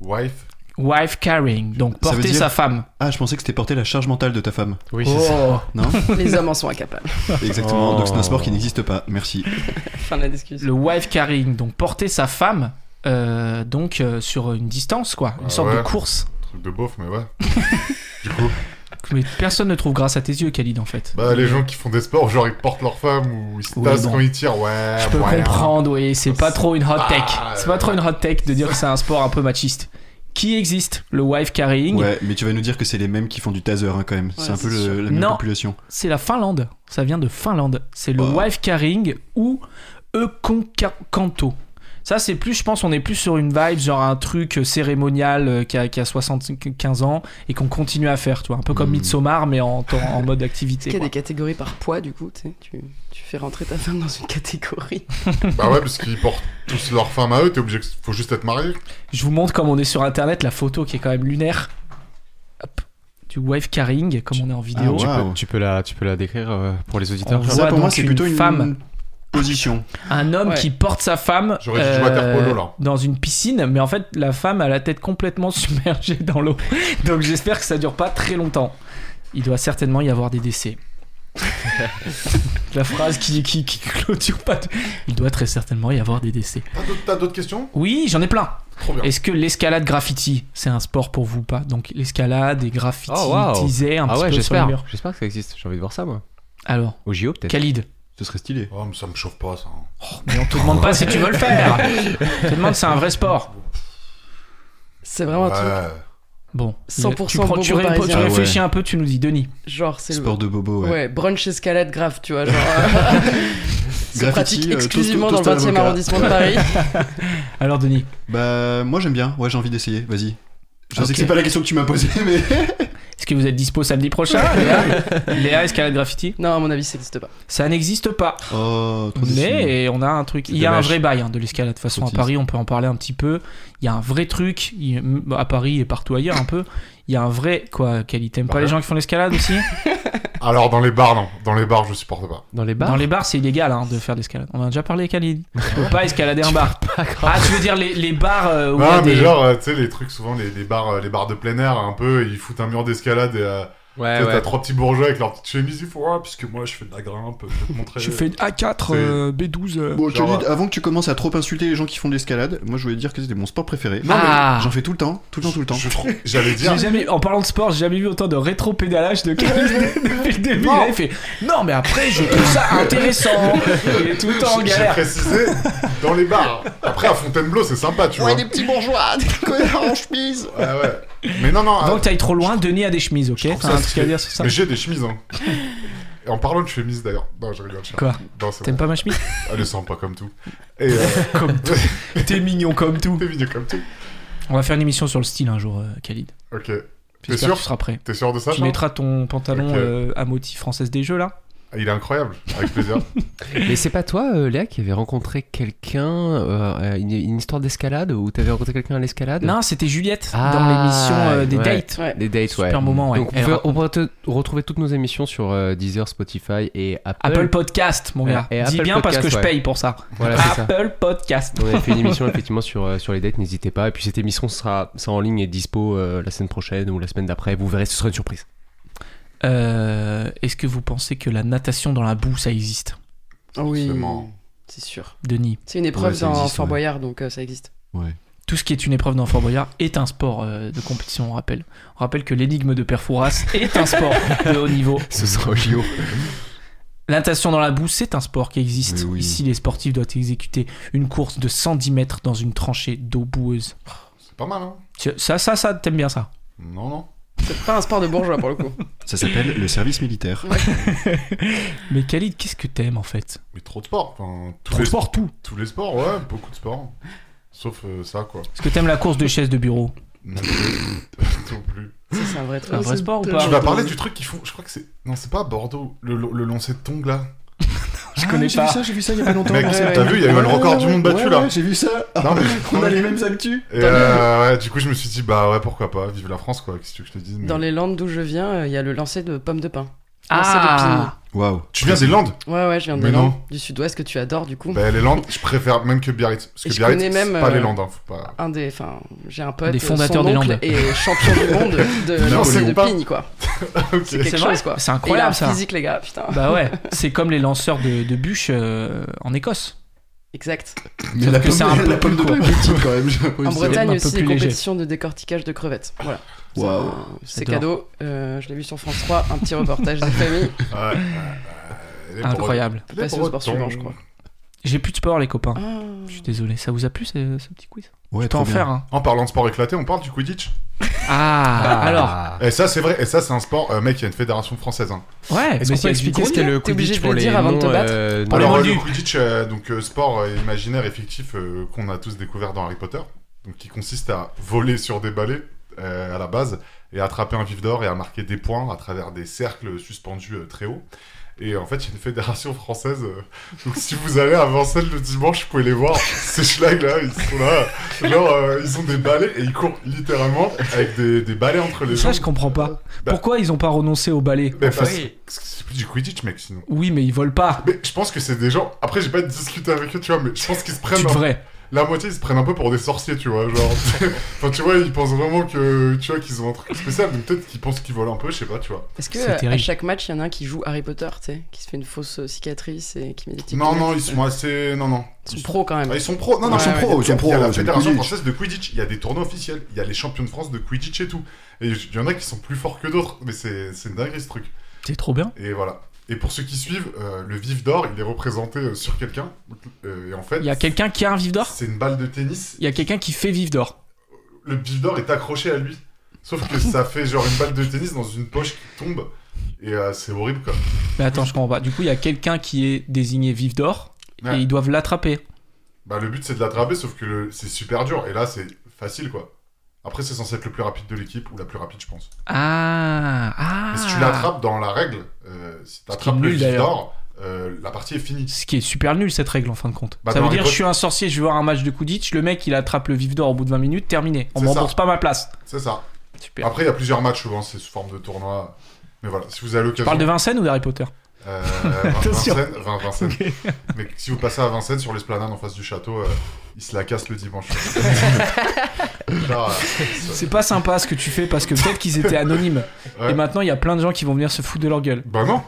Wife.
Wife carrying. Donc,
Ça veut
porter
dire-
sa femme.
Ah, je pensais que c'était porter la charge mentale de ta femme.
Oui, c'est ça.
Oh,
Non
Les hommes en sont incapables.
Exactement. Donc c'est un
Oh.
sport qui n'existe pas. Merci.
Fin de la discussion.
le wife carrying. Donc, porter sa femme. euh, donc euh, sur une distance quoi, une
Ah
sorte de
ouais.
course.
Truc de beauf, mais ouais. Du coup,
Mais personne ne trouve grâce à tes yeux, Khalid en fait.
bah, les gens qui font des sports, genre ils portent leur femme ou ils se
Oui,
tassent
bon.
quand ils tirent,
Euh,
ouais.
Je peux
moyen.
comprendre, oui, c'est pas trop une hot tech.
Ah,
C'est pas trop une hot tech de dire que c'est un sport un peu machiste. Qui existe Le wife carrying,
Ouais, mais tu vas nous dire que c'est les mêmes qui font du taser hein, quand même. c'est un
c'est
peu le-
sûr.
la même
Non.
population.
c'est la Finlande. Ça vient de Finlande. C'est le
Oh.
wife carrying ou Eukonkanto. Ça, c'est plus, je pense, on est plus sur une vibe, genre un truc cérémonial euh, qui a, qui a 75 ans et qu'on continue à faire, tu vois. Un peu comme
Hmm.
Midsommar, mais en, temps- en mode
Est-ce
activité.
qu'il y a
quoi.
des catégories par poids du coup tu, sais, tu, tu fais rentrer ta femme dans une catégorie.
Bah ouais, parce qu'ils portent tous leur femme à eux, t'es obligé. que- Faut juste être marié.
Je vous montre, comme on est sur internet, la photo qui est quand même lunaire. Hop. Du wife carrying, comme on est en vidéo.
ouais.
Tu,
Waouh.
peux, tu peux la, tu peux la décrire euh, pour les auditeurs
On voit
Ça pour moi
donc
c'est
une
plutôt une
femme.
position.
Un homme
Ouais.
qui porte sa femme euh,
J'aurais dit du waterpolo, là.
dans une piscine, mais en fait la femme a la tête complètement submergée dans l'eau. Donc j'espère que ça dure pas très longtemps. Il doit certainement y avoir des décès. la phrase qui, qui, qui clôture pas. tout. Il doit très certainement y avoir des décès.
T'as d'autres- T'as d'autres questions
Oui, j'en ai plein.
Trop bien.
Est-ce que l'escalade graffiti, c'est un sport pour vous ou pas Donc l'escalade et graffiti
Oh, waouh.
utilisé un
Ah
petit
ouais,
peu sur les murs.
j'espère. J'espère que ça existe. J'ai envie de voir ça, moi.
Alors,
Au JO, peut-être.
Khalid, Oh,
Ce serait stylé.
Oh, mais ça me chauffe pas, ça.
mais on te demande pas si tu veux le faire. on te demande si c'est un vrai sport.
C'est
Ah,
vraiment un truc.
Ouais.
Bon,
100%
tu, prends- tu
bonbon
ré- tu
parisien.
réfléchis un peu, tu nous dis, Denis.
Genre, c'est
Sport
le.
de bobo, ouais.
Ouais. brunch escalade grave, tu vois. Genre, euh, c'est
Graffiti,
pratique
euh, toast-
exclusivement
toast à
dans le 20 e
l'avocat.
arrondissement de Paris.
Alors Denis,
Bah moi j'aime bien. Ouais, j'ai envie d'essayer. Vas-y. Je
Ok.
sais que c'est pas la question que tu m'as posée, mais
est-ce que vous êtes dispo samedi prochain Léa, Léa escalade graffiti
non, à mon avis, ça n'existe pas.
Ça n'existe pas.
oh, trop déçu.
Mais on a un truc. Il y a un
dommage.
vrai bail hein, de l'escalade. De toute façon, à
Autiste.
Paris, on peut en parler un petit peu. Il y a un vrai truc. il- m- À Paris et partout ailleurs, un peu. Il y a un vrai. Quoi, Khalid T'aimes pas
Bah.
les gens qui font l'escalade aussi
Alors, dans les bars, non. Dans les bars, je supporte pas.
Dans les bars
Dans les bars, c'est illégal hein, de faire de l'escalade. On en a déjà parlé, Khalid. Tu peux pas escalader un bar. Ah, tu veux dire les, les bars euh, où il y a
Non, mais
des-
genre, euh, tu sais, les trucs, souvent, les, les bars, euh, les bars de plein air, un peu, ils foutent un mur d'escalade et, euh,
Ouais,
Ah
Tu sais,
ouais.
T'as trois petits bourgeois avec leur petite chemise, ils font Ah, puisque moi je fais de la grimpe, je vais te montrer.
Je fais une A4,
C'est-
euh, B12. euh.
Bon, je te
Genre,
le dis, avant que tu commences à trop insulter les gens qui font de l'escalade, moi je voulais dire que c'était mon sport préféré.
Non, mais- Ah.
J'en fais tout le temps, tout le temps, tout le temps.
Je trouve- J'allais dire.
J'ai jamais, en parlant de sport, j'ai jamais vu autant de rétro-pédalage de Kevin depuis le début.
Non.
Il avait fait Non, mais après, je trouve ça intéressant. Il est tout le temps en
j'ai- J'ai
galère.
précisé dans les bars. Après, à Fontainebleau, c'est sympa, tu vois.
petits bourgeois, des connards en chemise.
Ouais, ouais. Mais non, non.
Avant que t'ailles trop loin, Denis a des chemises, ok
Je trouve
T'as
ça
un truc à
stylé.
dire sur ça
Mais j'ai des chemises, hein. Et en parlant de chemise d'ailleurs. Non, je rigole. je-
Quoi
Non, c'est
T'aimes
bon.
pas ma chemise
Elle est sympa comme tout. Et euh,
Comme tout. T'es mignon comme tout.
t'es mignon comme tout.
On va faire une émission sur le style un jour, euh, Khalid.
Ok. T'es
J'espère que
sûr
tu seras prêt.
T'es sûr de ça
Tu
Charles
mettras ton pantalon
Ok.
euh, à motif française des jeux là
Ah, Il est incroyable. Avec plaisir.
Mais c'est pas toi, euh, Léa, qui avait rencontré quelqu'un, euh, une, une histoire d'escalade, ou t'avais rencontré quelqu'un à l'escalade
Non, c'était Juliette
Ah,
dans l'émission euh, des
ouais.
dates.
Ouais.
Des dates, ouais.
Super moment, ouais.
Donc, on
Elle
peut-
raconte-
on pourra te- retrouver toutes nos émissions sur euh, Deezer, Spotify et Apple.
Apple Podcast, mon
Et-
gars.
et
Dis
Apple
bien parce que
Podcast,
je
ouais.
paye pour ça.
Voilà, c'est ça.
Apple Podcast.
On avait fait une émission effectivement sur, euh, sur les dates, n'hésitez pas. Et puis cette émission sera, sera en ligne et dispo euh, la semaine prochaine ou la semaine d'après. Vous verrez, ce sera une surprise.
Euh, Est-ce que vous pensez que la natation dans la boue, ça existe
Ah oui,
Forcément.
c'est sûr.
Denis,
C'est une épreuve
Ouais, ça
dans
existe,
Fort
ouais.
Boyard, donc euh, ça existe.
tout ce qui est une épreuve dans Fort Boyard est un sport euh, de compétition, on rappelle. On rappelle que l'énigme de Perfouras est un sport de haut niveau.
Ce sera au JO.
La natation dans la boue, c'est un sport qui existe.
Mais oui.
Ici, les sportifs doivent exécuter une course de 110 mètres dans une tranchée d'eau boueuse.
C'est pas mal, hein
Tiens, Ça, ça, ça, t'aimes bien ça
Non, non.
C'est pas un sport de bourgeois pour le coup.
Ça s'appelle le service militaire.
Mais Khalid, qu'est-ce que t'aimes en fait
Mais trop de sport. Enfin, tous,
Trop
les...
sport, tout.
tous les sports, ouais, beaucoup de sports. Sauf euh, ça, quoi.
Est-ce que t'aimes la course de chaise de bureau
Non plus. Non plus.
Ça, c'est un vrai
C'est un
truc.
vrai sport ou pas
Tu vas parler du truc qu'ils font. Je crois que c'est. Non, c'est pas à Bordeaux. Le, le, le lancer de tongs là.
Je connais
Ah, J'ai vu
pas.
ça, j'ai vu ça il y a pas longtemps.
Mec,
Ouais,
t'as
ouais.
vu, il y a eu le
Ouais,
record
ouais,
du monde
ouais,
battu,
ouais,
là.
ouais, J'ai vu ça.
Non, mais
On a les mêmes actus.
Et euh, ouais, du coup, je me suis dit, bah ouais, pourquoi pas, vive la France, quoi, qu'est-ce que tu veux que je te dise. mais-
Dans les Landes d'où je viens, euh, il y a le lancer de pommes de pin.
Ah
Waouh.
Tu viens des Landes
Ouais, ouais, je viens des
Mais non.
Landes, du sud-ouest que tu adores du coup.
Bah, les Landes, je préfère même que Biarritz. Parce
Et
que
je
Biarritz,
connais
c'est
même,
pas les
euh,
Landes, hein, faut pas.
Un des, enfin, j'ai un pote,
Des
euh,
fondateurs
son
des
oncle
Landes.
est champion du monde de
Non,
lancer
c'est
de
pas-
pigne quoi.
Ok.
C'est quelque
C'est vrai
chose quoi.
C'est
Et il a un
incroyable ça.
physique les gars, putain.
Bah ouais, c'est comme les lanceurs de, de bûches euh, en Écosse.
Exact.
Mais la
que c'est un
pomme,
peu
la pomme de
court.
pain est petite quand même. j'ai
En
l'impression.
même un peu
Bretagne
plus
aussi,
léger.
compétition de décortiquage de crevettes. Voilà.
Waouh.
C'est c'est
J'adore.
cadeau. Euh, je l'ai vu sur France 3, un petit reportage de famille.
Ouais, ouais, ouais, les Bretons.
Incroyable.
On peut passer au sport suivant, je crois.
J'ai plus de sport les copains.
Ah.
Je suis désolé. Ça vous a plu ce, ce petit quiz
Ouais,
Je peux en
trop bien.
faire hein.
En parlant de sport éclaté, on parle du Quidditch.
Ah, alors
Et ça, c'est vrai, et ça, c'est un sport. euh, mec, il y a une fédération française. hein.
Ouais,
Est-ce
mais
qu'on peut
c'est
expliquer ce qu'est le
T'es obligé
Quidditch
de le
pour les
dire avant de te
non,
battre
euh,
Pour les
non-
Alors, euh,
rendus.
le Quidditch, euh, donc euh, sport euh, imaginaire et fictif euh, qu'on a tous découvert dans Harry Potter, donc qui consiste à voler sur des balais euh, à la base et à attraper un vif d'or et à marquer des points à travers des cercles suspendus euh, très haut. Et en fait, il y a une fédération française. euh, donc, si vous allez à Vincennes le dimanche, vous pouvez les voir. Ces schlags là, ils sont là. Genre, euh, ils ont des balais et ils courent littéralement avec des, des balais
euh,
entre les
Ça je
jambes.
comprends pas. Pourquoi ils ont pas renoncé au ballet
Mais Bah. parce- c'est plus du Quidditch, mec, sinon.
Oui, mais ils volent pas.
Mais je pense que c'est des gens. Après, j'ai pas discuté avec eux, tu vois, mais je pense qu'ils se
Tu
prennent. un-
devrais.
la moitié ils se prennent un peu pour des sorciers, tu vois, genre. enfin, tu vois, ils pensent vraiment que tu vois qu'ils ont un truc spécial, donc peut-être qu'ils pensent qu'ils volent un peu, je sais pas, tu vois.
Est-ce que
C'est
euh, à
terrible.
chaque match, il y en a un qui joue Harry Potter, tu sais, qui se fait une fausse euh, cicatrice et qui met des petits
Non,
coups de
non,
pied,
ils sont assez. Non, non.
Ils sont pros quand même.
Ah, ils sont pros. Non,
Ouais, ouais,
non,
ils sont
Il y a
pros,
la
c'est le
fédération
Quidditch.
française de Quidditch. Il y a des tournois officiels. Il y a les champions de France de Quidditch et tout. Et il y en a qui sont plus forts que d'autres. Mais c'est c'est une dinguerie ce truc.
C'est trop bien.
Et voilà. Et pour ceux qui suivent, euh, le vif d'or, il est représenté euh, sur quelqu'un. Euh, et en fait,
Il y a quelqu'un qui a un vif d'or
c'est une balle de tennis.
Il y a quelqu'un qui fait vif d'or.
le bif d'or est accroché à lui. Sauf que ça fait genre une balle de tennis dans une poche qui tombe. Et euh, c'est horrible quoi.
Mais attends, je comprends pas. Du coup, il y a quelqu'un qui est désigné vif d'or
Ouais.
et ils doivent l'attraper.
Bah, le but c'est de l'attraper, sauf que le- c'est super dur. Et là, c'est facile quoi. Après, c'est censé être le plus rapide de l'équipe ou la plus rapide, je pense.
Ah, ah.
Mais si tu l'attrapes dans la règle, euh, si t'attrapes
qui est
le
nul,
vif
d'ailleurs.
d'or, euh, la partie est finie.
Ce qui est super nul cette règle en fin de compte.
Bah,
ça
dans
veut
les
dire
potes-
je suis un sorcier, je vais voir un match de Kuditch, le mec il attrape le vif d'or au bout de 20 minutes, terminé. On
C'est
me
ça. Ah,
rembourse pas ma place.
C'est ça.
Super.
Après, il y a plusieurs matchs souvent, c'est sous forme de tournoi. Mais voilà, si vous avez
Tu
l'occasion.
parles de Vincennes ou d'Harry Potter
Euh, Vin-
Attention.
Vincennes, Vin- Vincennes. Mais si vous passez à Vincennes sur l'esplanade en face du château, euh, ils se la cassent le dimanche. Genre,
C'est pas sympa ce que tu fais parce que peut-être qu'ils étaient anonymes.
Ouais.
Et maintenant, il y a plein de gens qui vont venir se foutre de leur gueule.
Bah non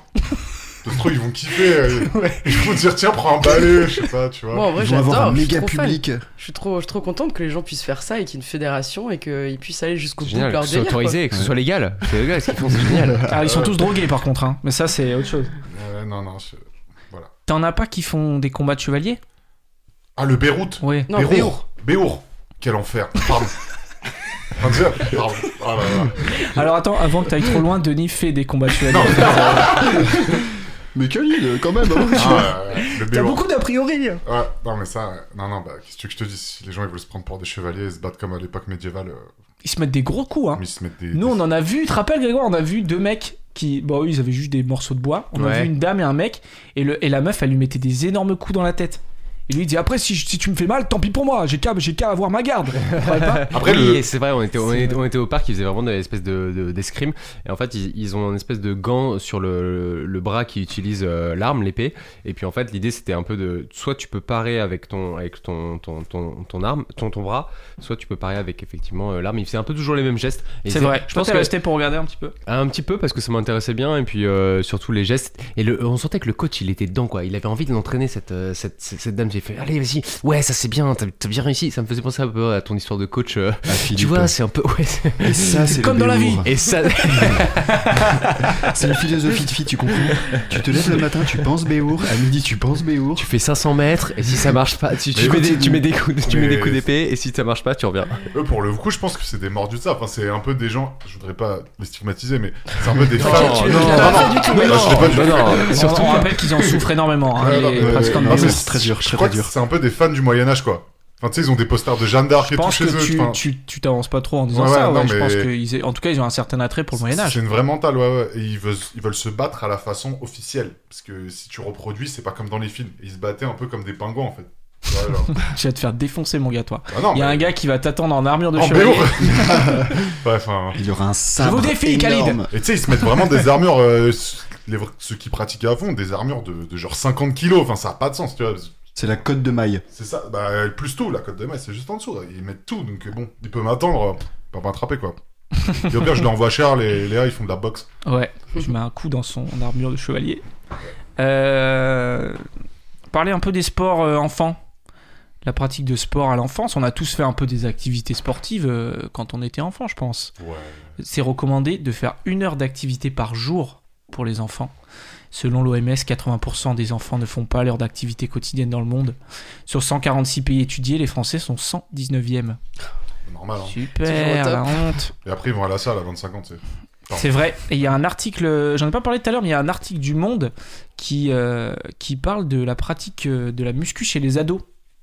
Ça se trouve, ils vont kiffer. euh, Ils vont dire, tiens, prends un balai, je sais pas, tu vois.
Moi, en vrai,
Ils vont avoir un
j'adore. Je suis
méga
trop fan.
public.
Je suis trop, je suis trop contente que les gens puissent faire ça et qu'il y ait une fédération et qu'ils puissent aller jusqu'au bout de
Génial, que
leur
ce soit
délire. quoi.
autorisé et que ce soit légal. C'est légal, ce qu'ils font, c'est génial.
Ah, ils sont tous drogués par contre, hein. mais ça, c'est autre chose.
Euh, non, non. je-
T'en as pas qui font des combats de chevaliers
Ah, le Beyrouth
Ouais.
Non,
Béour.
Béour.
Béour Quel enfer Pardon. Enfin, déjà, pardon. Ah là là.
Alors attends, avant que t'ailles trop loin, Denis fait des combats de chevaliers.
Mais Khalid, quand même. hein.
Ah, euh, le
T'as
Béour.
beaucoup d'a priori
Ouais, non, mais ça, euh, non, non, bah, qu'est-ce que je te dis Si les gens ils veulent se prendre pour des chevaliers et se battre comme à l'époque médiévale, euh,
Ils se mettent des gros coups, hein.
ils se mettent des.
Nous,
des-
on en a vu, tu te rappelles, Grégoire, on a vu deux mecs qui. Bon, eux, ils avaient juste des morceaux de bois. On a
Ouais.
vu une dame et un mec, et, le, et la meuf, elle lui mettait des énormes coups dans la tête. Et lui, il dit Après, si, je- si tu me fais mal, tant pis pour moi, j'ai qu'à j'ai qu'à avoir ma garde. Vous croyez pas
Après,
oui,
le-
et c'est vrai, on était, on, était, on était au parc, ils faisaient vraiment des espèces de, de- d'escrime. Et en fait, ils, ils ont une espèce de gant sur le, le bras qui utilise euh, l'arme, l'épée. Et puis en fait, l'idée c'était un peu de. Soit tu peux parer avec ton, avec ton, ton, ton, ton arme, ton, ton bras, soit tu peux parer avec effectivement euh, l'arme. Ils faisaient un peu toujours les mêmes gestes. Et
C'est vrai,
Je pense que
resté pour regarder un petit peu.
un petit peu parce que ça m'intéressait bien et puis euh, surtout les gestes et le, on sentait que le coach il était dedans quoi il avait envie de l'entraîner cette, euh, cette, cette, cette dame j'ai fait allez vas-y ouais ça c'est bien t'as t'as bien réussi ça me faisait penser un peu à ton histoire de coach euh,
Ah, Philippe.
tu vois c'est un peu ouais c'est- hein.
Et ça, c'est le
comme dans la
Béour.
et ça
C'est une philosophie de fille, tu comprends Tu te lèves le matin, tu penses Béour, à midi, tu penses Béour.
tu fais 500 mètres et si ça marche pas tu, tu
Mais
mets, des,
continue.
tu mets des coups de- tu mets des
Mais-
coups d'épée et si ça marche pas tu reviens
Eux, pour le coup, je pense que c'est des mordus de ça. Enfin, c'est un peu des gens, je voudrais pas les stigmatiser, mais c'est un peu des
Non,
femmes.
tu-
qui-
tu l'as
Ah,
pas
non,
fait du tout.
Ah, je l'ai pas du
Non,
tout.
non,
Surtout,
surtout
on rappelle qu'ils en souffrent énormément, hein,
Ouais, non,
les
mais-
princes comme
non,
Ah,
Béour.
mais c'est très dur,
Je
très
crois
très
que
dur.
c'est un peu des fans du Moyen-Âge, quoi. Enfin, tu sais, ils ont des posters de Jeanne d'Arc
Je
et tout
pense
chez
que
eux.
tu,
enfin,
tu, tu t'avances pas trop en disant
Ouais,
ça.
ouais,
ouais,
non,
Je
mais-
pense qu'ils aient- en tout cas, ils ont un certain attrait pour le Moyen Âge.
C'est une vraie mentale, ouais, ouais. Et ils veulent, ils veulent se battre à la façon officielle. Parce que si tu reproduis, c'est pas comme dans les films. Ils se battaient un peu comme des pingouins, en fait. Tu vois, genre.
Tu vas te faire défoncer, mon gars, toi.
Ah non,
Il y a
mais- Oh,
un gars qui va t'attendre en armure de
en
chevalier.
Béour Bref, hein.
Il y aura un sabre
vous défie, Khalid.
énorme.
Et tu sais, ils se mettent vraiment des armures. euh, les vra- ceux qui pratiquent à fond, des armures de, de genre 50 kilos. Enfin, ça a pas de sens, tu vois.
C'est la cote de maille.
C'est ça. Bah, plus tout, la cote de maille, c'est juste en dessous. Ils mettent tout, donc bon, ils peuvent m'attendre. euh, Pas m'attraper, quoi. Et au pire, je les envoie cher, les, les gars, ils font de la boxe.
Ouais, tu mets un coup dans son armure de chevalier. Euh, Parler un peu des sports euh, enfants. La pratique de sport à l'enfance. On a tous fait un peu des activités sportives euh, quand on était enfant, je pense.
Ouais.
C'est recommandé de faire une heure d'activité par jour pour les enfants. Selon l'OMS, 80% des enfants ne font pas l'heure d'activité quotidienne dans le monde. Sur 146 pays étudiés, les Français sont 119e.
Normal, hein.
Super,
Toujours au
la honte.
Et après, ils vont à la salle à 25 ans, tu sais. Pardon.
C'est vrai. Et il y a un article, j'en ai pas parlé tout à l'heure, mais il y a un article du Monde qui, euh, qui parle de la pratique euh, de la muscu chez les ados.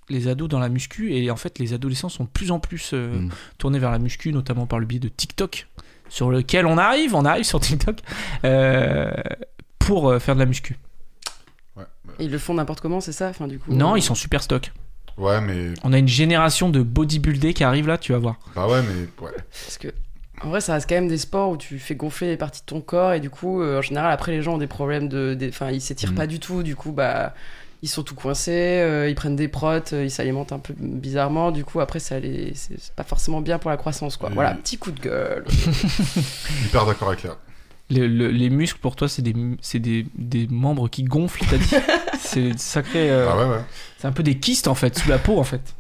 Les ados dans la muscu, et en fait, les adolescents sont de plus en plus euh,
Hmm.
Mm.
tournés vers la muscu, notamment par le biais de TikTok, sur lequel on arrive, on arrive sur TikTok, euh, pour euh, faire de la muscu.
Ouais, mais-
Ils le font n'importe comment, c'est ça Enfin, du coup.
Non,
euh,
ils sont super stock.
ouais, mais.
On a une génération de bodybuildés qui arrive là, tu vas voir.
Bah ouais, mais. Ouais.
Parce que. En vrai, ça reste quand même des sports où tu fais gonfler les parties de ton corps et du coup, euh, en général, après, les gens ont des problèmes de. des- Enfin, ils s'étirent
Mm.
Mhm.
pas du tout, du coup, bah. Ils sont tout coincés, euh, ils prennent des protes, euh, ils s'alimentent un peu bizarrement, du coup, après, ça les... c'est c'est pas forcément bien pour la croissance,
Mm.
quoi.
Et-
Voilà, petit coup de gueule.
Hyper d'accord avec Léa.
Le- le- les muscles, pour toi, c'est des, c'est des, des membres qui gonflent, t'as dit C'est sacré. euh,
Ah ouais, ouais.
C'est un peu des kystes en fait, sous la peau en fait.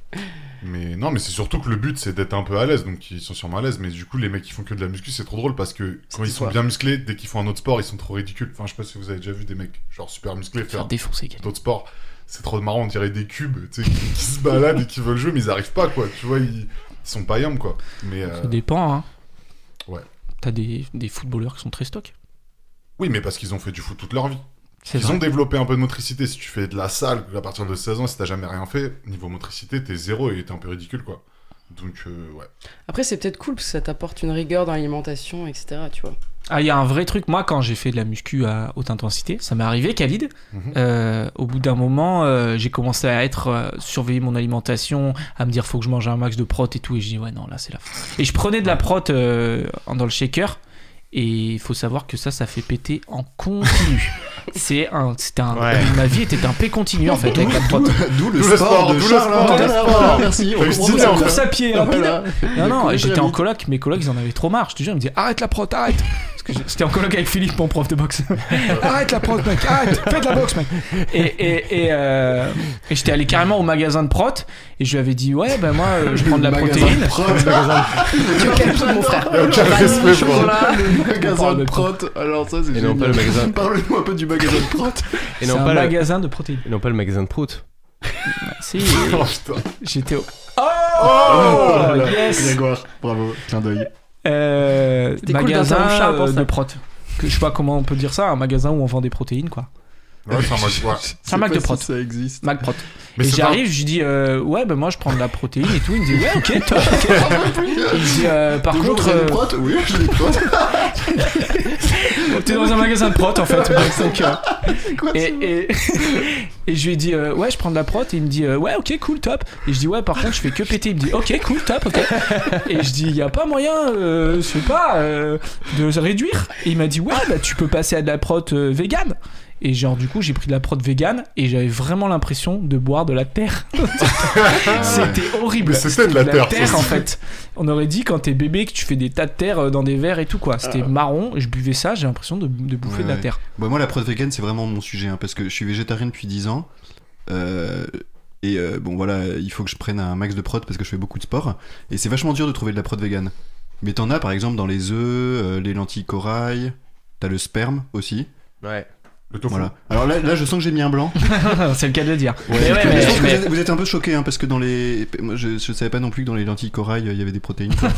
Mais non, mais c'est surtout que le but c'est d'être un peu à l'aise, donc ils sont sûrement à l'aise. Mais du coup, les mecs qui font que de la muscu, c'est trop drôle parce que quand
C'est
ils sont
quoi
bien musclés, dès qu'ils font un autre sport, ils sont trop ridicules. Enfin, je sais pas si vous avez déjà vu des mecs genre super musclés
Faire
faire
défoncer Gaël.
d'autres sports. C'est trop marrant, on dirait des cubes, tu sais, qui, qui se baladent et qui veulent jouer, mais ils arrivent pas, quoi. Tu vois, ils, ils sont pas yams, quoi. Mais euh,
Ça dépend, hein.
Ouais.
T'as des, des footballeurs qui sont très stock.
oui, mais parce qu'ils ont fait du foot toute leur vie.
C'est
Ils
vrai.
ont développé un peu de motricité. Si tu fais de la salle à partir de 16 ans, si t'as jamais rien fait, niveau motricité, t'es zéro et t'es un peu ridicule, quoi. Donc, euh, ouais.
Après, c'est peut-être cool parce que ça t'apporte une rigueur dans l'alimentation, etc. Tu vois.
Ah, il y a un vrai truc. Moi, quand j'ai fait de la muscu à haute intensité, ça m'est arrivé, Khalid.
Mhm.
euh, au bout d'un moment, euh, j'ai commencé à être euh, surveiller mon alimentation, à me dire faut que je mange un max de prot et tout. Et je dis ouais non là c'est la fin. Et je prenais de la prot euh, dans le shaker. Et il faut savoir que ça, ça fait péter en continu. c'est un, c'était un,
Ouais.
ma vie était un P continu en fait avec la
D'où
droite.
d'où le
D'où le
sport
sport,
de
d'où le
Charles.
sport.
hein.
Voilà,
Voilà, Merci. on
Faut que je
comprend Oh,
dise
ça.
en fait.
Course à pied, rapide.
Voilà.
Non, non,
Cool,
et j'étais
Jérémy.
en coloc, mes colocs ils en avaient trop marre. Je te jure, ils me disaient arrête la prot, arrête Parce que j'étais en coloc avec Philippe, mon prof de boxe. arrête la prot, mec, arrête, fais de la boxe, mec. Et, et, et, euh, et j'étais allé carrément au magasin de prot et je lui avais dit ouais, ben moi euh, je prends de la
Magasin
protéine.
prod.
Tu as calqué, mon frère.
Il y a aucun
Bah,
respect
chaud,
pour eux.
là.
Le
On parle
magasin
de
de prot. Alors ça, c'est
Et non,
génial.
pas le magasin.
Parle-nous un peu du magasin de prot.
Et
C'est
non,
un
pas le-
magasin de protéines. Bah,
et non pas le magasin de prout.
Si,
Oh, putain.
j'étais au.
Oh là là.
yes
Grégoire, bravo, clin d'œil.
Euh,
C'était cool
Magasin
d'interrompre Charles pour
euh,
ça.
de prot. Que, je sais pas comment on peut dire ça, un magasin où on vend des protéines quoi.
Ouais, c'est un mode- ouais.
C'est
Mac de prod.
Ça existe.
Mac prot.
Mais
et
c'est pas-
j'arrive, je lui dis euh, ouais ben moi je prends de la protéine et tout. Il me dit ouais ok top. Il me dit euh, par
Bonjour,
contre
vous avez
euh,
des prods Oui, j'ai des prods.
t'es dans un magasin de prot en fait. Donc, euh,
C'est quoi
et, et, et je lui ai dit euh, ouais je prends de la prot et il me dit euh, ouais ok cool top. Et je dis ouais par contre je fais que péter. Il me dit ok cool top ok. Et je dis y a pas moyen euh, je sais pas euh, de réduire. Et il m'a dit ouais bah tu peux passer à de la prot euh, vegan. Et genre du coup j'ai pris de la prot vegan et j'avais vraiment l'impression de boire de la terre.
Ah.
C'était horrible.
Mais c'était de la terre, ça,
en
c'est-
fait. On aurait dit quand t'es bébé que tu fais des tas de terre euh, dans des verres et tout quoi. C'était marron. Je buvais ça j'ai l'impression de, de bouffer
Ouais,
de la
ouais.
terre.
Bah, moi, la prod vegan, c'est vraiment mon sujet, hein, parce que je suis végétarien depuis 10 ans. euh, et euh, bon, voilà, il faut que je prenne un max de prod parce que je fais beaucoup de sport. Et c'est vachement dur de trouver de la prod vegan. Mais t'en as, par exemple, dans les œufs, euh, les lentilles corail. T'as le sperme aussi.
Ouais.
Le tofu.
Voilà. Alors là, là, je sens que j'ai mis un blanc.
C'est le cas de le dire. Mais
Mais
ouais,
je
mais-
pense que
mais-
vous êtes- Vous êtes un peu choqué parce que dans les. Moi, je, je savais pas non plus que dans les lentilles corail, euh, il y avait des protéines. quoi.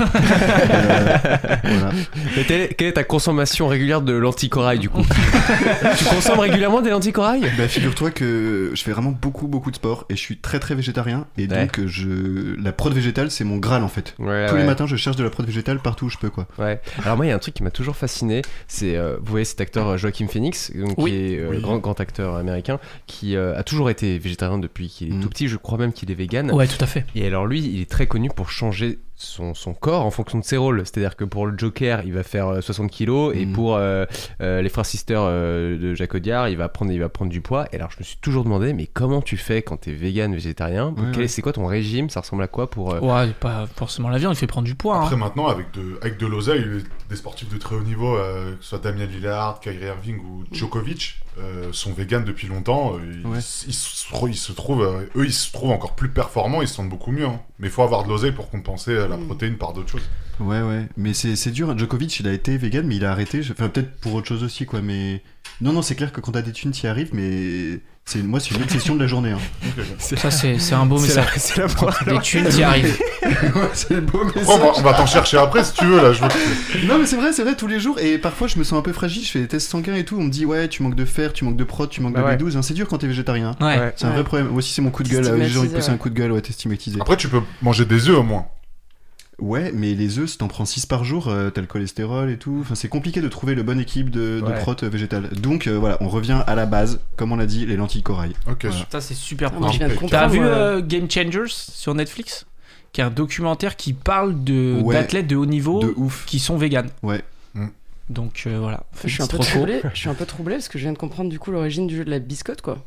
Euh, voilà.
Mais quelle est, quelle est ta consommation régulière de l'anticorail du coup Tu consommes régulièrement des lentilles corail
Bah figure-toi que je fais vraiment beaucoup beaucoup de sport et je suis très très végétarien et
Ouais.
donc euh, je la prod végétale c'est mon graal en fait.
Ouais,
Tous
ouais.
les matins je cherche de la prod végétale partout où je peux quoi.
Ouais. Alors moi, il y a un truc qui m'a toujours fasciné, c'est euh, vous voyez cet acteur euh, Joaquin Phoenix, donc,
Oui.
qui est euh,
Oui.
grand grand acteur américain, qui euh, a toujours été végétarien depuis qu'il est
Mm.
tout petit. Je crois même qu'il est vegan.
Ouais, tout à fait.
Et alors lui, il est très connu pour changer son, son corps en fonction de ses rôles. C'est-à-dire que pour le Joker, il va faire euh, 60 kilos, et
Mm.
pour euh, euh, les frères sisters euh, de Jacques Audiard, il va prendre il va prendre du poids. Et alors je me suis toujours demandé, mais comment tu fais quand t'es vegan végétarien
Ouais,
Quel
ouais.
est c'est quoi ton régime Ça ressemble à quoi pour euh,
Ouais, pas forcément la viande, il fait prendre du poids. hein.
Après maintenant, avec de, avec de l'oseille, les- des sportifs de très haut niveau, euh, que ce soit Damien Lillard, Kyrie Irving ou
Mm.
Djokovic, euh, sont véganes depuis longtemps. euh, ils,
Ouais.
ils se, tro- ils se trouvent, euh, eux, ils se trouvent encore plus performants, ils se sentent beaucoup mieux. hein. Mais il faut avoir de l'oseille pour compenser euh, la
Mm.
protéine par d'autres choses.
Ouais ouais mais c'est c'est dur. Djokovic il a été vegan mais il a arrêté. Je- Enfin peut-être pour autre chose aussi quoi mais non non c'est clair que quand t'as des thunes t'y arrives mais c'est moi c'est une obsession de la journée. Hein.
Donc, euh,
Ça, c'est c'est un beau
C'est la,
message.
c'est la
Quand
pro-
t'as des thunes, t'y arrives.
Ouais, c'est beau
après, on va, on va t'en chercher après si tu veux là. Je veux...
Non mais c'est vrai, c'est vrai tous les jours et parfois je me sens un peu fragile, je fais des tests sanguins et tout, on me dit ouais tu manques de fer, tu manques de prot, tu manques
Bah ouais.
de B12, hein. c'est dur quand t'es végétarien. hein.
Ouais.
Ouais.
C'est un
Ouais.
vrai problème. Moi aussi c'est mon coup de gueule, euh, j'ai envie de
Stigmatisé,
passer un
ouais.
coup de gueule, ouais t'es stigmatisé.
Après, tu peux manger des œufs au moins.
Ouais mais les œufs si t'en prends 6 par jour, euh, t'as le cholestérol et tout, enfin c'est compliqué de trouver le bon équilibre de, de
Ouais.
prot euh, végétale. Donc euh, voilà, on revient à la base, comme on l'a dit, les lentilles corail.
Ok.
Voilà.
Ça, c'est super
Ah, moi, je viens de
T'as
T'as
comprendre,
vu
euh,
euh, Game Changers sur Netflix Qui est un documentaire qui parle de-
Ouais.
d'athlètes de haut niveau
De ouf.
qui sont véganes.
Ouais.
Mm.
Donc euh, voilà, on fait
Je suis,
une
un peu
petite reco.
troublé, je suis un peu troublé parce que je viens de comprendre du coup l'origine du jeu de la biscotte quoi.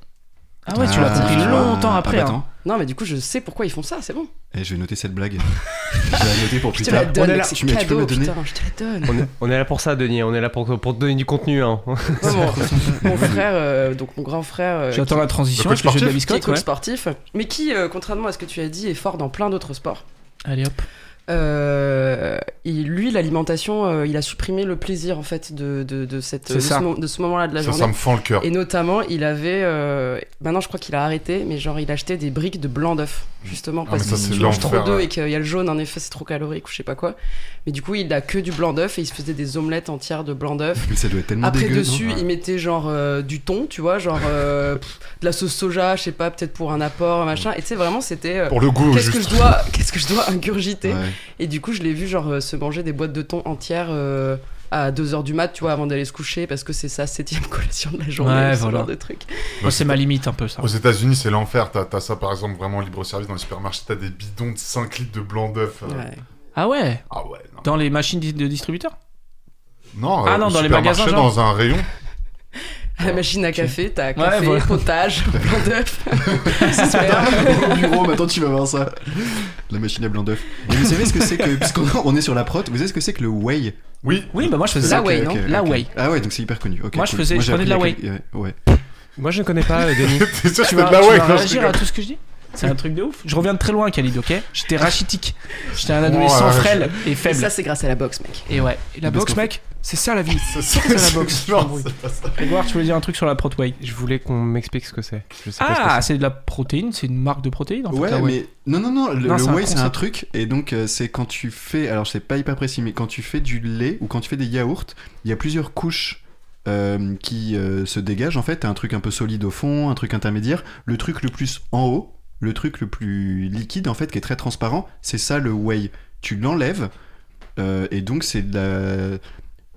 Ah ouais, tu l'as
Ah,
compris
tu vois.
longtemps
Ah,
après.
bah,
hein.
attends.
Non mais du coup je sais pourquoi ils font ça, c'est bon.
Eh, je vais noter cette blague. je vais la noter pour
Je
plus
te
tard.
la donne,
On est là.
mec, c'est
Tu, me- tu peux me
cadeau,
la donner
putain, je te la donne.
on, est, on est là pour ça, Denis. On est là pour, pour te donner du contenu. Hein.
Vraiment. mon frère, euh, donc mon grand frère, euh,
J'attends la transition
Le coach
avec le jeu de la
sportif
qui est
biscotte.
coach
Ouais.
sportif, mais qui, euh, contrairement à ce que tu as dit, est fort dans plein d'autres sports.
Allez hop.
Euh, et lui, l'alimentation, euh, il a supprimé le plaisir en fait de, de, de cette,
C'est
de
ça.
ce, mo- de ce moment-là de la
Ça,
journée.
ça me fend le cœur.
Et notamment, il avait. euh, Maintenant, je crois qu'il a arrêté, mais genre, il achetait des briques de blanc d'œuf, justement,
Ah,
parce
mais ça,
qu'il
c'est
mange
l'enfer,
trop d'œufs
ouais.
et qu'il y a le jaune, en effet, c'est trop calorique ou je sais pas quoi. Mais du coup, il a que du blanc d'œuf et il se faisait des omelettes entières de blanc d'œuf.
Mais ça doit être tellement
Après,
dégueu, non
dessus,
hein.
il mettait genre euh, du thon, tu vois, genre euh, pff, de la sauce soja, je sais pas, peut-être pour un apport, machin. Et tu sais, vraiment, c'était. euh,
Pour le goût,
Qu'est-ce que,
juste.
je dois, qu'est-ce que je dois ingurgiter
Ouais.
Et du coup, je l'ai vu genre euh, se manger des boîtes de thon entières euh, à 2h du mat, tu vois, avant d'aller se coucher, parce que c'est sa septième collation de la journée,
Ouais,
ce
voilà.
genre de truc.
Moi, Oh, c'est ma limite un peu ça.
Aux États-Unis, c'est l'enfer. T'as t'as ça par exemple vraiment libre service dans les supermarchés. T'as des bidons de 5 litres de blanc d'œuf. euh.
Ouais.
Ah ouais
Ah ouais, non.
Dans les machines di- de distributeurs
Non,
Ah
euh,
non,
au
dans les
supermarché,
magasins, genre.
dans un rayon.
À la machine à café, t'as café,
voilà.
potage, blanc d'œuf.
Au bureau, maintenant tu vas voir ça. La machine à blanc d'œuf. Et vous savez ce que c'est que. Puisqu'on on est sur la prot, vous savez ce que c'est que le whey
Oui.
Oui, bah moi je faisais
La
ça.
Ok,
whey,
ok,
non
ok.
La whey.
Ah ouais, donc c'est hyper connu. ok,
Moi, je
cool.
faisais- je
j'ai
prenais de
appris
la
il y a quelques- Ouais.
Moi, je ne connais pas, euh, Denis.
T'es sûr que
Tu
c'était
vas,
de la
tu
whey
vas
non, Bah je
réagir à
rigole.
tout ce que je dis C'est un truc de ouf. Je reviens de très loin, Khalid, ok J'étais rachitique. J'étais un
Oh,
adolescent
la vache.
frêle et
Et
faible.
ça, c'est grâce à la boxe, mec.
Et ouais. Et la
Parce
boxe,
qu'en
mec, c'est ça la vie.
C'est
C'est ça la boxe. je
Non,
t'embrouille.
c'est pas ça.
Edouard, tu voulais dire un truc sur la protway
Je voulais qu'on m'explique ce que c'est. Je sais pas ce que
Ah, c'est de la protéine, c'est une marque de protéine en fait.
Ouais,
la whey.
mais non, non, non, le,
Non,
le
c'est un
whey c'est un
concept.
truc, et donc euh, c'est quand tu fais, alors c'est pas hyper précis, mais quand tu fais du lait ou quand tu fais des yaourts, il y a plusieurs couches euh, qui euh, se dégagent en fait. T'as un truc un peu solide au fond, un truc intermédiaire, le truc le plus en haut, le truc le plus liquide en fait, qui est très transparent, c'est ça le whey. Tu l'enlèves, euh, et donc c'est de la.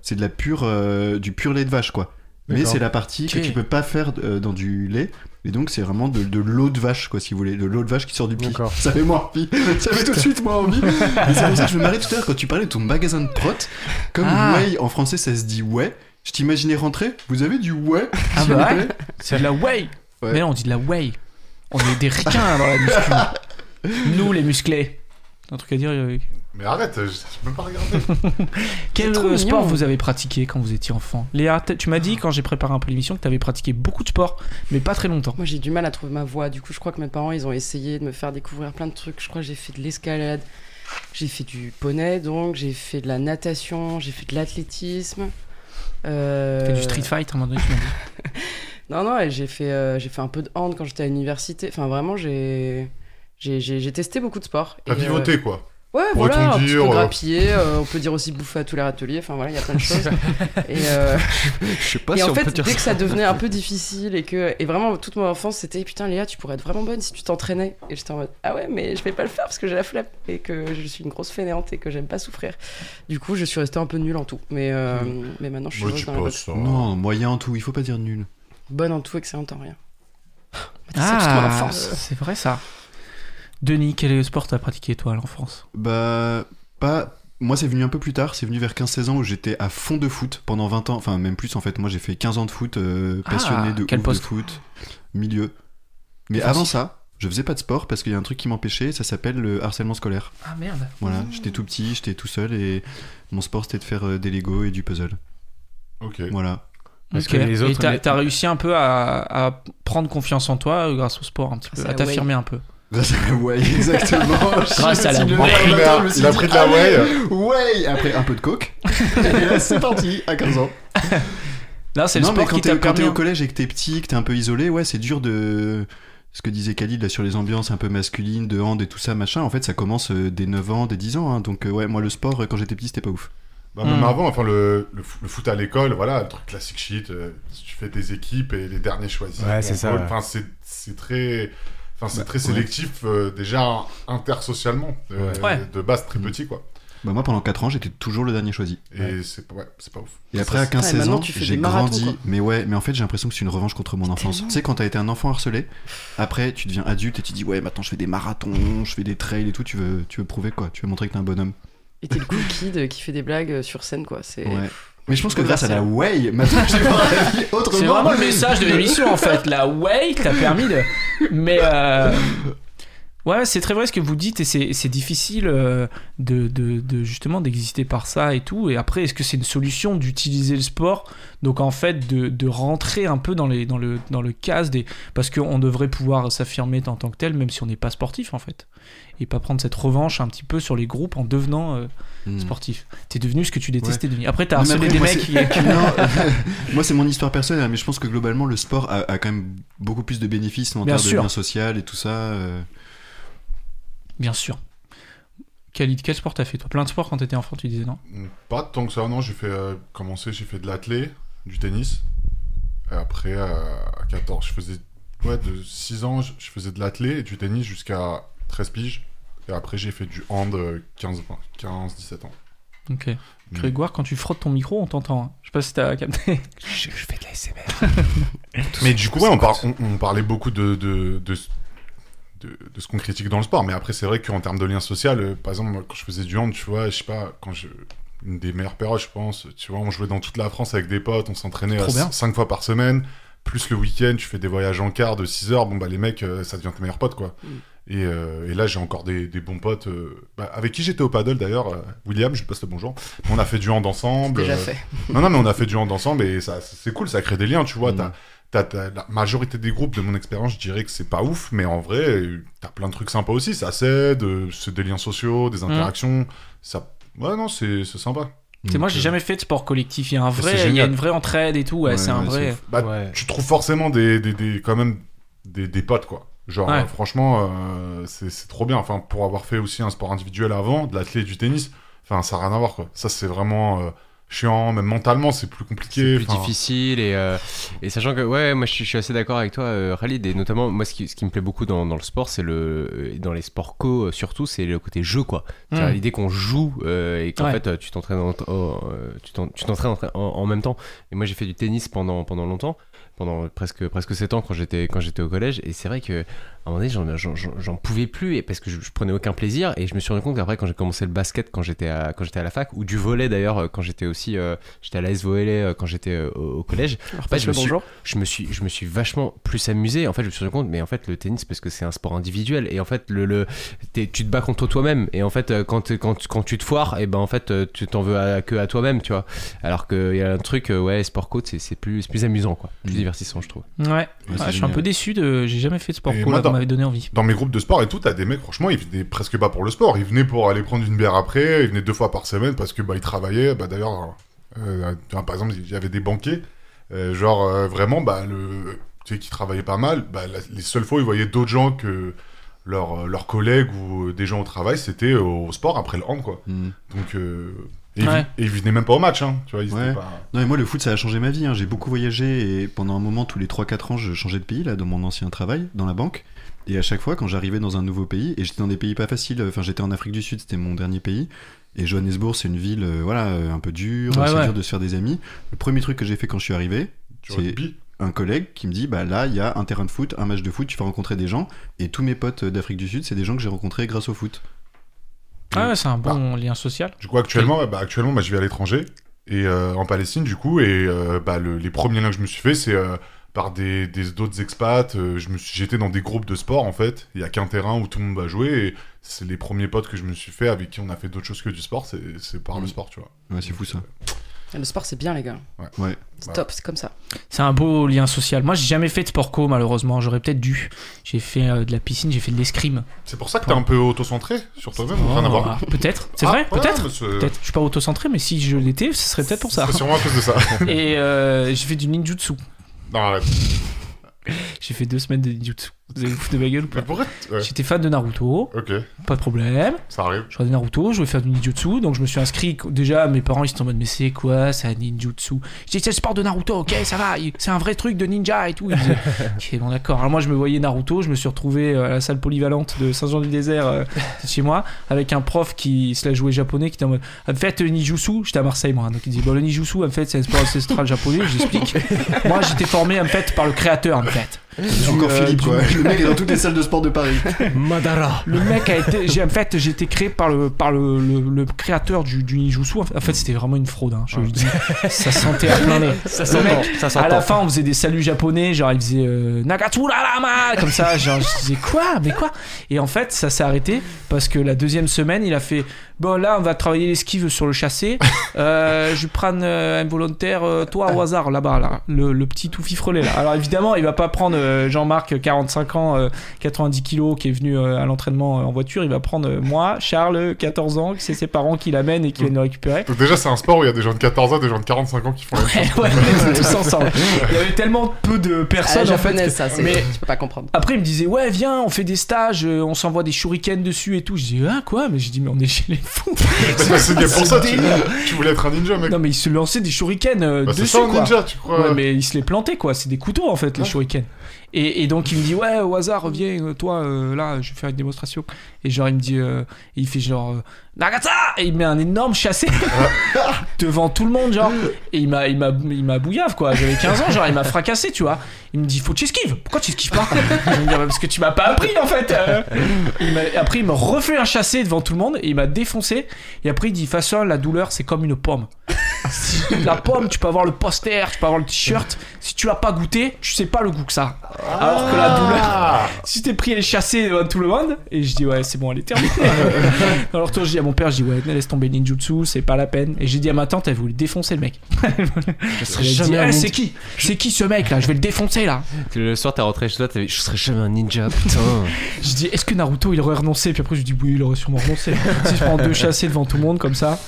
C'est de la pure, euh, du pur lait de vache, quoi. Mais
D'accord.
c'est la partie
Ok.
que tu peux pas faire euh, dans du lait. Et donc, c'est vraiment de, de l'eau de vache, quoi, si vous voulez. De l'eau de vache qui sort du pied.
D'accord.
Ça fait moins envie. Ça fait tout de suite moins envie. Mais c'est pour ça que je me marrais tout à l'heure quand tu parlais de ton magasin de prot. Comme
Ah.
whey, en français, ça se dit ouais. Je t'imaginais rentrer. Vous avez du whey
Ah
s'il vous
bah
plaît
ouais. C'est de la whey.
Ouais.
Mais non, on dit de la whey. On est des ricains dans la muscu. Nous, les musclés. Un truc à dire. euh,
Mais arrête, je je peux pas regarder.
Quel
trop
euh, sport
mignon.
vous avez pratiqué quand vous étiez enfant Léa, t- tu m'as dit quand j'ai préparé un peu l'émission que tu avais pratiqué beaucoup de sports, mais pas très longtemps.
Moi, j'ai du mal à trouver ma voie. Du coup, je crois que mes parents, ils ont essayé de me faire découvrir plein de trucs. Je crois que j'ai fait de l'escalade, j'ai fait du poney, donc j'ai fait de la natation, j'ai fait de l'athlétisme. Euh...
T'as fait du street fight à un moment donné, tu m'as dit.
Non, non, et j'ai fait, euh, j'ai fait un peu de hand quand j'étais à l'université. Enfin, vraiment, j'ai. J'ai, j'ai- j'ai testé beaucoup de sports.
T'as
Et, euh,
vivoté, quoi.
Ouais,
Pour
voilà, un petit
rebondir,
peu
euh.
grappiller, euh, on peut dire aussi bouffer à tous les râteliers, enfin voilà, il y a plein de choses. et euh,
Je sais pas
et
si
en
on
fait,
peut dire
dès que ça devenait un peu difficile et que et vraiment toute mon enfance, c'était eh, putain Léa, tu pourrais être vraiment bonne si tu t'entraînais. Et j'étais en mode ah ouais, mais je vais pas le faire parce que j'ai la flemme et que je suis une grosse fainéante et que j'aime pas souffrir. Du coup, je suis restée un peu nulle en tout, mais euh, mais maintenant je suis
Moi,
heureuse
Hmm. tu
dans la boxe.
passes. hein.
Non, moyen en tout. Il faut pas dire nul.
bonne en tout, excellente en rien.
Ah,
Ah,
c'est vrai ça. Denis, quel sport t'as pratiqué toi à l'enfance
Bah, pas. Moi, c'est venu un peu plus tard. C'est venu vers 15-16 ans où j'étais à fond de foot pendant 20 ans. Enfin, même plus en fait. Moi, j'ai fait 15 ans de foot, euh, passionné
Ah,
de,
quel
ouf
poste
de foot, milieu. Mais
Offensif.
avant ça, je faisais pas de sport parce qu'il y a un truc qui m'empêchait. Ça s'appelle le harcèlement scolaire.
Ah merde.
Voilà, j'étais tout petit, j'étais tout seul et mon sport c'était de faire euh, des Lego et du puzzle.
Ok.
Voilà.
Parce que les
Et
autres,
t'as
les-
t'as réussi un peu à, à prendre confiance en toi euh, grâce au sport, un petit peu,
Grâce à
à
la
t'affirmer un peu.
ouais, exactement.
Grâce à la
Il a pris de la- il a pris de la whey.
Ouais, après un peu de coke. Et là, c'est parti, à 15 ans.
Là, c'est le
Non, mais
sport
quand
qui
t'es
t'a
quand t'es
permis. hein.
au collège et que t'es petit, que t'es un peu isolé, ouais, c'est dur de. Ce que disait Khalid là sur les ambiances un peu masculines, de hand et tout ça, machin, en fait, ça commence euh, dès 9 ans, dès 10 ans. hein. Donc, euh, ouais, moi, le sport, euh, quand j'étais petit, c'était pas ouf.
Bah, même
Hmm.
avant, enfin, le, le, fo- le foot à l'école, voilà, le truc classique shit, euh, tu fais tes équipes et les derniers choisis.
Ouais,
ton
c'est ça,
goal.
ouais.
Enfin, c'est, c'est très, enfin, c'est
Bah,
très
ouais.
sélectif, euh, déjà intersocialement, euh,
Ouais.
de base très
Mm.
petit, quoi.
Bah, moi, pendant 4 ans, j'étais toujours le dernier choisi.
Et c'est, pas- ouais, c'est pas ouf.
Et
Ça,
après, à
c'est-
15
Ouais,
16
maintenant,
ans,
tu fais des
j'ai
marathons,
grandi.
quoi.
Mais ouais, mais en fait, j'ai l'impression que c'est une revanche contre mon enfance.
Tellement.
Tu sais, quand t'as été un enfant harcelé, après, tu deviens adulte et tu dis, ouais, maintenant, je fais des marathons, je fais des trails et tout. Tu veux, tu veux prouver quoi Tu veux montrer que t'es un bonhomme.
Et t'es le cool kid euh, qui fait des blagues euh, sur scène, quoi. C'est...
Ouais. Mais je pense que
Faut
grâce à
faire
la
ça.
way, maintenant, je vois la vie autrement.
C'est vraiment le message de l'émission en fait. La way t'a permis de. Mais. euh, Ouais, c'est très vrai ce que vous dites et c'est c'est difficile euh, de, de- de- justement d'exister par ça et tout. Et après, est-ce que c'est une solution d'utiliser le sport Donc en fait, de, de rentrer un peu dans, les, dans, le, dans le casse des. Parce qu'on devrait pouvoir s'affirmer en tant que tel, même si on n'est pas sportif en fait. Et pas prendre cette revanche un petit peu sur les groupes en devenant euh,
Hmm.
sportif. T'es devenu ce que tu détestais, Denis. Après, t'as
Non, mais
harcelé
après,
des
moi,
mecs.
c'est-
qui-
Non, moi c'est mon histoire personnelle, hein, mais je pense que globalement le sport a, a quand même beaucoup plus de bénéfices en
Bien
termes de
sûr.
lien social et tout ça. euh.
Bien sûr. Khalid, quel sport t'as fait toi Plein de sports quand t'étais enfant, tu disais non
Pas tant que ça, non. J'ai fait euh, commencer, j'ai fait de l'athlé, du tennis. Et après, euh, à 14, je faisais ouais, de 6 ans, je je faisais de l'athlé et du tennis jusqu'à 13 piges. Et après, j'ai fait du hand euh, 15, 15 17 ans.
Ok. Grégoire, quand tu frottes ton micro, on t'entend. hein. Je sais pas si t'as capté.
Je, je fais de la SMR.
Mais du coup, ouais, on, par- on- on parlait beaucoup de, de, de, ce- de- de ce qu'on critique dans le sport. Mais après, c'est vrai qu'en termes de lien social, euh, par exemple, moi, quand je faisais du hand, tu vois, je sais pas, quand je, une des meilleures périodes, je pense. Tu vois, on jouait dans toute la France avec des potes, on s'entraînait
Trop bien.
5 fois par semaine, plus le week-end, tu fais des voyages en quart de 6 heures. Bon, bah, les mecs, euh, ça devient tes meilleurs potes, quoi.
Mm.
Et, euh, et là, j'ai encore des, des bons potes euh, bah, avec qui j'étais au paddle d'ailleurs. euh, William, je lui passe le bonjour. On a fait du hand ensemble.
Déjà
euh,
fait.
non, non, mais on a fait du hand ensemble et ça, c'est cool, ça crée des liens, tu vois.
Mm.
T'as- t'as- t'as- la majorité des groupes, de mon expérience, je dirais que c'est pas ouf, mais en vrai, euh, t'as plein de trucs sympas aussi. Ça s'aide, euh, c'est des liens sociaux,
Mm.
des interactions. Ça... Ouais, non, c'est c'est sympa.
C'est moi,
Donc,
j'ai
euh,
jamais fait de sport collectif. Il y a un vrai,
c'est
il y a
génial.
une vraie entraide et tout. Ouais,
Ouais,
c'est un
ouais,
vrai. Hum.
c'est-
Bah,
Ouais.
Tu trouves forcément des, des, des- quand même des, des potes, quoi. Genre,
Ouais.
euh, franchement, euh, c'est c'est trop bien. Enfin, pour avoir fait aussi un sport individuel avant, de l'athlète et du tennis, enfin, ça n'a rien à voir, quoi. Ça, c'est vraiment euh, chiant, même mentalement, c'est plus compliqué.
C'est plus
Enfin,
difficile et, euh, et sachant que ouais moi je suis, je suis assez d'accord avec toi euh, Khalid et notamment moi ce qui, ce qui me plaît beaucoup dans, dans le sport c'est le et dans les sports co euh, surtout c'est le côté jeu quoi C'est-à-dire
Mm.
l'idée qu'on joue euh, et qu'en
Ouais.
fait euh, tu t'entraînes en, en- euh, tu t'en- tu t'entraînes en, en- en même temps et moi j'ai fait du tennis pendant pendant longtemps pendant presque presque 7 ans quand j'étais quand j'étais au collège et c'est vrai que à un moment donné, j'en- j'en- j'en j'en pouvais plus et parce que je, je prenais aucun plaisir et je me suis rendu compte qu'après quand j'ai commencé le basket quand j'étais à quand j'étais à la fac ou du volet d'ailleurs euh, quand j'étais aussi euh, j'étais à la volet euh, quand j'étais euh, au, au collège
Alors,
fait, je me suis-
bonjour.
je me suis je me suis vachement plus amusé en fait je me suis rendu compte mais en fait le tennis parce que c'est un sport individuel et en fait le, le t'es- tu te bats contre toi-même et en fait euh, quand t'es- quand tu- quand tu te foires et ben en fait euh, tu t'en veux à- que à toi-même tu vois alors qu'il y a un truc euh, ouais sport coach c'est- c'est plus c'est plus amusant quoi plus
Mhm.
divertissant je trouve
Ouais.
c'est
Ouais, je suis un
génial.
peu déçu de. J'ai jamais fait de sport
Et
co.
moi,
Là, vous
dans-
m'avez donné envie.
dans mes groupes de sport et tout, t'as des mecs, franchement, ils venaient presque pas pour le sport. Ils venaient pour aller prendre une bière après, ils venaient deux fois par semaine parce que bah, ils travaillaient. Bah, D'ailleurs, euh, tu vois, par exemple, il y avait des banquets, euh, genre euh, vraiment, bah, le, tu sais, qui travaillaient pas mal. Bah, la- les seules fois où ils voyaient d'autres gens que leurs euh, leurs collègues ou euh, des gens au travail, c'était au sport après le hand, quoi.
hmm.
Donc, euh, et, ils-
Ouais.
et ils venaient même pas au match, hein, tu vois, ils
Ouais.
étaient pas.
Non, mais moi, le foot, ça a changé ma vie. hein. J'ai beaucoup voyagé et pendant un moment, tous les 3-4 ans, je changeais de pays, là, dans mon ancien travail, dans la banque. Et à chaque fois, quand j'arrivais dans un nouveau pays, et j'étais dans des pays pas faciles, enfin, j'étais en Afrique du Sud, c'était mon dernier pays. Et Johannesburg, c'est une ville, euh, voilà, euh, un peu dure,
Ouais,
c'est
ouais.
dur de se faire des amis. Le premier truc que j'ai fait quand je suis arrivé,
Tu
C'est-
vois, rugby.
un collègue qui me dit bah là il y a un terrain de foot, un match de foot, tu vas rencontrer des gens et tous mes potes euh, d'Afrique du Sud c'est des gens que j'ai rencontrés grâce au foot.
Ah, ouais, c'est un bon lien social.
Du coup, actuellement, bah, actuellement bah, je vais à l'étranger, et euh, en Palestine, du coup, et euh, bah, le- les premiers liens que je me suis fait, c'est euh, par des des- d'autres expats. euh, je me suis- J'étais dans des groupes de sport, en fait. Il n'y a qu'un terrain où tout le monde va jouer, et c'est les premiers potes que je me suis fait avec qui on a fait d'autres choses que du sport, c'est c'est par le
Mm.
sport, tu vois.
Ouais c'est fou ça.
Le sport, c'est bien, les gars.
Ouais.
C'est top, c'est comme ça.
C'est un beau lien social. Moi, j'ai jamais fait de sport co, malheureusement. J'aurais peut-être dû. J'ai fait euh, de la piscine, j'ai fait de l'escrime.
C'est pour ça que t'es un peu auto-centré sur toi-même, rien à
Oh.
voir.
Ah, peut-être. C'est
Ah,
vrai,
ouais,
peut-être.
mais c'est-
Peut-être. Je suis pas auto-centré, mais si je l'étais, ce serait peut-être pour ça.
C'est sûrement à cause de ça.
Et euh, j'ai fait du ninjutsu.
non, arrête.
J'ai fait deux semaines de ninjutsu. Vous avez foutu de ma gueule ou
Mais
pas
pourquoi t- ouais,
J'étais fan de Naruto,
Ok,
pas de problème.
ça arrive.
Je regardais Naruto, je voulais faire du ninjutsu, donc je me suis inscrit. Déjà, mes parents ils étaient en mode, mais c'est quoi ça, ninjutsu J'ai dit, c'est le sport de Naruto, ok, ça va, il- c'est un vrai truc de ninja et tout. Ils disaient, ok, bon, d'accord. Alors moi, je me voyais Naruto, je me suis retrouvé euh, à la salle polyvalente de Saint-Jean-du-Désert, euh, chez moi, avec un prof qui se la jouait japonais, qui était en mode, en fait, le ninjutsu, j'étais à Marseille, moi, hein, donc il dit, bon, le ninjutsu, en fait, c'est un sport ancestral japonais, j'explique. moi, j'étais formé, en fait, par le créateur, en fait.
Encore
euh,
Philippe
du-
quoi. Le mec est dans toutes les salles de sport de Paris.
Madara
Le mec a été. j'ai- En fait, j'ai été créé par le, par le, le, le créateur du, du ninjutsu. En fait, c'était vraiment une fraude, hein, je vous le dis. Ça sentait à plein nez.
Ah. ça
Le mec,
s'entend ça
À la
s'entend
fin, on faisait des saluts japonais, genre il faisait euh, Nagatsura Rama, comme ça. Genre, je disais quoi Mais quoi Et en fait, ça s'est arrêté parce que la deuxième semaine, il a fait Bon, là, on va travailler l'esquive sur le chassé. Euh, je vais prendre euh, un volontaire, euh, toi au hasard, là-bas, là, le, le petit tout fifrelé. Là. Alors évidemment, il va pas prendre euh, Jean-Marc, 45 ans, euh, 90 kilos, qui est venu euh, à l'entraînement euh, en voiture. Il va prendre euh, moi, Charles, 14 ans, que c'est ses parents qui l'amènent et qui viennent le récupérer.
Donc, déjà, c'est un sport où il y a des gens de 14 ans, des gens de 45 ans qui font la même chose.
Ouais, on était tous ensemble. Il y avait tellement peu de
À la
personnes en fait.
japonaise, ça, c'est.
Mais-
Je peux pas comprendre.
Après, il me disait, ouais, viens, on fait des stages, euh, on s'envoie des shurikens dessus et tout. Je dis, ah, quoi Mais j'ai dit, mais on est chez les fous.
Mais Bah, C'est bien pour
Ce
ça, tu,
délire.
tu voulais être un ninja, mec.
Non, mais ils se lançaient des shurikens euh,
Bah, c'est
dessus.
ça, un
quoi.
ninja, tu crois.
Ouais, mais il se les plantait, quoi. C'est des couteaux, en fait, les
Ouais.
shurikens. Et, et donc, il me dit, ouais, au hasard, viens, euh, toi, euh, là, je vais faire une démonstration. Et genre, il me dit, euh, et il fait genre, euh, Nagata Et il met un énorme chassé devant tout le monde, genre. Et il m'a, il m'a, il m'a bouillave, quoi. J'avais 15 ans, genre, il m'a fracassé, tu vois. Il me dit, faut que tu esquives. Pourquoi tu esquives pas Je lui dis, Bah, Parce que tu m'as pas appris, en fait. euh. Il m'a- après, il m'a refait un chassé devant tout le monde et il m'a défoncé défoncer. Et après, il dit, de toute façon, la douleur, c'est comme une pomme. Si- la pomme, tu peux avoir le poster, tu peux avoir le t-shirt. Si tu l'as pas goûté, tu sais pas le goût que ça. a. Alors que la douleur,
Ah,
si t'es pris à les chasser devant tout le monde, et je dis ouais, c'est bon, elle est terminée. Alors toi, je dis à mon père, je dis ouais, laisse tomber ninjutsu, c'est pas la peine. Et j'ai dit à ma tante, elle voulait défoncer le mec.
Je
Elle
serais
a dit,
jamais un
Eh,
ninja.
c'est qui C'est qui ce mec là Je vais le défoncer là.
Le soir, t'es rentré chez toi, t'as dit, je serais jamais un ninja, putain.
Je dis, est-ce que Naruto il aurait renoncé Puis après, je dis, oui, il aurait sûrement renoncé. si je prends deux chassés devant tout le monde comme ça,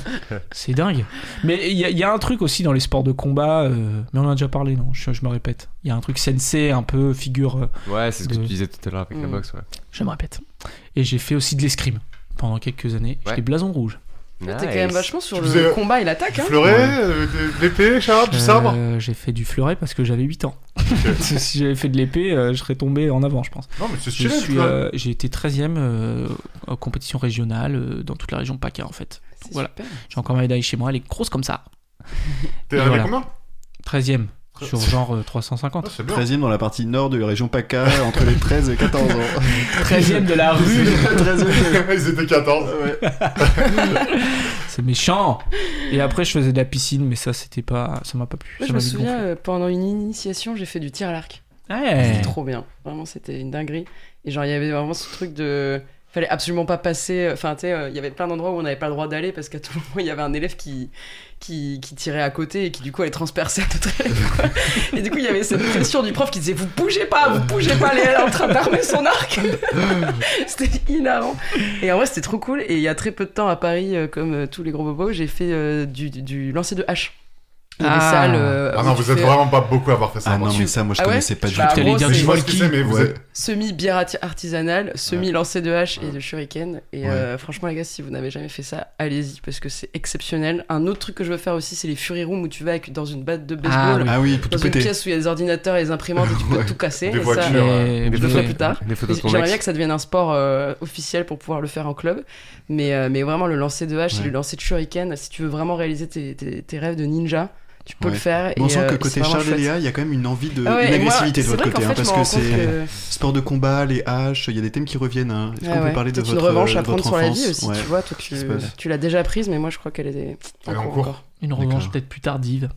c'est dingue. Mais il y, a- il y a un truc aussi dans les sports de combat, euh, mais on en a déjà parlé, non je, je me répète. Il y a un truc sensei, un peu figure. euh,
ouais, c'est ce que
Mm.
tu disais tout à l'heure avec la
Mm.
boxe, ouais.
je me répète. Et j'ai fait aussi de l'escrime pendant quelques années.
Ouais.
J'étais blason rouge.
T'es quand même vachement sur
Tu
le
faisais-
combat et l'attaque.
Du
Hein.
fleuret,
Ouais.
euh, de- de l'épée, Charles, du sabre
Euh, J'ai fait du fleuret parce que j'avais 8 ans. si j'avais fait de l'épée, euh, je serais tombé en avant, je pense.
Non, mais c'est
Je
stylé, le
suis,
fleuret.
euh, J'ai été 13ème euh, en compétition régionale euh, dans toute la région PACA en fait.
C'est
Voilà.
super.
J'ai encore ma médaille chez moi, elle est grosse comme ça.
T'es
et
arrivé
voilà.
combien
13ème sur genre euh,
Ah,
350.
C'est bien.
13e dans la partie nord de la région PACA entre les 13 et 14 ans.
Ah,
13ème de la rue.
13e.
Ils étaient 14.
C'est méchant. Et après je faisais de la piscine mais ça c'était pas ça m'a pas plu. Ça
Moi, je me
m'a vite
souviens, euh, pendant une initiation, j'ai fait du tir à l'arc.
gonflé. Ouais.
C'était trop bien. Vraiment, c'était une dinguerie. Et genre, il y avait vraiment ce truc de. Fallait absolument pas passer. Enfin, tu sais, euh, il y avait plein d'endroits où on n'avait pas le droit d'aller parce qu'à tout moment, il y avait un élève qui, qui, qui tirait à côté et qui, du coup, allait transpercer à d'autres élèves. quoi. Et du coup, il y avait cette pression du prof qui disait Vous bougez pas, vous bougez pas, elle est en train d'armer son arc. c'était hilarant. Et en vrai, c'était trop cool. Et il y a très peu de temps à Paris, euh, comme euh, tous les gros bobos, j'ai fait euh, du, du, du lancer de hache. Il y a des
Ah.
salles, euh,
Ah
où
non,
tu
vous êtes
fais-
vraiment pas beaucoup à avoir fait ça.
Ah
moi.
non,
Tu-
mais ça, moi je
Ah ouais
connaissais pas du
Bah,
tout.
T'es allé
gros,
dire
Je
du
sais
c'est-
pas ce que
Volki.
c'est, mais vous
Ouais.
êtes-
semi-bière arti- artisanale, semi-lancé de hache et de shuriken. Et
Ouais.
euh, franchement, les gars, si vous n'avez jamais fait ça, allez-y parce que c'est exceptionnel. Un autre truc que je veux faire aussi, c'est les Fury Room où tu vas avec, dans une batte de
Ah,
baseball,
oui.
Ah oui, pour
dans
tout
une
péter.
pièce où il y a des ordinateurs et des imprimantes et tu peux tout casser.
Des
et ça,
voitures.
et-
euh,
Et-
Des
je le
photos-
ferai plus tard.
Des photos de ton
J'aimerais
ex.
bien que ça devienne un sport euh, officiel pour pouvoir le faire en club, mais, euh, mais vraiment le lancer de hache et
Ouais.
le lancer de shuriken, si tu veux vraiment réaliser tes, tes- tes rêves de ninja, tu peux
Ouais.
le faire.
Mais on
et,
sent
euh,
que
et c'est
côté
vraiment
Charles et
chouette.
Léa, il y a quand même une envie de,
Ah ouais,
une
et moi,
agressivité de
c'est
votre
vrai
côté,
qu'en
hein,
fait, je
parce
me
que
rends compte
c'est
que-
sport de combat, les haches, il y a des thèmes qui reviennent. hein. Est-ce
Ouais,
qu'on
ouais.
peut parler de
Peut-être
votre euh,
une revanche à
votre
prendre sur la
enfance
vie aussi,
Ouais.
tu vois. Toi, tu,
qui se passe.
tu l'as déjà prise, mais moi, je crois qu'elle est en
Elle est en
cours.
cours.
encore.
Une
D'accord.
revanche peut-être plus tardive.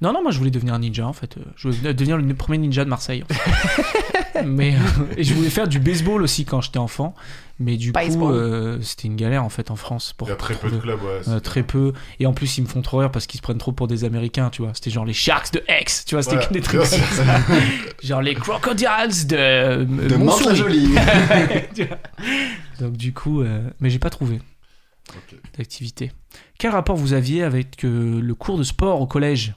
Non, non, moi je voulais devenir ninja en fait. Euh, Je voulais devenir le premier ninja de Marseille. en fait. mais euh, et je voulais faire du baseball aussi quand j'étais enfant. Mais du coup,
Baseball.
euh, c'était une galère en fait en France. Pour
Il y a très peu
trouver-
de clubs, ouais.
Euh,
c'est-
très peu. Et en plus, ils me font trop rire parce qu'ils se prennent trop pour des Américains, tu vois. C'était genre les Sharks de Aix, tu vois. C'était
Ouais.
que des trucs
Bien sûr.
comme ça. genre les Crocodiles de, euh,
De
Montsouris.
Mantes jolie.
Tu vois. Donc du coup, euh, mais j'ai pas trouvé
Ok.
d'activité. Quel rapport vous aviez avec euh, le cours de sport au collège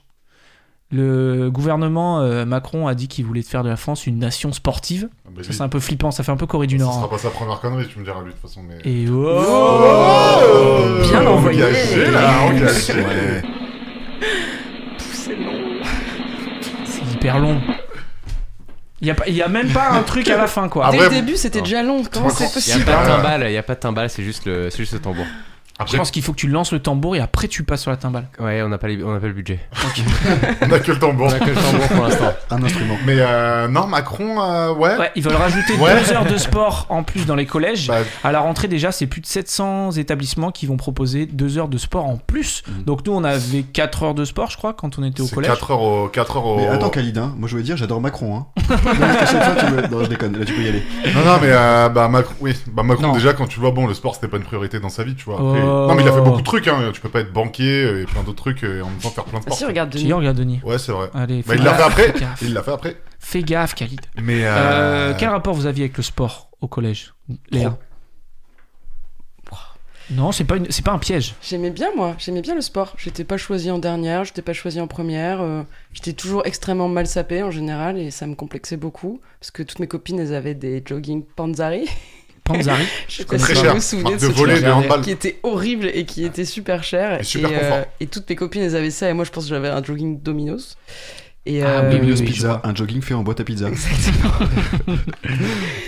Le gouvernement euh, Macron a dit qu'il voulait faire de la France une nation sportive.
Ah, bah,
Ça
lui,
c'est un peu flippant, ça fait un peu Corée du
ça
Nord.
sera
hein.
pas sa première connerie, tu me diras lui, de toute façon. Mais...
Et oh
Oh
Bien envoyé.
Engagé, là, engagé.
Ouais.
C'est long.
C'est hyper long. Il y a, pas- il y a même pas un truc à la fin quoi.
Ah,
Dès
vrai,
le début, c'était
non.
déjà long. Comment
Trois
c'est
grands-
Il n'y
possible
a pas de
Ah.
timbal, il y a pas de timbal, c'est juste le, c'est juste le tambour.
Je
Après,
pense qu'il faut que tu lances le tambour et après tu passes sur la timbale.
Ouais, on n'a pas, les- on n'a pas le budget.
on a que le tambour.
On n'a que le tambour pour l'instant.
Un instrument.
Mais euh, non, Macron, euh, ouais.
Ouais, ils veulent rajouter
Ouais.
deux heures de sport en plus dans les collèges.
Bah,
À la rentrée, déjà, c'est plus de 700 établissements qui vont proposer deux heures de sport en plus. Donc, nous, on avait quatre heures de sport, je crois, quand on était au
c'est
collège.
4 heures au. 4 heures au...
Mais attends, Khalid, hein, moi je voulais dire, j'adore Macron. Hein. non, parce que chaque fois, tu me- non, je déconne, là tu peux y aller.
Non, non, mais euh, bah, Macron, oui. bah, Macron
Non.
déjà, quand tu le vois, bon, le sport, c'était pas une priorité dans sa vie, tu vois. Après,
Oh.
Non, mais il a fait beaucoup de trucs, hein. Tu peux pas être banquier euh, et plein d'autres trucs euh, en même temps faire plein
Ah
de sports.
si, regarde
Qui
Denis.
regarde Denis
Ouais, c'est vrai.
Allez,
Bah, il l'a fait
gaffe.
après.
Fais gaffe.
Il l'a fait après.
Fais gaffe, Khalid.
Mais. euh,
Euh, quel rapport vous aviez avec le sport au collège, Léa Non, c'est pas, une- c'est pas un piège.
J'aimais bien, moi. J'aimais bien le sport. J'étais pas choisie en dernière, j'étais pas choisie en première. euh, j'étais toujours extrêmement mal sapée en général et ça me complexait beaucoup parce que toutes mes copines, elles avaient des jogging panzari.
Panzari.
Je sais pas
Très
si vous
cher.
vous souvenez
Marque
de ce
de
truc.
volet de handball.
qui était horrible et qui était super cher.
Et super confort.
et toutes mes copines, elles avaient ça. Et moi, je pense que j'avais un jogging Domino's. Et,
Ah
euh,
oui, oui,
Domino's
oui, je
Pizza,
vois.
un jogging fait en boîte à pizza.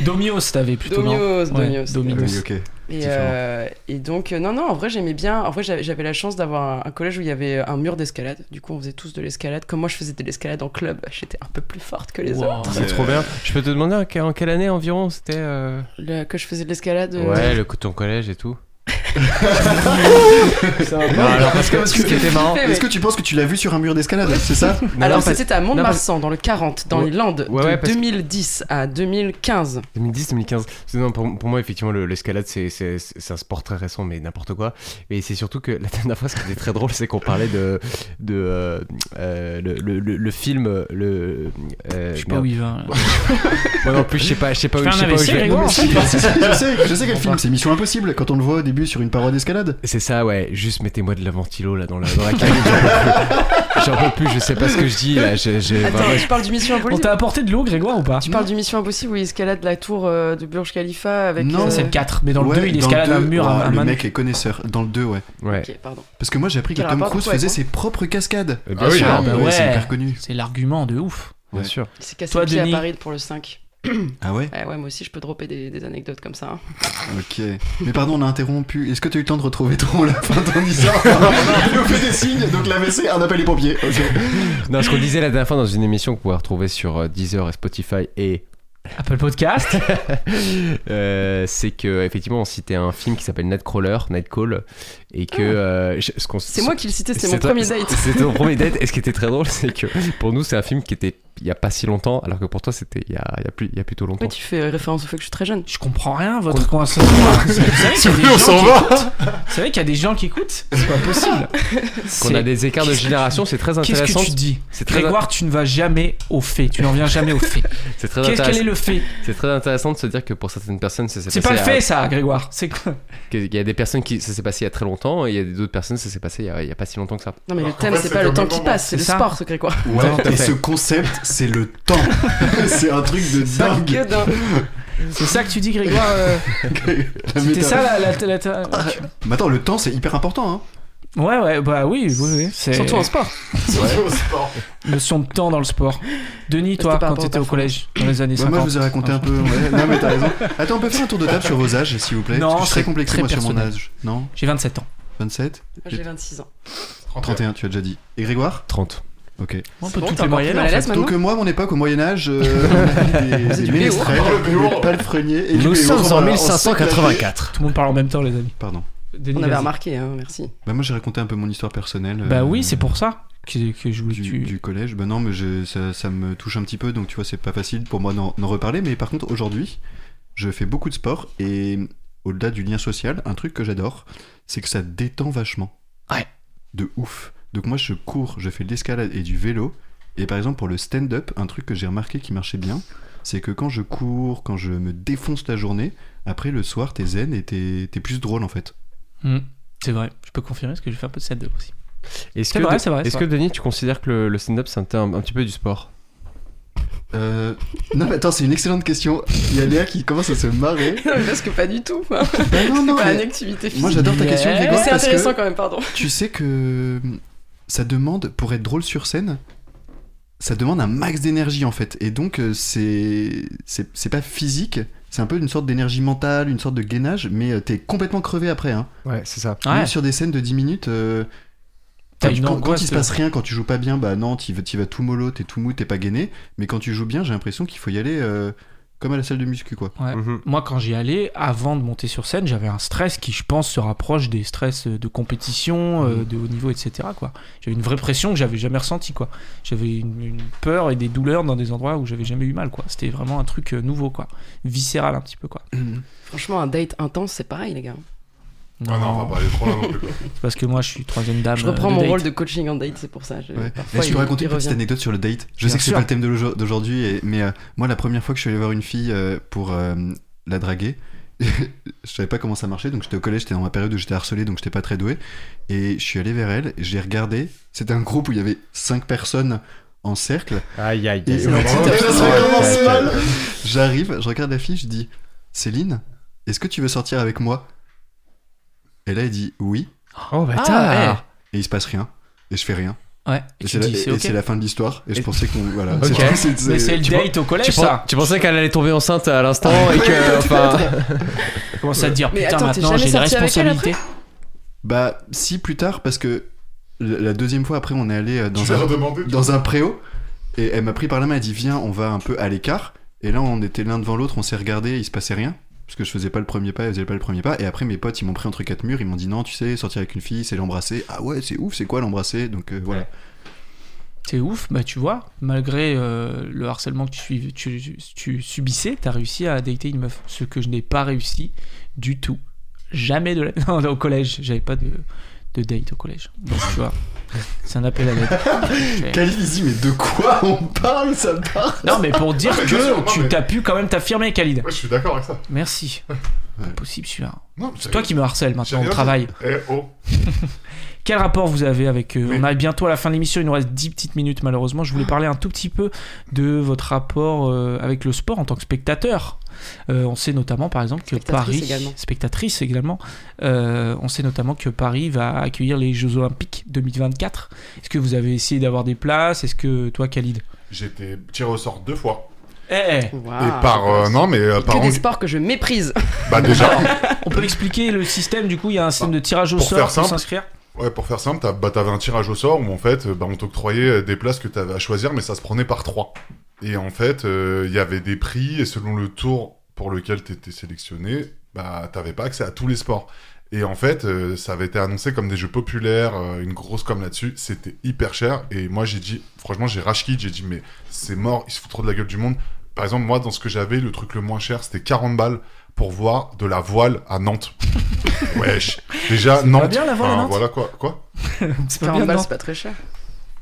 Domios, t'avais plutôt. non
Domino's,
Ouais,
Domino's.
Domino's.
Ah Oui, ok.
Et,
différent.
euh, et donc, euh, non, non, en vrai, j'aimais bien. En vrai, j'avais j'avais la chance d'avoir un, un collège où il y avait un mur d'escalade. Du coup, on faisait tous de l'escalade. Comme moi, je faisais de l'escalade en club, j'étais un peu plus forte que les
Wow.
autres.
C'est trop bien. Euh, Je peux te demander en, que- en quelle année environ c'était euh,
Le- que je faisais de l'escalade. euh,
Ouais, le, ton collège et tout.
Ça va
Non,
pas.
alors, parce que
Parce
ce qui
que-
était marrant.
Ouais, ouais.
Est-ce que tu penses que tu l'as vu sur un mur d'escalade C'est ça
Non,
Alors,
non, c'est-
c'était à Mont-de-Marsan, dans le 40, dans
Ouais.
les Landes,
Ouais, ouais,
de
parce que- Ah
2010 à 2015.
2010, 2015. C'est- non, pour, pour moi, effectivement, le- l'escalade, c'est c'est- c'est un sport très récent, mais n'importe quoi. Et c'est surtout que la dernière fois, ce qui était très drôle, c'est qu'on parlait de, de euh, euh, le, le- le- le film. Le, euh,
Je sais pas
merde.
où il va.
Moi non plus, je sais pas, je sais pas
Je fais
où je
un
sais pas où je
AVC,
vais.
Grégoire.
Non, mais si, si, si, je sais, je sais quel film. C'est Mission Impossible quand on le voit au début sur une paroi d'escalade.
C'est ça, ouais. Juste mettez-moi de la ventilo là dans la, dans la cabine. j'en peux plus. J'en peux plus, je sais pas ce que je dis là. Je, je-
Attends,
vraiment,
tu parles du Mission
On
Impossible
t'a apporté de l'eau, Grégoire, ou pas
Tu parles du Mission Impossible où il escalade la tour euh, de Burj Khalifa avec.
Non,
Ça,
euh,
c'est le 4. Mais dans le
Ouais,
2, il escalade
le
un
deux,
mur
ouah,
à à
Le
main nue.
mec est connaisseur. Dans le 2, ouais.
ouais.
Ok, pardon.
Parce que moi, j'ai appris que
Quel
Tom
rapport,
Cruise
toi, et
faisait
toi
ses propres cascades.
Euh, Bien
Ah oui,
sûr,
Ah,
bien
bah
Ouais, c'est
ouais.
hyper connu.
C'est l'argument de ouf.
Ouais.
sûr.
Il s'est cassé
Toi,
le pied à
Denis
Paris pour le 5.
Ah ouais
Ouais, ouais, moi aussi, je peux dropper des, des anecdotes comme ça. hein.
Ok. Mais pardon, on a interrompu. Est-ce que tu as eu le temps de retrouver ton la fin de ton histoire Il nous fait des signes, donc l'AVC, un appel les pompiers. Ok.
Non, ce qu'on disait la dernière fois dans une émission qu'on pouvait retrouver sur euh, Deezer et Spotify et
Apple Podcast.
Euh, c'est que effectivement on citait un film qui s'appelle Nightcrawler, Nightcall, et que euh, je- ce qu'on
Ah. C'est moi qui le citais, c'était
c'est
mon
toi-
premier date.
C'était ton premier date. Et ce qui était très drôle, c'est que pour nous c'est un film qui était il y a pas si longtemps, alors que pour toi c'était il y a, il y a plus il y a plutôt longtemps.
Ouais, tu fais référence au fait que je suis très jeune.
Je comprends rien, votre conversation. Vous savez qu'il y a des gens
on s'en
qui
va.
écoutent Vous savez qu'il y a des gens qui écoutent C'est pas possible.
Qu'on a
C'est-
des écarts de
Qu'est-ce que-
génération, c'est très
Qu'est-ce
intéressant.
que tu dis
C'est très,
Grégoire, tu ne vas jamais au fait. Tu n'en viens jamais au fait.
c'est très
Qu'est-ce
intéressant.
qu'elle est le fait
C'est très intéressant de se dire que pour certaines personnes, ça s'est
C'est pas
passé
le
à-
fait, ça, Grégoire. C'est quoi
qu'il y a des personnes qui ça s'est passé il y a très longtemps et il y a d'autres personnes ça s'est passé il y a, il y a pas si longtemps que ça.
Non, mais
Alors
le
qu'en
thème,
fait,
c'est
c'est
pas le
le
temps
même
qui
moment.
passe,
C'est
c'est le
ça.
sport, ce quoi.
Ouais,
Non, tout à
et
fait.
ce concept, c'est le temps. c'est un truc de dingue.
C'est ça que tu dis, Grégoire euh,
La
C'était
méta-
ça la. la- la- la-
Mais attends, le temps, c'est hyper important. Hein.
Ouais, ouais, bah oui, oui, oui. C'est
Surtout en sport.
Surtout au sport.
notion de temps dans le sport. Denis,
C'était
toi,
par
quand
rapport aux
t'étais au collège, dans les années
Ouais,
50.
Bah, moi, je vous ai raconté un peu. ouais. Non, mais t'as raison. Attends, on peut faire un tour de table sur vos âges, s'il vous plaît
Non,
Parce que je suis très
c'est
complexé,
très
moi, sur mon
personnel.
âge. Non
J'ai 27 ans.
27
J'ai 26 ans.
31, tu as déjà dit. Et Grégoire
30.
Ok.
On
C'est
peut
bon,
toutes
t'as
les
encore
moyennes.
plus mal à
en fait.
l'aise maintenant
Donc, euh, moi, à mon époque, au Moyen-Âge, euh, on avait des, des
du
ménestrels,
Béour. Oh, le Béour.
des palefreniers et du
Nous
Béour,
sommes en
voilà, on s'est éclaté.
1584.
Tout le monde parle en même temps, les amis.
Pardon.
Denis,
On avait
vas-y.
remarqué, hein, merci.
Bah, moi, j'ai raconté un peu mon histoire personnelle. euh,
Bah oui, c'est pour ça que, que je voulais que
du,
tu.
du collège. Ben non, mais je- ça, ça me touche un petit peu, donc tu vois, c'est pas facile pour moi d'en d'en reparler. Mais par contre, aujourd'hui, je fais beaucoup de sport et au-delà du lien social, un truc que j'adore, c'est que ça détend vachement.
Ouais.
De ouf. Donc moi, je cours, je fais de l'escalade et du vélo. Et par exemple, pour le stand-up, un truc que j'ai remarqué qui marchait bien, c'est que quand je cours, quand je me défonce la journée, après le soir, t'es zen et t'es t'es plus drôle en fait.
Hmm, C'est vrai, je peux confirmer parce que je fais un peu de stand-up aussi.
Est-ce
C'est
que,
vrai, c'est vrai, c'est
est-ce que Denis, tu considères que le, le stand-up c'est un, terme- un petit peu du sport
Euh, Non, mais attends, c'est une excellente question. Il y a Léa qui commence à se marrer.
Non, mais parce que pas du tout. quoi.
Ben non, non,
Pas
mais-
une activité physique.
Moi j'adore ta question,
Yeah.
Mais
Grégoire,
c'est
parce
intéressant
que
quand même, pardon.
tu sais que euh, ça demande, pour être drôle sur scène, ça demande un max d'énergie en fait. Et donc euh, c'est c'est c'est pas physique, c'est un peu une sorte d'énergie mentale, une sorte de gainage, mais euh, t'es complètement crevé après. Hein.
Ouais, c'est ça.
Ouais,
Même sur des scènes de 10 minutes, euh,
T'as
quand-
une
quand, quand
angoisse,
il se
là.
passe rien, quand tu joues pas bien, bah non, t'y vas, t'y vas tout mollo, t'es tout mou, t'es pas gainé. Mais quand tu joues bien, j'ai l'impression qu'il faut y aller euh, comme à la salle de muscu quoi.
ouais.
Mhm.
Moi, quand j'y allais, avant de monter sur scène, j'avais un stress qui, je pense, se rapproche des stress euh, de compétition, euh, de haut niveau, etc. quoi. J'avais une vraie pression que j'avais jamais ressentie. quoi. J'avais une, une peur et des douleurs dans des endroits où j'avais jamais eu mal. quoi. C'était vraiment un truc euh, nouveau, quoi. viscéral un petit peu. quoi.
Franchement, un date intense, c'est pareil, les gars.
Ah non, on va pas aller trop loin non plus. quoi.
c'est parce que moi, je suis troisième dame.
Je
euh,
reprends
de
mon
date.
rôle de coaching en date, c'est pour ça. Je,
Ouais.
parfois,
Est-ce que
il-
je raconter
il
une petite
revient.
anecdote sur le date Je
Bien
sais que c'est
sûr.
pas le thème de l'aujo- d'aujourd'hui, et- mais euh, moi, la première fois que je suis allé voir une fille euh, pour euh, la draguer, je savais pas comment ça marchait, donc j'étais au collège, j'étais dans ma période où j'étais harcelé, donc j'étais pas très doué. Et je suis allé vers elle, je l'ai regardée. C'était un groupe où il y avait cinq personnes en cercle.
Aïe aïe
Et
bon,
ça
ouais,
commence
ouais,
mal. J'arrive, je regarde la fille, je dis Céline, est-ce que tu veux sortir avec moi Et là, elle dit oui,
Ah,
Oh bâtard
et il se passe rien, et je fais rien.
ouais. Et tu
Et c'est la,
dis,
et-
c'est
et
ok.
c'est la fin de l'histoire. Et je
Et-
pensais qu'on. Voilà.
Ok.
C'est- c'est- c'est-
Mais c'est le
tu vois-
date au collège,
tu, pen-
ça.
tu pensais qu'elle allait tomber enceinte à l'instant et que. Enfin,
Tu commences à te dire,
Mais
putain,
attends, t'es
maintenant
jamais
j'ai des
sorti avec elle
responsabilités.
Bah, si plus tard, parce que la la deuxième fois après, on est allé euh,
Tu
dans
vas
un,
redemander. tu-
dans un préau. Et elle m'a pris par la main, elle dit Viens, on va un peu à l'écart. Et là, on était l'un devant l'autre, on s'est regardé, il se passait rien. parce que je faisais pas le premier pas, elle faisait pas le premier pas, et après mes potes ils m'ont pris entre quatre murs, ils m'ont dit non, tu sais, sortir avec une fille, c'est l'embrasser. Ah ouais, c'est ouf, c'est quoi l'embrasser Donc euh, voilà.
Ouais.
C'est ouf, bah tu vois, malgré euh, le harcèlement que tu, tu, tu subissais, t'as réussi à dater une meuf. Ce que je n'ai pas réussi du tout. Jamais de la... Non, au collège, j'avais pas de, de date au collège. Donc tu vois, c'est un appel à l'aide.
Calif ici, mais de quoi on parle Ça parle
Non, mais pour dire
mais bien sûr, non,
que tu
mais-
t'as pu quand même t'affirmer, Khalid.
Ouais, je suis d'accord avec ça.
Merci. Pas possible celui-là.
Non, mais
C'est toi qui me harcèle maintenant au travail.
Eh oh.
Quel rapport vous avez avec... euh,
Mais-
On arrive bientôt à la fin de l'émission, il nous reste 10 petites minutes malheureusement. Je voulais parler un tout petit peu de votre rapport euh, avec le sport en tant que spectateur. Euh, on sait notamment par exemple que
Spectatrice
Paris...
également.
Spectatrice également. Euh, on sait notamment que Paris va accueillir les Jeux Olympiques 2024. Est-ce que vous avez essayé d'avoir des places Est-ce que toi Khalid
J'ai été tiré au sort deux fois.
Eh, eh,
Waouh.
et par. euh, non, mais euh,
Et
par.
que des
angu-
sports que je méprise.
Bah, déjà,
On peut expliquer le système du coup, il y a un système de tirage au
Bah, Pour
sort
faire
pour
simple,
s'inscrire
Ouais, pour faire simple, t'as- bah, t'avais un tirage au sort où en fait, euh, bah, on t'octroyait euh, des places que t'avais à choisir, mais ça se prenait par trois. Et en fait, euh, il y avait des prix, et selon le tour pour lequel t'étais sélectionné, bah, t'avais pas accès à tous les sports. Et en fait, euh, ça avait été annoncé comme des jeux populaires, euh, une grosse com là-dessus, c'était hyper cher. Et moi, j'ai dit, franchement, j'ai rage quit, j'ai dit, mais c'est mort, ils se foutent trop de la gueule du monde. Par exemple, moi, dans ce que j'avais, le truc le moins cher, c'était 40 balles pour voir de la voile à Nantes. Wesh. Déjà,
pas
Nantes.
bien, la voile à
enfin,
Nantes
Voilà quoi. quoi
C'est pas
40
bien,
balles,
non
c'est pas très cher.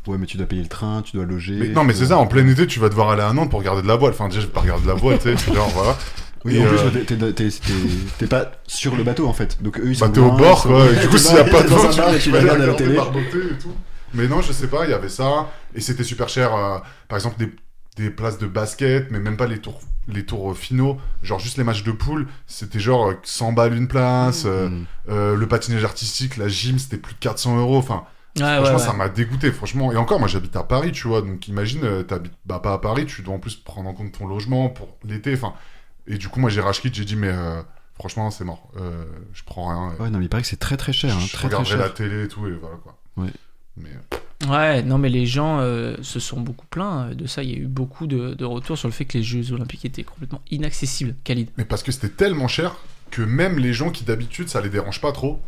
Ouais, mais tu dois payer le train, tu dois loger.
Mais non, mais
tu
c'est
dois-
ça, en plein été, tu vas devoir aller à Nantes pour regarder de la voile. Enfin, déjà, je vais pas regarder de la voile, tu sais, genre, voilà.
Oui,
Et,
en
euh,
plus, t'es- t'es- t'es- t'es- t'es pas sur le bateau en fait. Donc eux ils sont.
bah, t'es au
loin,
bord,
ils sont-
quoi. Et du coup,
t'es
s'il y a
dans-
pas de
t'es dans
vent,
un bar et tu
vas
la
aller
regardes à la
regarder
télé.
barboter et tout. Mais non, je sais pas, il y avait ça. Et c'était super cher. euh, par exemple, des, des places de basket, mais même pas les tours, les tours euh, finaux. Genre, juste les matchs de poule, c'était genre euh, 100 balles une place. euh,
Mm.
euh, le patinage artistique, la gym, c'était plus de 400 euros. Enfin,
Ouais, Ah ouais,
Franchement,
ouais.
ça m'a dégoûté, franchement. Et encore, moi, j'habite à Paris, tu vois. Donc, imagine, euh, t'habites bah, pas à Paris, tu dois en plus prendre en compte ton logement pour l'été. Enfin, et du coup, moi, j'ai rage quit, j'ai dit, mais euh, franchement, c'est mort. Euh, je prends rien.
Ouais, non, mais il paraît que c'est très très cher. hein,
je
très, très
regarderai
cher.
la télé et tout, et voilà quoi.
Ouais.
Mais, euh,
Ouais, non, mais les gens euh, se sont beaucoup plaints euh, de ça. Il y a eu beaucoup de, de retours sur le fait que les Jeux Olympiques étaient complètement inaccessibles, Khalid.
mais parce que c'était tellement cher que même les gens qui d'habitude, ça les dérange pas trop.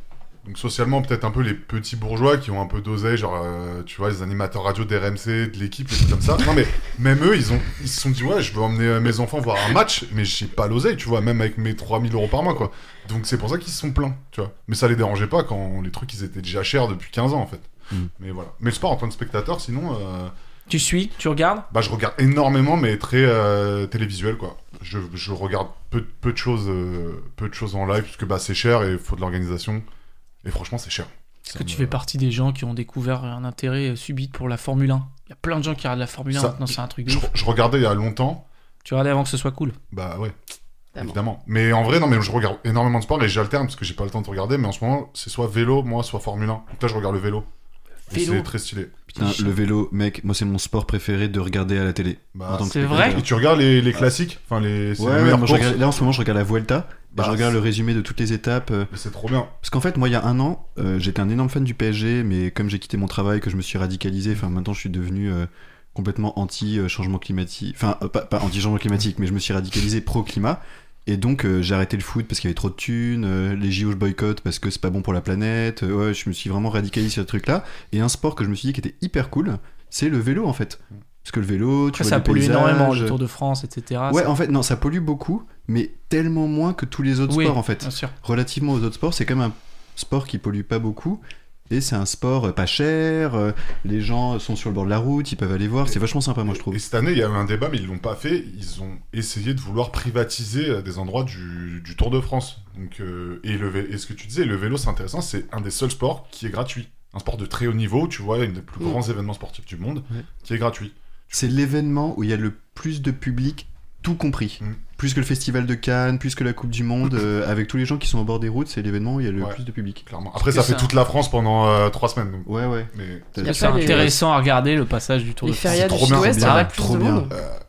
Donc, socialement, peut-être un peu les petits bourgeois qui ont un peu d'oseille, genre, euh, tu vois, les animateurs radio d'RMC, de l'équipe, les trucs comme ça. Non, mais même eux, ils, ont, ils se sont dit, ouais, je veux emmener euh, mes enfants voir un match, mais j'ai pas l'oseille, tu vois, même avec mes 3000 euros par mois, quoi. Donc c'est pour ça qu'ils se sont plaints, tu vois. Mais ça les dérangeait pas quand les trucs, ils étaient déjà chers depuis 15 ans, en fait.
Mm.
Mais voilà. Mais le sport, en tant que spectateur, sinon, euh,
Tu suis, tu regardes
bah, je regarde énormément, mais très euh, télévisuel, quoi. Je, je regarde peu, peu, de choses, euh, peu de choses en live, parce que bah, c'est cher et il faut de l'organisation. Et franchement, c'est cher.
Est-ce que tu fais partie des gens qui ont découvert un intérêt euh, subit pour la Formule 1 Il y a plein de gens qui regardent la Formule 1
Ça-
maintenant, c'est un truc de
Je,
ouf.
je regardais il y a longtemps,
Tu regardais avant que ce soit cool.
bah ouais.
Évidemment.
Évidemment. Mais en vrai, non, mais je regarde énormément de sport et j'alterne parce que j'ai pas le temps de regarder. Mais en ce moment, c'est soit vélo, moi, soit Formule 1. Donc là, je regarde le vélo. Et
Vélo.
C'est très stylé.
Putain, le vélo, mec, moi c'est mon sport préféré de regarder à la télé.
Bah,
En tant que
c'est vrai
et
spectateur.
tu regardes les, les classiques, enfin, les, c'est
Ouais,
les
ouais,
meilleures
moi, je
courses.
regarde- là en ce moment je regarde la Vuelta, et
Bah,
je regarde le résumé de toutes les étapes. euh,
Mais C'est trop bien.
Parce qu'en fait, moi, il y a un an, euh, j'étais un énorme fan du PSG, mais comme j'ai quitté mon travail, que je me suis radicalisé, enfin, maintenant, je suis devenu euh, complètement anti-changement climatique. Enfin, euh, pas, pas anti-changement climatique, mais je me suis radicalisé pro-climat. Et donc, euh, j'ai arrêté le foot parce qu'il y avait trop de thunes, euh, les JO, je boycotte parce que c'est pas bon pour la planète. euh, ouais, je me suis vraiment radicalisé sur ce truc-là. Et un sport que je me suis dit qui était hyper cool, c'est le vélo, en fait. Parce que le vélo,
Après,
tu vois
ça
les
pollue
paysages,
énormément, le Tour de France, etc.
Ouais,
Ça-
en fait, non, ça pollue beaucoup, mais tellement moins que tous les autres
Oui.
sports, en fait
bien sûr.
relativement aux autres sports, c'est quand même un sport qui pollue pas beaucoup. Et c'est un sport euh, pas cher, euh, les gens sont sur le bord de la route, ils peuvent aller voir, c'est vachement sympa moi je trouve.
Et cette année, il y a eu un débat, mais ils l'ont pas fait. Ils ont essayé de vouloir privatiser euh, des endroits du, du Tour de France. Donc, euh, et, le, vé- et ce que tu disais, le vélo, c'est intéressant. C'est un des seuls sports qui est gratuit. Un sport de très haut niveau, tu vois, un des plus
Mm.
grands événements sportifs du monde,
Ouais.
qui est gratuit.
C'est l'événement où il y a le plus de public, tout compris.
Mm.
Plus que le Festival de Cannes, plus que la Coupe du Monde, euh, avec tous les gens qui sont au bord des routes, c'est l'événement où il y a le
Ouais.
plus de public.
Clairement. Après,
que
ça fait
ça-
toute la France pendant euh, trois semaines. donc.
Ouais, ouais.
mais
T'as-
Il y a
C'est
pas les-
intéressant à regarder le passage du Tour
Les
de France.
férias du
trop bien,
sud-ouest,
bien,
ça plus
trop
de
bien.
monde.
Euh,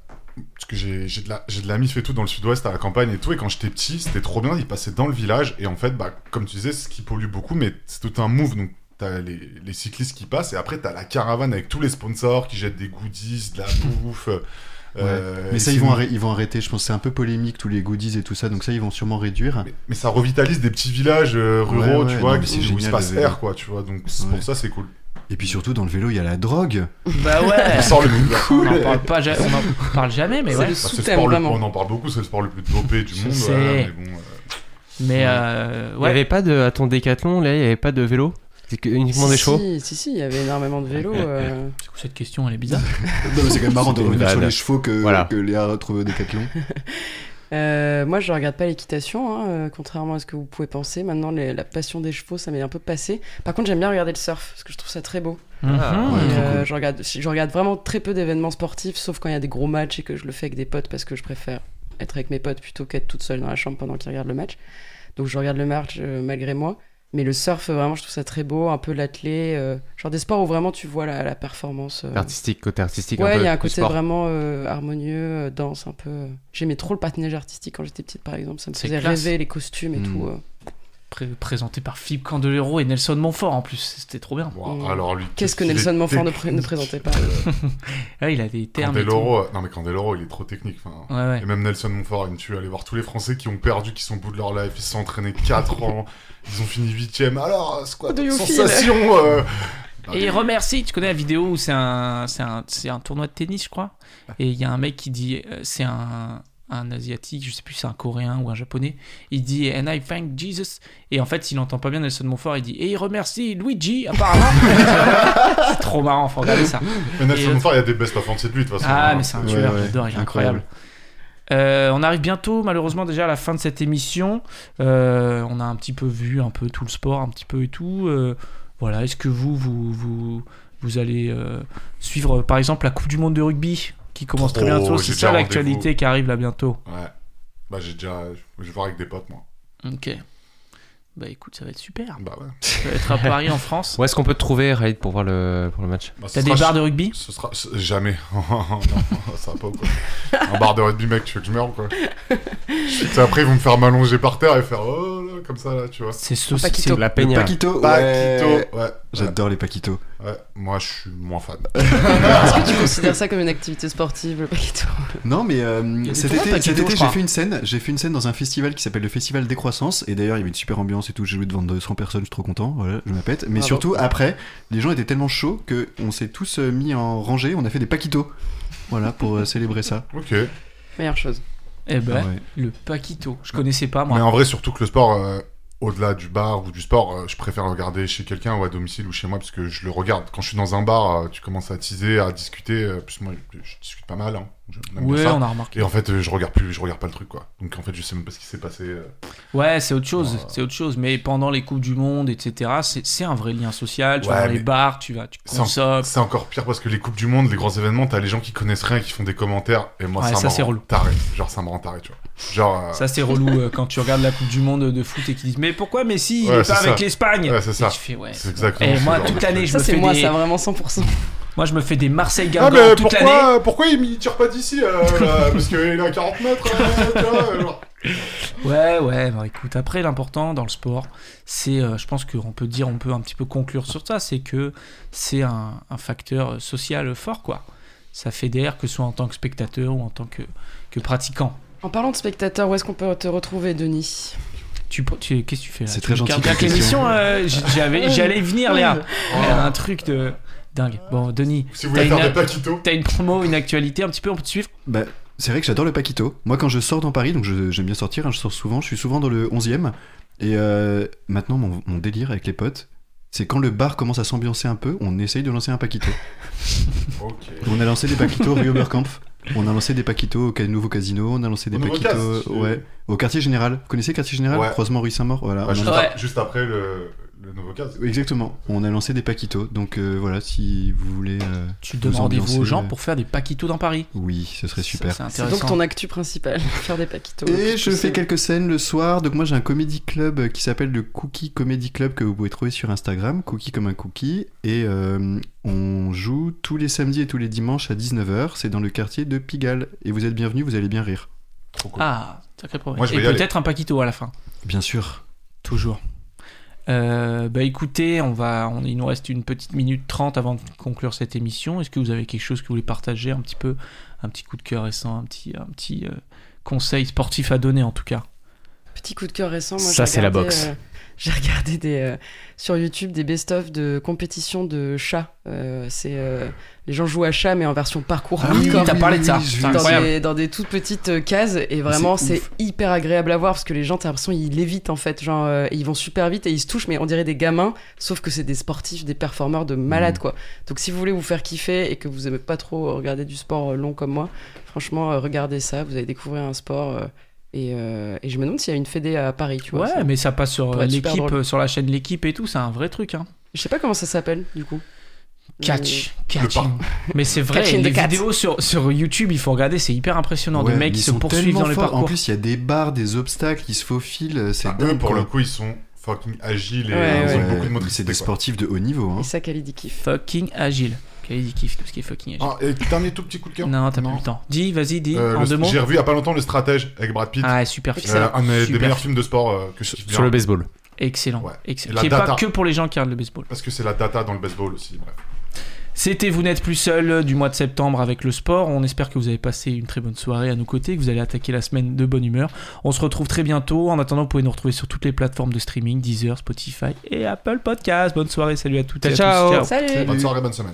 parce que j'ai j'ai de la j'ai de la mif et tout dans le sud-ouest à la campagne et tout et quand j'étais petit c'était trop bien ils passaient dans le village et en fait bah comme tu disais ce qui pollue beaucoup mais c'est tout un move donc t'as les, les cyclistes qui passent et après t'as la caravane avec tous les sponsors qui jettent des goodies de la bouffe euh, Euh,
Mais ça,
et
ils vont,
sinon-
arrêter, ils vont arrêter. Je pense que c'est un peu polémique, tous les goodies et tout ça. Donc ça, ils vont sûrement réduire.
Mais, mais ça revitalise des petits villages euh,
Ouais,
ruraux,
ouais,
tu
non,
vois,
mais
qui-
c'est
où il se
génial,
passe
le vélo.
air, quoi, tu vois. Donc c'est
Ouais.
pour ça, c'est cool.
Et puis surtout, dans le vélo, il y a la drogue.
Bah
Eh,
ouais.
On sort le plus
On
cool.
n'en parle pas, ja- on en parle jamais, mais
C'est
ouais.
le
Bah, c'est le
sous-thème,
sport le-
vraiment.
on en parle beaucoup, c'est le sport le plus dopé du
Je
monde.
sais.
ouais, mais bon, euh,
Mais euh,
Il n'y
ouais.
avait pas de. À ton décathlon, là, il n'y avait pas de vélo C'est que- uniquement des
si,
chevaux
si, si, si, il y avait énormément de vélos. euh.
C'est quoi Cette question, elle est bizarre.
Non, mais c'est quand même marrant de
C'est
revenir sur
malade.
les chevaux que,
Voilà.
que Léa retrouve au Décathlon.
Euh, moi, je regarde pas l'équitation, hein, euh, contrairement à ce que vous pouvez penser. Maintenant, les- la passion des chevaux, ça m'est un peu passé. Par contre, j'aime bien regarder le surf, parce que je trouve ça très beau.
Mhm.
Ah ouais.
Et,
trop
euh,
cool.
je, regarde, je regarde vraiment très peu d'événements sportifs, sauf quand il y a des gros matchs et que je le fais avec des potes parce que je préfère être avec mes potes plutôt qu'être toute seule dans la chambre pendant qu'ils regardent le match. Donc je regarde le match euh, malgré moi. Mais le surf, euh, vraiment, je trouve ça très beau, un peu l'athlé, euh, genre des sports où vraiment tu vois la, la performance. euh.
Artistique, côté artistique.
Ouais,
peu,
il y a un
du
côté
sport.
vraiment euh, harmonieux, euh, danse un peu. euh. J'aimais trop le patinage artistique quand j'étais petite, par exemple. Ça me
C'est
faisait
classe.
rêver les costumes et
Mm.
tout. euh.
Pré- présenté par Philippe Candelero et Nelson Montfort en plus. C'était trop bien.
bon,
Mm.
alors lui,
Qu'est-ce que
qu'il est
Nelson Montfort ne,
technique.
pr- ne présentait pas euh,
Là, Ah, il a des termes. et tout.
Candeloro, euh, non mais Candeloro, il est trop technique. enfin.
Ouais, ouais.
Et même Nelson Montfort, il me tue. Allez voir tous les Français qui ont perdu, qui sont au bout de leur life. Ils se sont entraînés 4 ans. Ils ont fini 8ème. Alors, c'est quoi
Do you feel
Sensation euh, Non,
Et il
mais-
remercie, tu connais la vidéo où c'est un, c'est un, c'est un tournoi de tennis, je crois. Et il y a un mec qui dit, euh, c'est un, un asiatique, je sais plus si c'est un coréen ou un japonais. Il dit, and I thank Jesus. Et en fait, il entend pas bien Nelson Montfort, il dit, et il remercie Luigi, apparemment. c'est trop marrant, faut regarder ça.
mais
Et
Nelson
l'autre-
Montfort, il y a des best of entiers de lui, de toute façon.
Ah,
hein.
mais c'est un
Ouais,
tueur,
ouais,
j'adore, il est
incroyable.
incroyable. Euh, on arrive bientôt, malheureusement, déjà à la fin de cette émission. Euh, on a un petit peu vu un peu tout le sport, un petit peu et tout. Euh, voilà, est-ce que vous, vous, vous, vous allez euh, suivre, euh, par exemple, la Coupe du Monde de rugby qui commence très
Trop,
bientôt
Oh, j'ai
C'est
déjà
ça l'actualité
rendez-vous.
qui arrive là bientôt.
Ouais. Bah, j'ai déjà. Je vais voir avec des potes, moi.
Ok. Bah écoute, ça va être super.
Bah, ouais.
Ça va être à Paris, en France.
Où est-ce qu'on peut te trouver, Raid, pour voir le, pour le match
Bah, ce
T'as des
sera-
bars de rugby
Ce sera. ce- Jamais. non, ça va pas ou quoi Un bar de rugby, mec, tu veux que je meure ou quoi Tu sais, Après, ils vont me faire m'allonger par terre et faire. Oh, là, comme ça, là, tu vois.
C'est ce.
Paquito.
c'est-
La
Les
Peña.
Paquito, ouais.
Paquito. Ouais.
J'adore les Paquito.
Ouais, moi je suis moins fan.
Est-ce que tu considères ça comme une activité sportive, le paquito
Non, mais euh,
y a des
cet
tournois
été,
Paquito,
cet été,
je
j'ai
crois.
fait une scène. J'ai fait une scène dans un festival qui s'appelle le Festival Décroissance. Et d'ailleurs, il y avait une super ambiance et tout. J'ai joué devant 200 personnes. Je suis trop content. Voilà, je me la pète. Mais
Bravo.
surtout, après, les gens étaient tellement chauds que on s'est tous euh, mis en rangée. On a fait des Paquito. Voilà, pour euh, célébrer ça.
Ok.
Meilleure chose.
Eh ben,
Ouais.
le Paquito. Je connaissais pas,
Ah Mais
moi.
en vrai, surtout que le sport, euh, au-delà du bar ou du sport, euh, je préfère le regarder chez quelqu'un ou à domicile ou chez moi parce que je le regarde. Quand je suis dans un bar, euh, tu commences à teaser, à discuter. euh, plus moi, je, je discute pas mal. Hein. Je- on aime bien
Ouais,
ça.
on a remarqué.
Et en fait, euh, je regarde plus, je regarde pas le truc quoi. Donc en fait, je sais même pas ce qui s'est passé. euh.
Ouais, c'est autre chose,
Voilà.
c'est autre chose. Mais pendant les coupes du monde, etc., c'est c'est un vrai lien social. Tu
Ouais,
vas dans les
mais-
bars, tu vas, tu
C'est
consommes.
C'est encore pire parce que les coupes du monde, les grands événements, t'as les gens qui connaissent rien et qui font des commentaires. Et moi,
Ouais, ça,
ça,
c'est
me rend
relou.
taré. Genre, ça me rend taré, tu vois. Genre, euh,
Ça c'est relou euh, quand tu regardes la Coupe du Monde de foot et qu'ils disent mais pourquoi Messi il
Ouais,
est pas
c'est
avec
ça.
l'Espagne
Ouais, c'est ça.
Et tu fais, ouais.
c'est exactement.
Et
ce
Eh, moi
genre de
toute
truc.
l'année je
Ça,
me
c'est
fais
moi,
des
ça, vraiment 100%.
moi je me fais des Marseille
Ah,
Gargan
mais
toute l'année.
pourquoi, pourquoi il m'y tire pas d'ici euh, là, Parce qu'il est à 40 mètres, euh, tu vois, genre.
Ouais ouais, bah, écoute après l'important dans le sport, c'est euh, je pense qu'on peut dire on peut un petit peu conclure sur ça, c'est que c'est un, un facteur social fort quoi. Ça fédère que ce soit en tant que spectateur ou en tant que que pratiquant.
En parlant de spectateurs, où est-ce qu'on peut te retrouver, Denis
Tu, tu- qu'est-ce que tu fais là
C'est
Tu
très gentil
regardes bien
comme
que l'émission,
question.
euh, j- j'avais, j'allais y venir, Léa. Oh. Un truc de dingue. Bon, Denis,
Ah, Si vous
t'as
voulez faire des
une,
paquitos,
t'as une promo, une actualité, un petit peu, on peut te suivre.
Bah, c'est vrai que j'adore le Paquito. Moi, quand je sors dans Paris, donc je- j'aime bien sortir, hein, je sors souvent, je suis souvent dans le 11e. Et euh, maintenant, mon, mon délire avec les potes, c'est quand le bar commence à s'ambiancer un peu, on essaye de lancer un Paquito.
ok.
on a lancé des Paquitos rue Oberkampf, on a lancé des Paquitos au ca- nouveau casino, on a lancé des
Au nouveau
Paquitos
casse, tu-
ouais, au quartier général. Vous connaissez le quartier général
Ouais.
Croisement rue Saint-Maur voilà.
Ah,
on
juste,
a-
Ouais.
ap- juste après le, le nouveau cas.
Exactement, on a lancé des Paquitos. Donc euh, voilà, si vous voulez. euh,
Tu donnes
Vous
rendez-vous aux
ambiancez,
gens
euh,
pour faire des paquitos dans Paris.
Oui, ce serait super.
Ça, C'est
C'est donc
intéressant.
ton actu principal, faire des paquitos.
Et je fais quelques scènes le soir. Donc moi j'ai un comedy club qui s'appelle le Cookie Comedy Club que vous pouvez trouver sur Instagram, cookie comme un cookie. Et euh, on joue tous les samedis et tous les dimanches à 19h. C'est dans le quartier de Pigalle. Et vous êtes bienvenus, vous allez bien rire.
Trop cool.
Ah, sacré problème.
Moi, je
Et
vais y aller.
peut-être un paquito à la fin.
Bien sûr.
Toujours. Euh, bah écoutez, on va, on- il nous reste une petite minute trente avant de conclure cette émission. Est-ce que vous avez quelque chose que vous voulez partager un petit peu, un petit coup de cœur récent, un petit, un petit euh, conseil sportif à donner en tout cas
Petit coup de cœur récent. Moi,
Ça,
j'ai
c'est la
regardé,
boxe.
euh, j'ai regardé des, euh, sur YouTube des best-of de compétitions de chats. Euh, c'est, euh, les gens jouent à chat, mais en version parcours
Ah oui,
hardcore.
t'as parlé de ça.
oui,
C'est
oui,
dans
incroyable.
des, dans des toutes petites euh, cases et vraiment
C'est
c'est
ouf.
hyper agréable à voir parce que les gens t'as l'impression ils lévitent en fait genre euh, ils vont super vite et ils se touchent mais on dirait des gamins sauf que c'est des sportifs des performeurs de
Mm.
malades quoi donc si vous voulez vous faire kiffer et que vous aimez pas trop euh, regarder du sport euh, long comme moi franchement euh, regardez ça vous allez découvrir un sport euh, et, euh, et je me demande s'il y a une fédé à Paris tu vois
Ouais,
ça-
mais ça passe sur
pourrait
euh,
être super
l'équipe,
drôle.
euh, sur la chaîne l'équipe et tout, c'est un vrai truc. Hein.
je sais pas comment ça s'appelle du coup
Catch, catching. Mais c'est vrai,
Catching the
les
cat.
vidéos sur, sur YouTube, il faut regarder, c'est hyper impressionnant. des
Ouais,
mecs
mais
qui
ils
se
sont
poursuivent
tellement
dans les
forts. En
parcours.
plus, il y a des barres, des obstacles, ils se faufilent. euh, C'est
Enfin,
dingue,
Ah, eux, pour
quoi.
le coup, ils sont fucking agiles et
Ouais,
ils
ouais.
ont beaucoup de
mais
motricité.
C'est des
quoi.
sportifs de haut niveau.
Et
Hein.
ça Khalidi kiffe
Fucking agile. Khalid kiffe tout ce qui est fucking agile.
Ah, et dernier tout petit coup de cœur.
non, t'as plus le temps. Dis, vas-y, dis,
Euh,
en
le-
deux mots.
J'ai revu il y a pas longtemps Le Stratège avec Brad Pitt.
Ah, super
Euh,
film.
un des- des
Super
meilleurs
film.
films de sport euh, que je kiffe
Sur le
bien.
baseball.
Excellent.
Ouais. Et
excellent.
la
Qui est
data.
pas que pour les gens qui regardent le baseball.
Parce que c'est la data dans le baseball aussi, bref.
C'était Vous n'êtes plus seul euh, du mois de septembre avec le sport. On espère que vous avez passé une très bonne soirée à nos côtés, que vous allez attaquer la semaine de bonne humeur. On se retrouve très bientôt. En attendant, vous pouvez nous retrouver sur toutes les plateformes de streaming, Deezer, Spotify et Apple Podcast. Bonne soirée, salut à toutes et à tous.
Ciao.
salut
Ah
Bonne soirée, bonne semaine.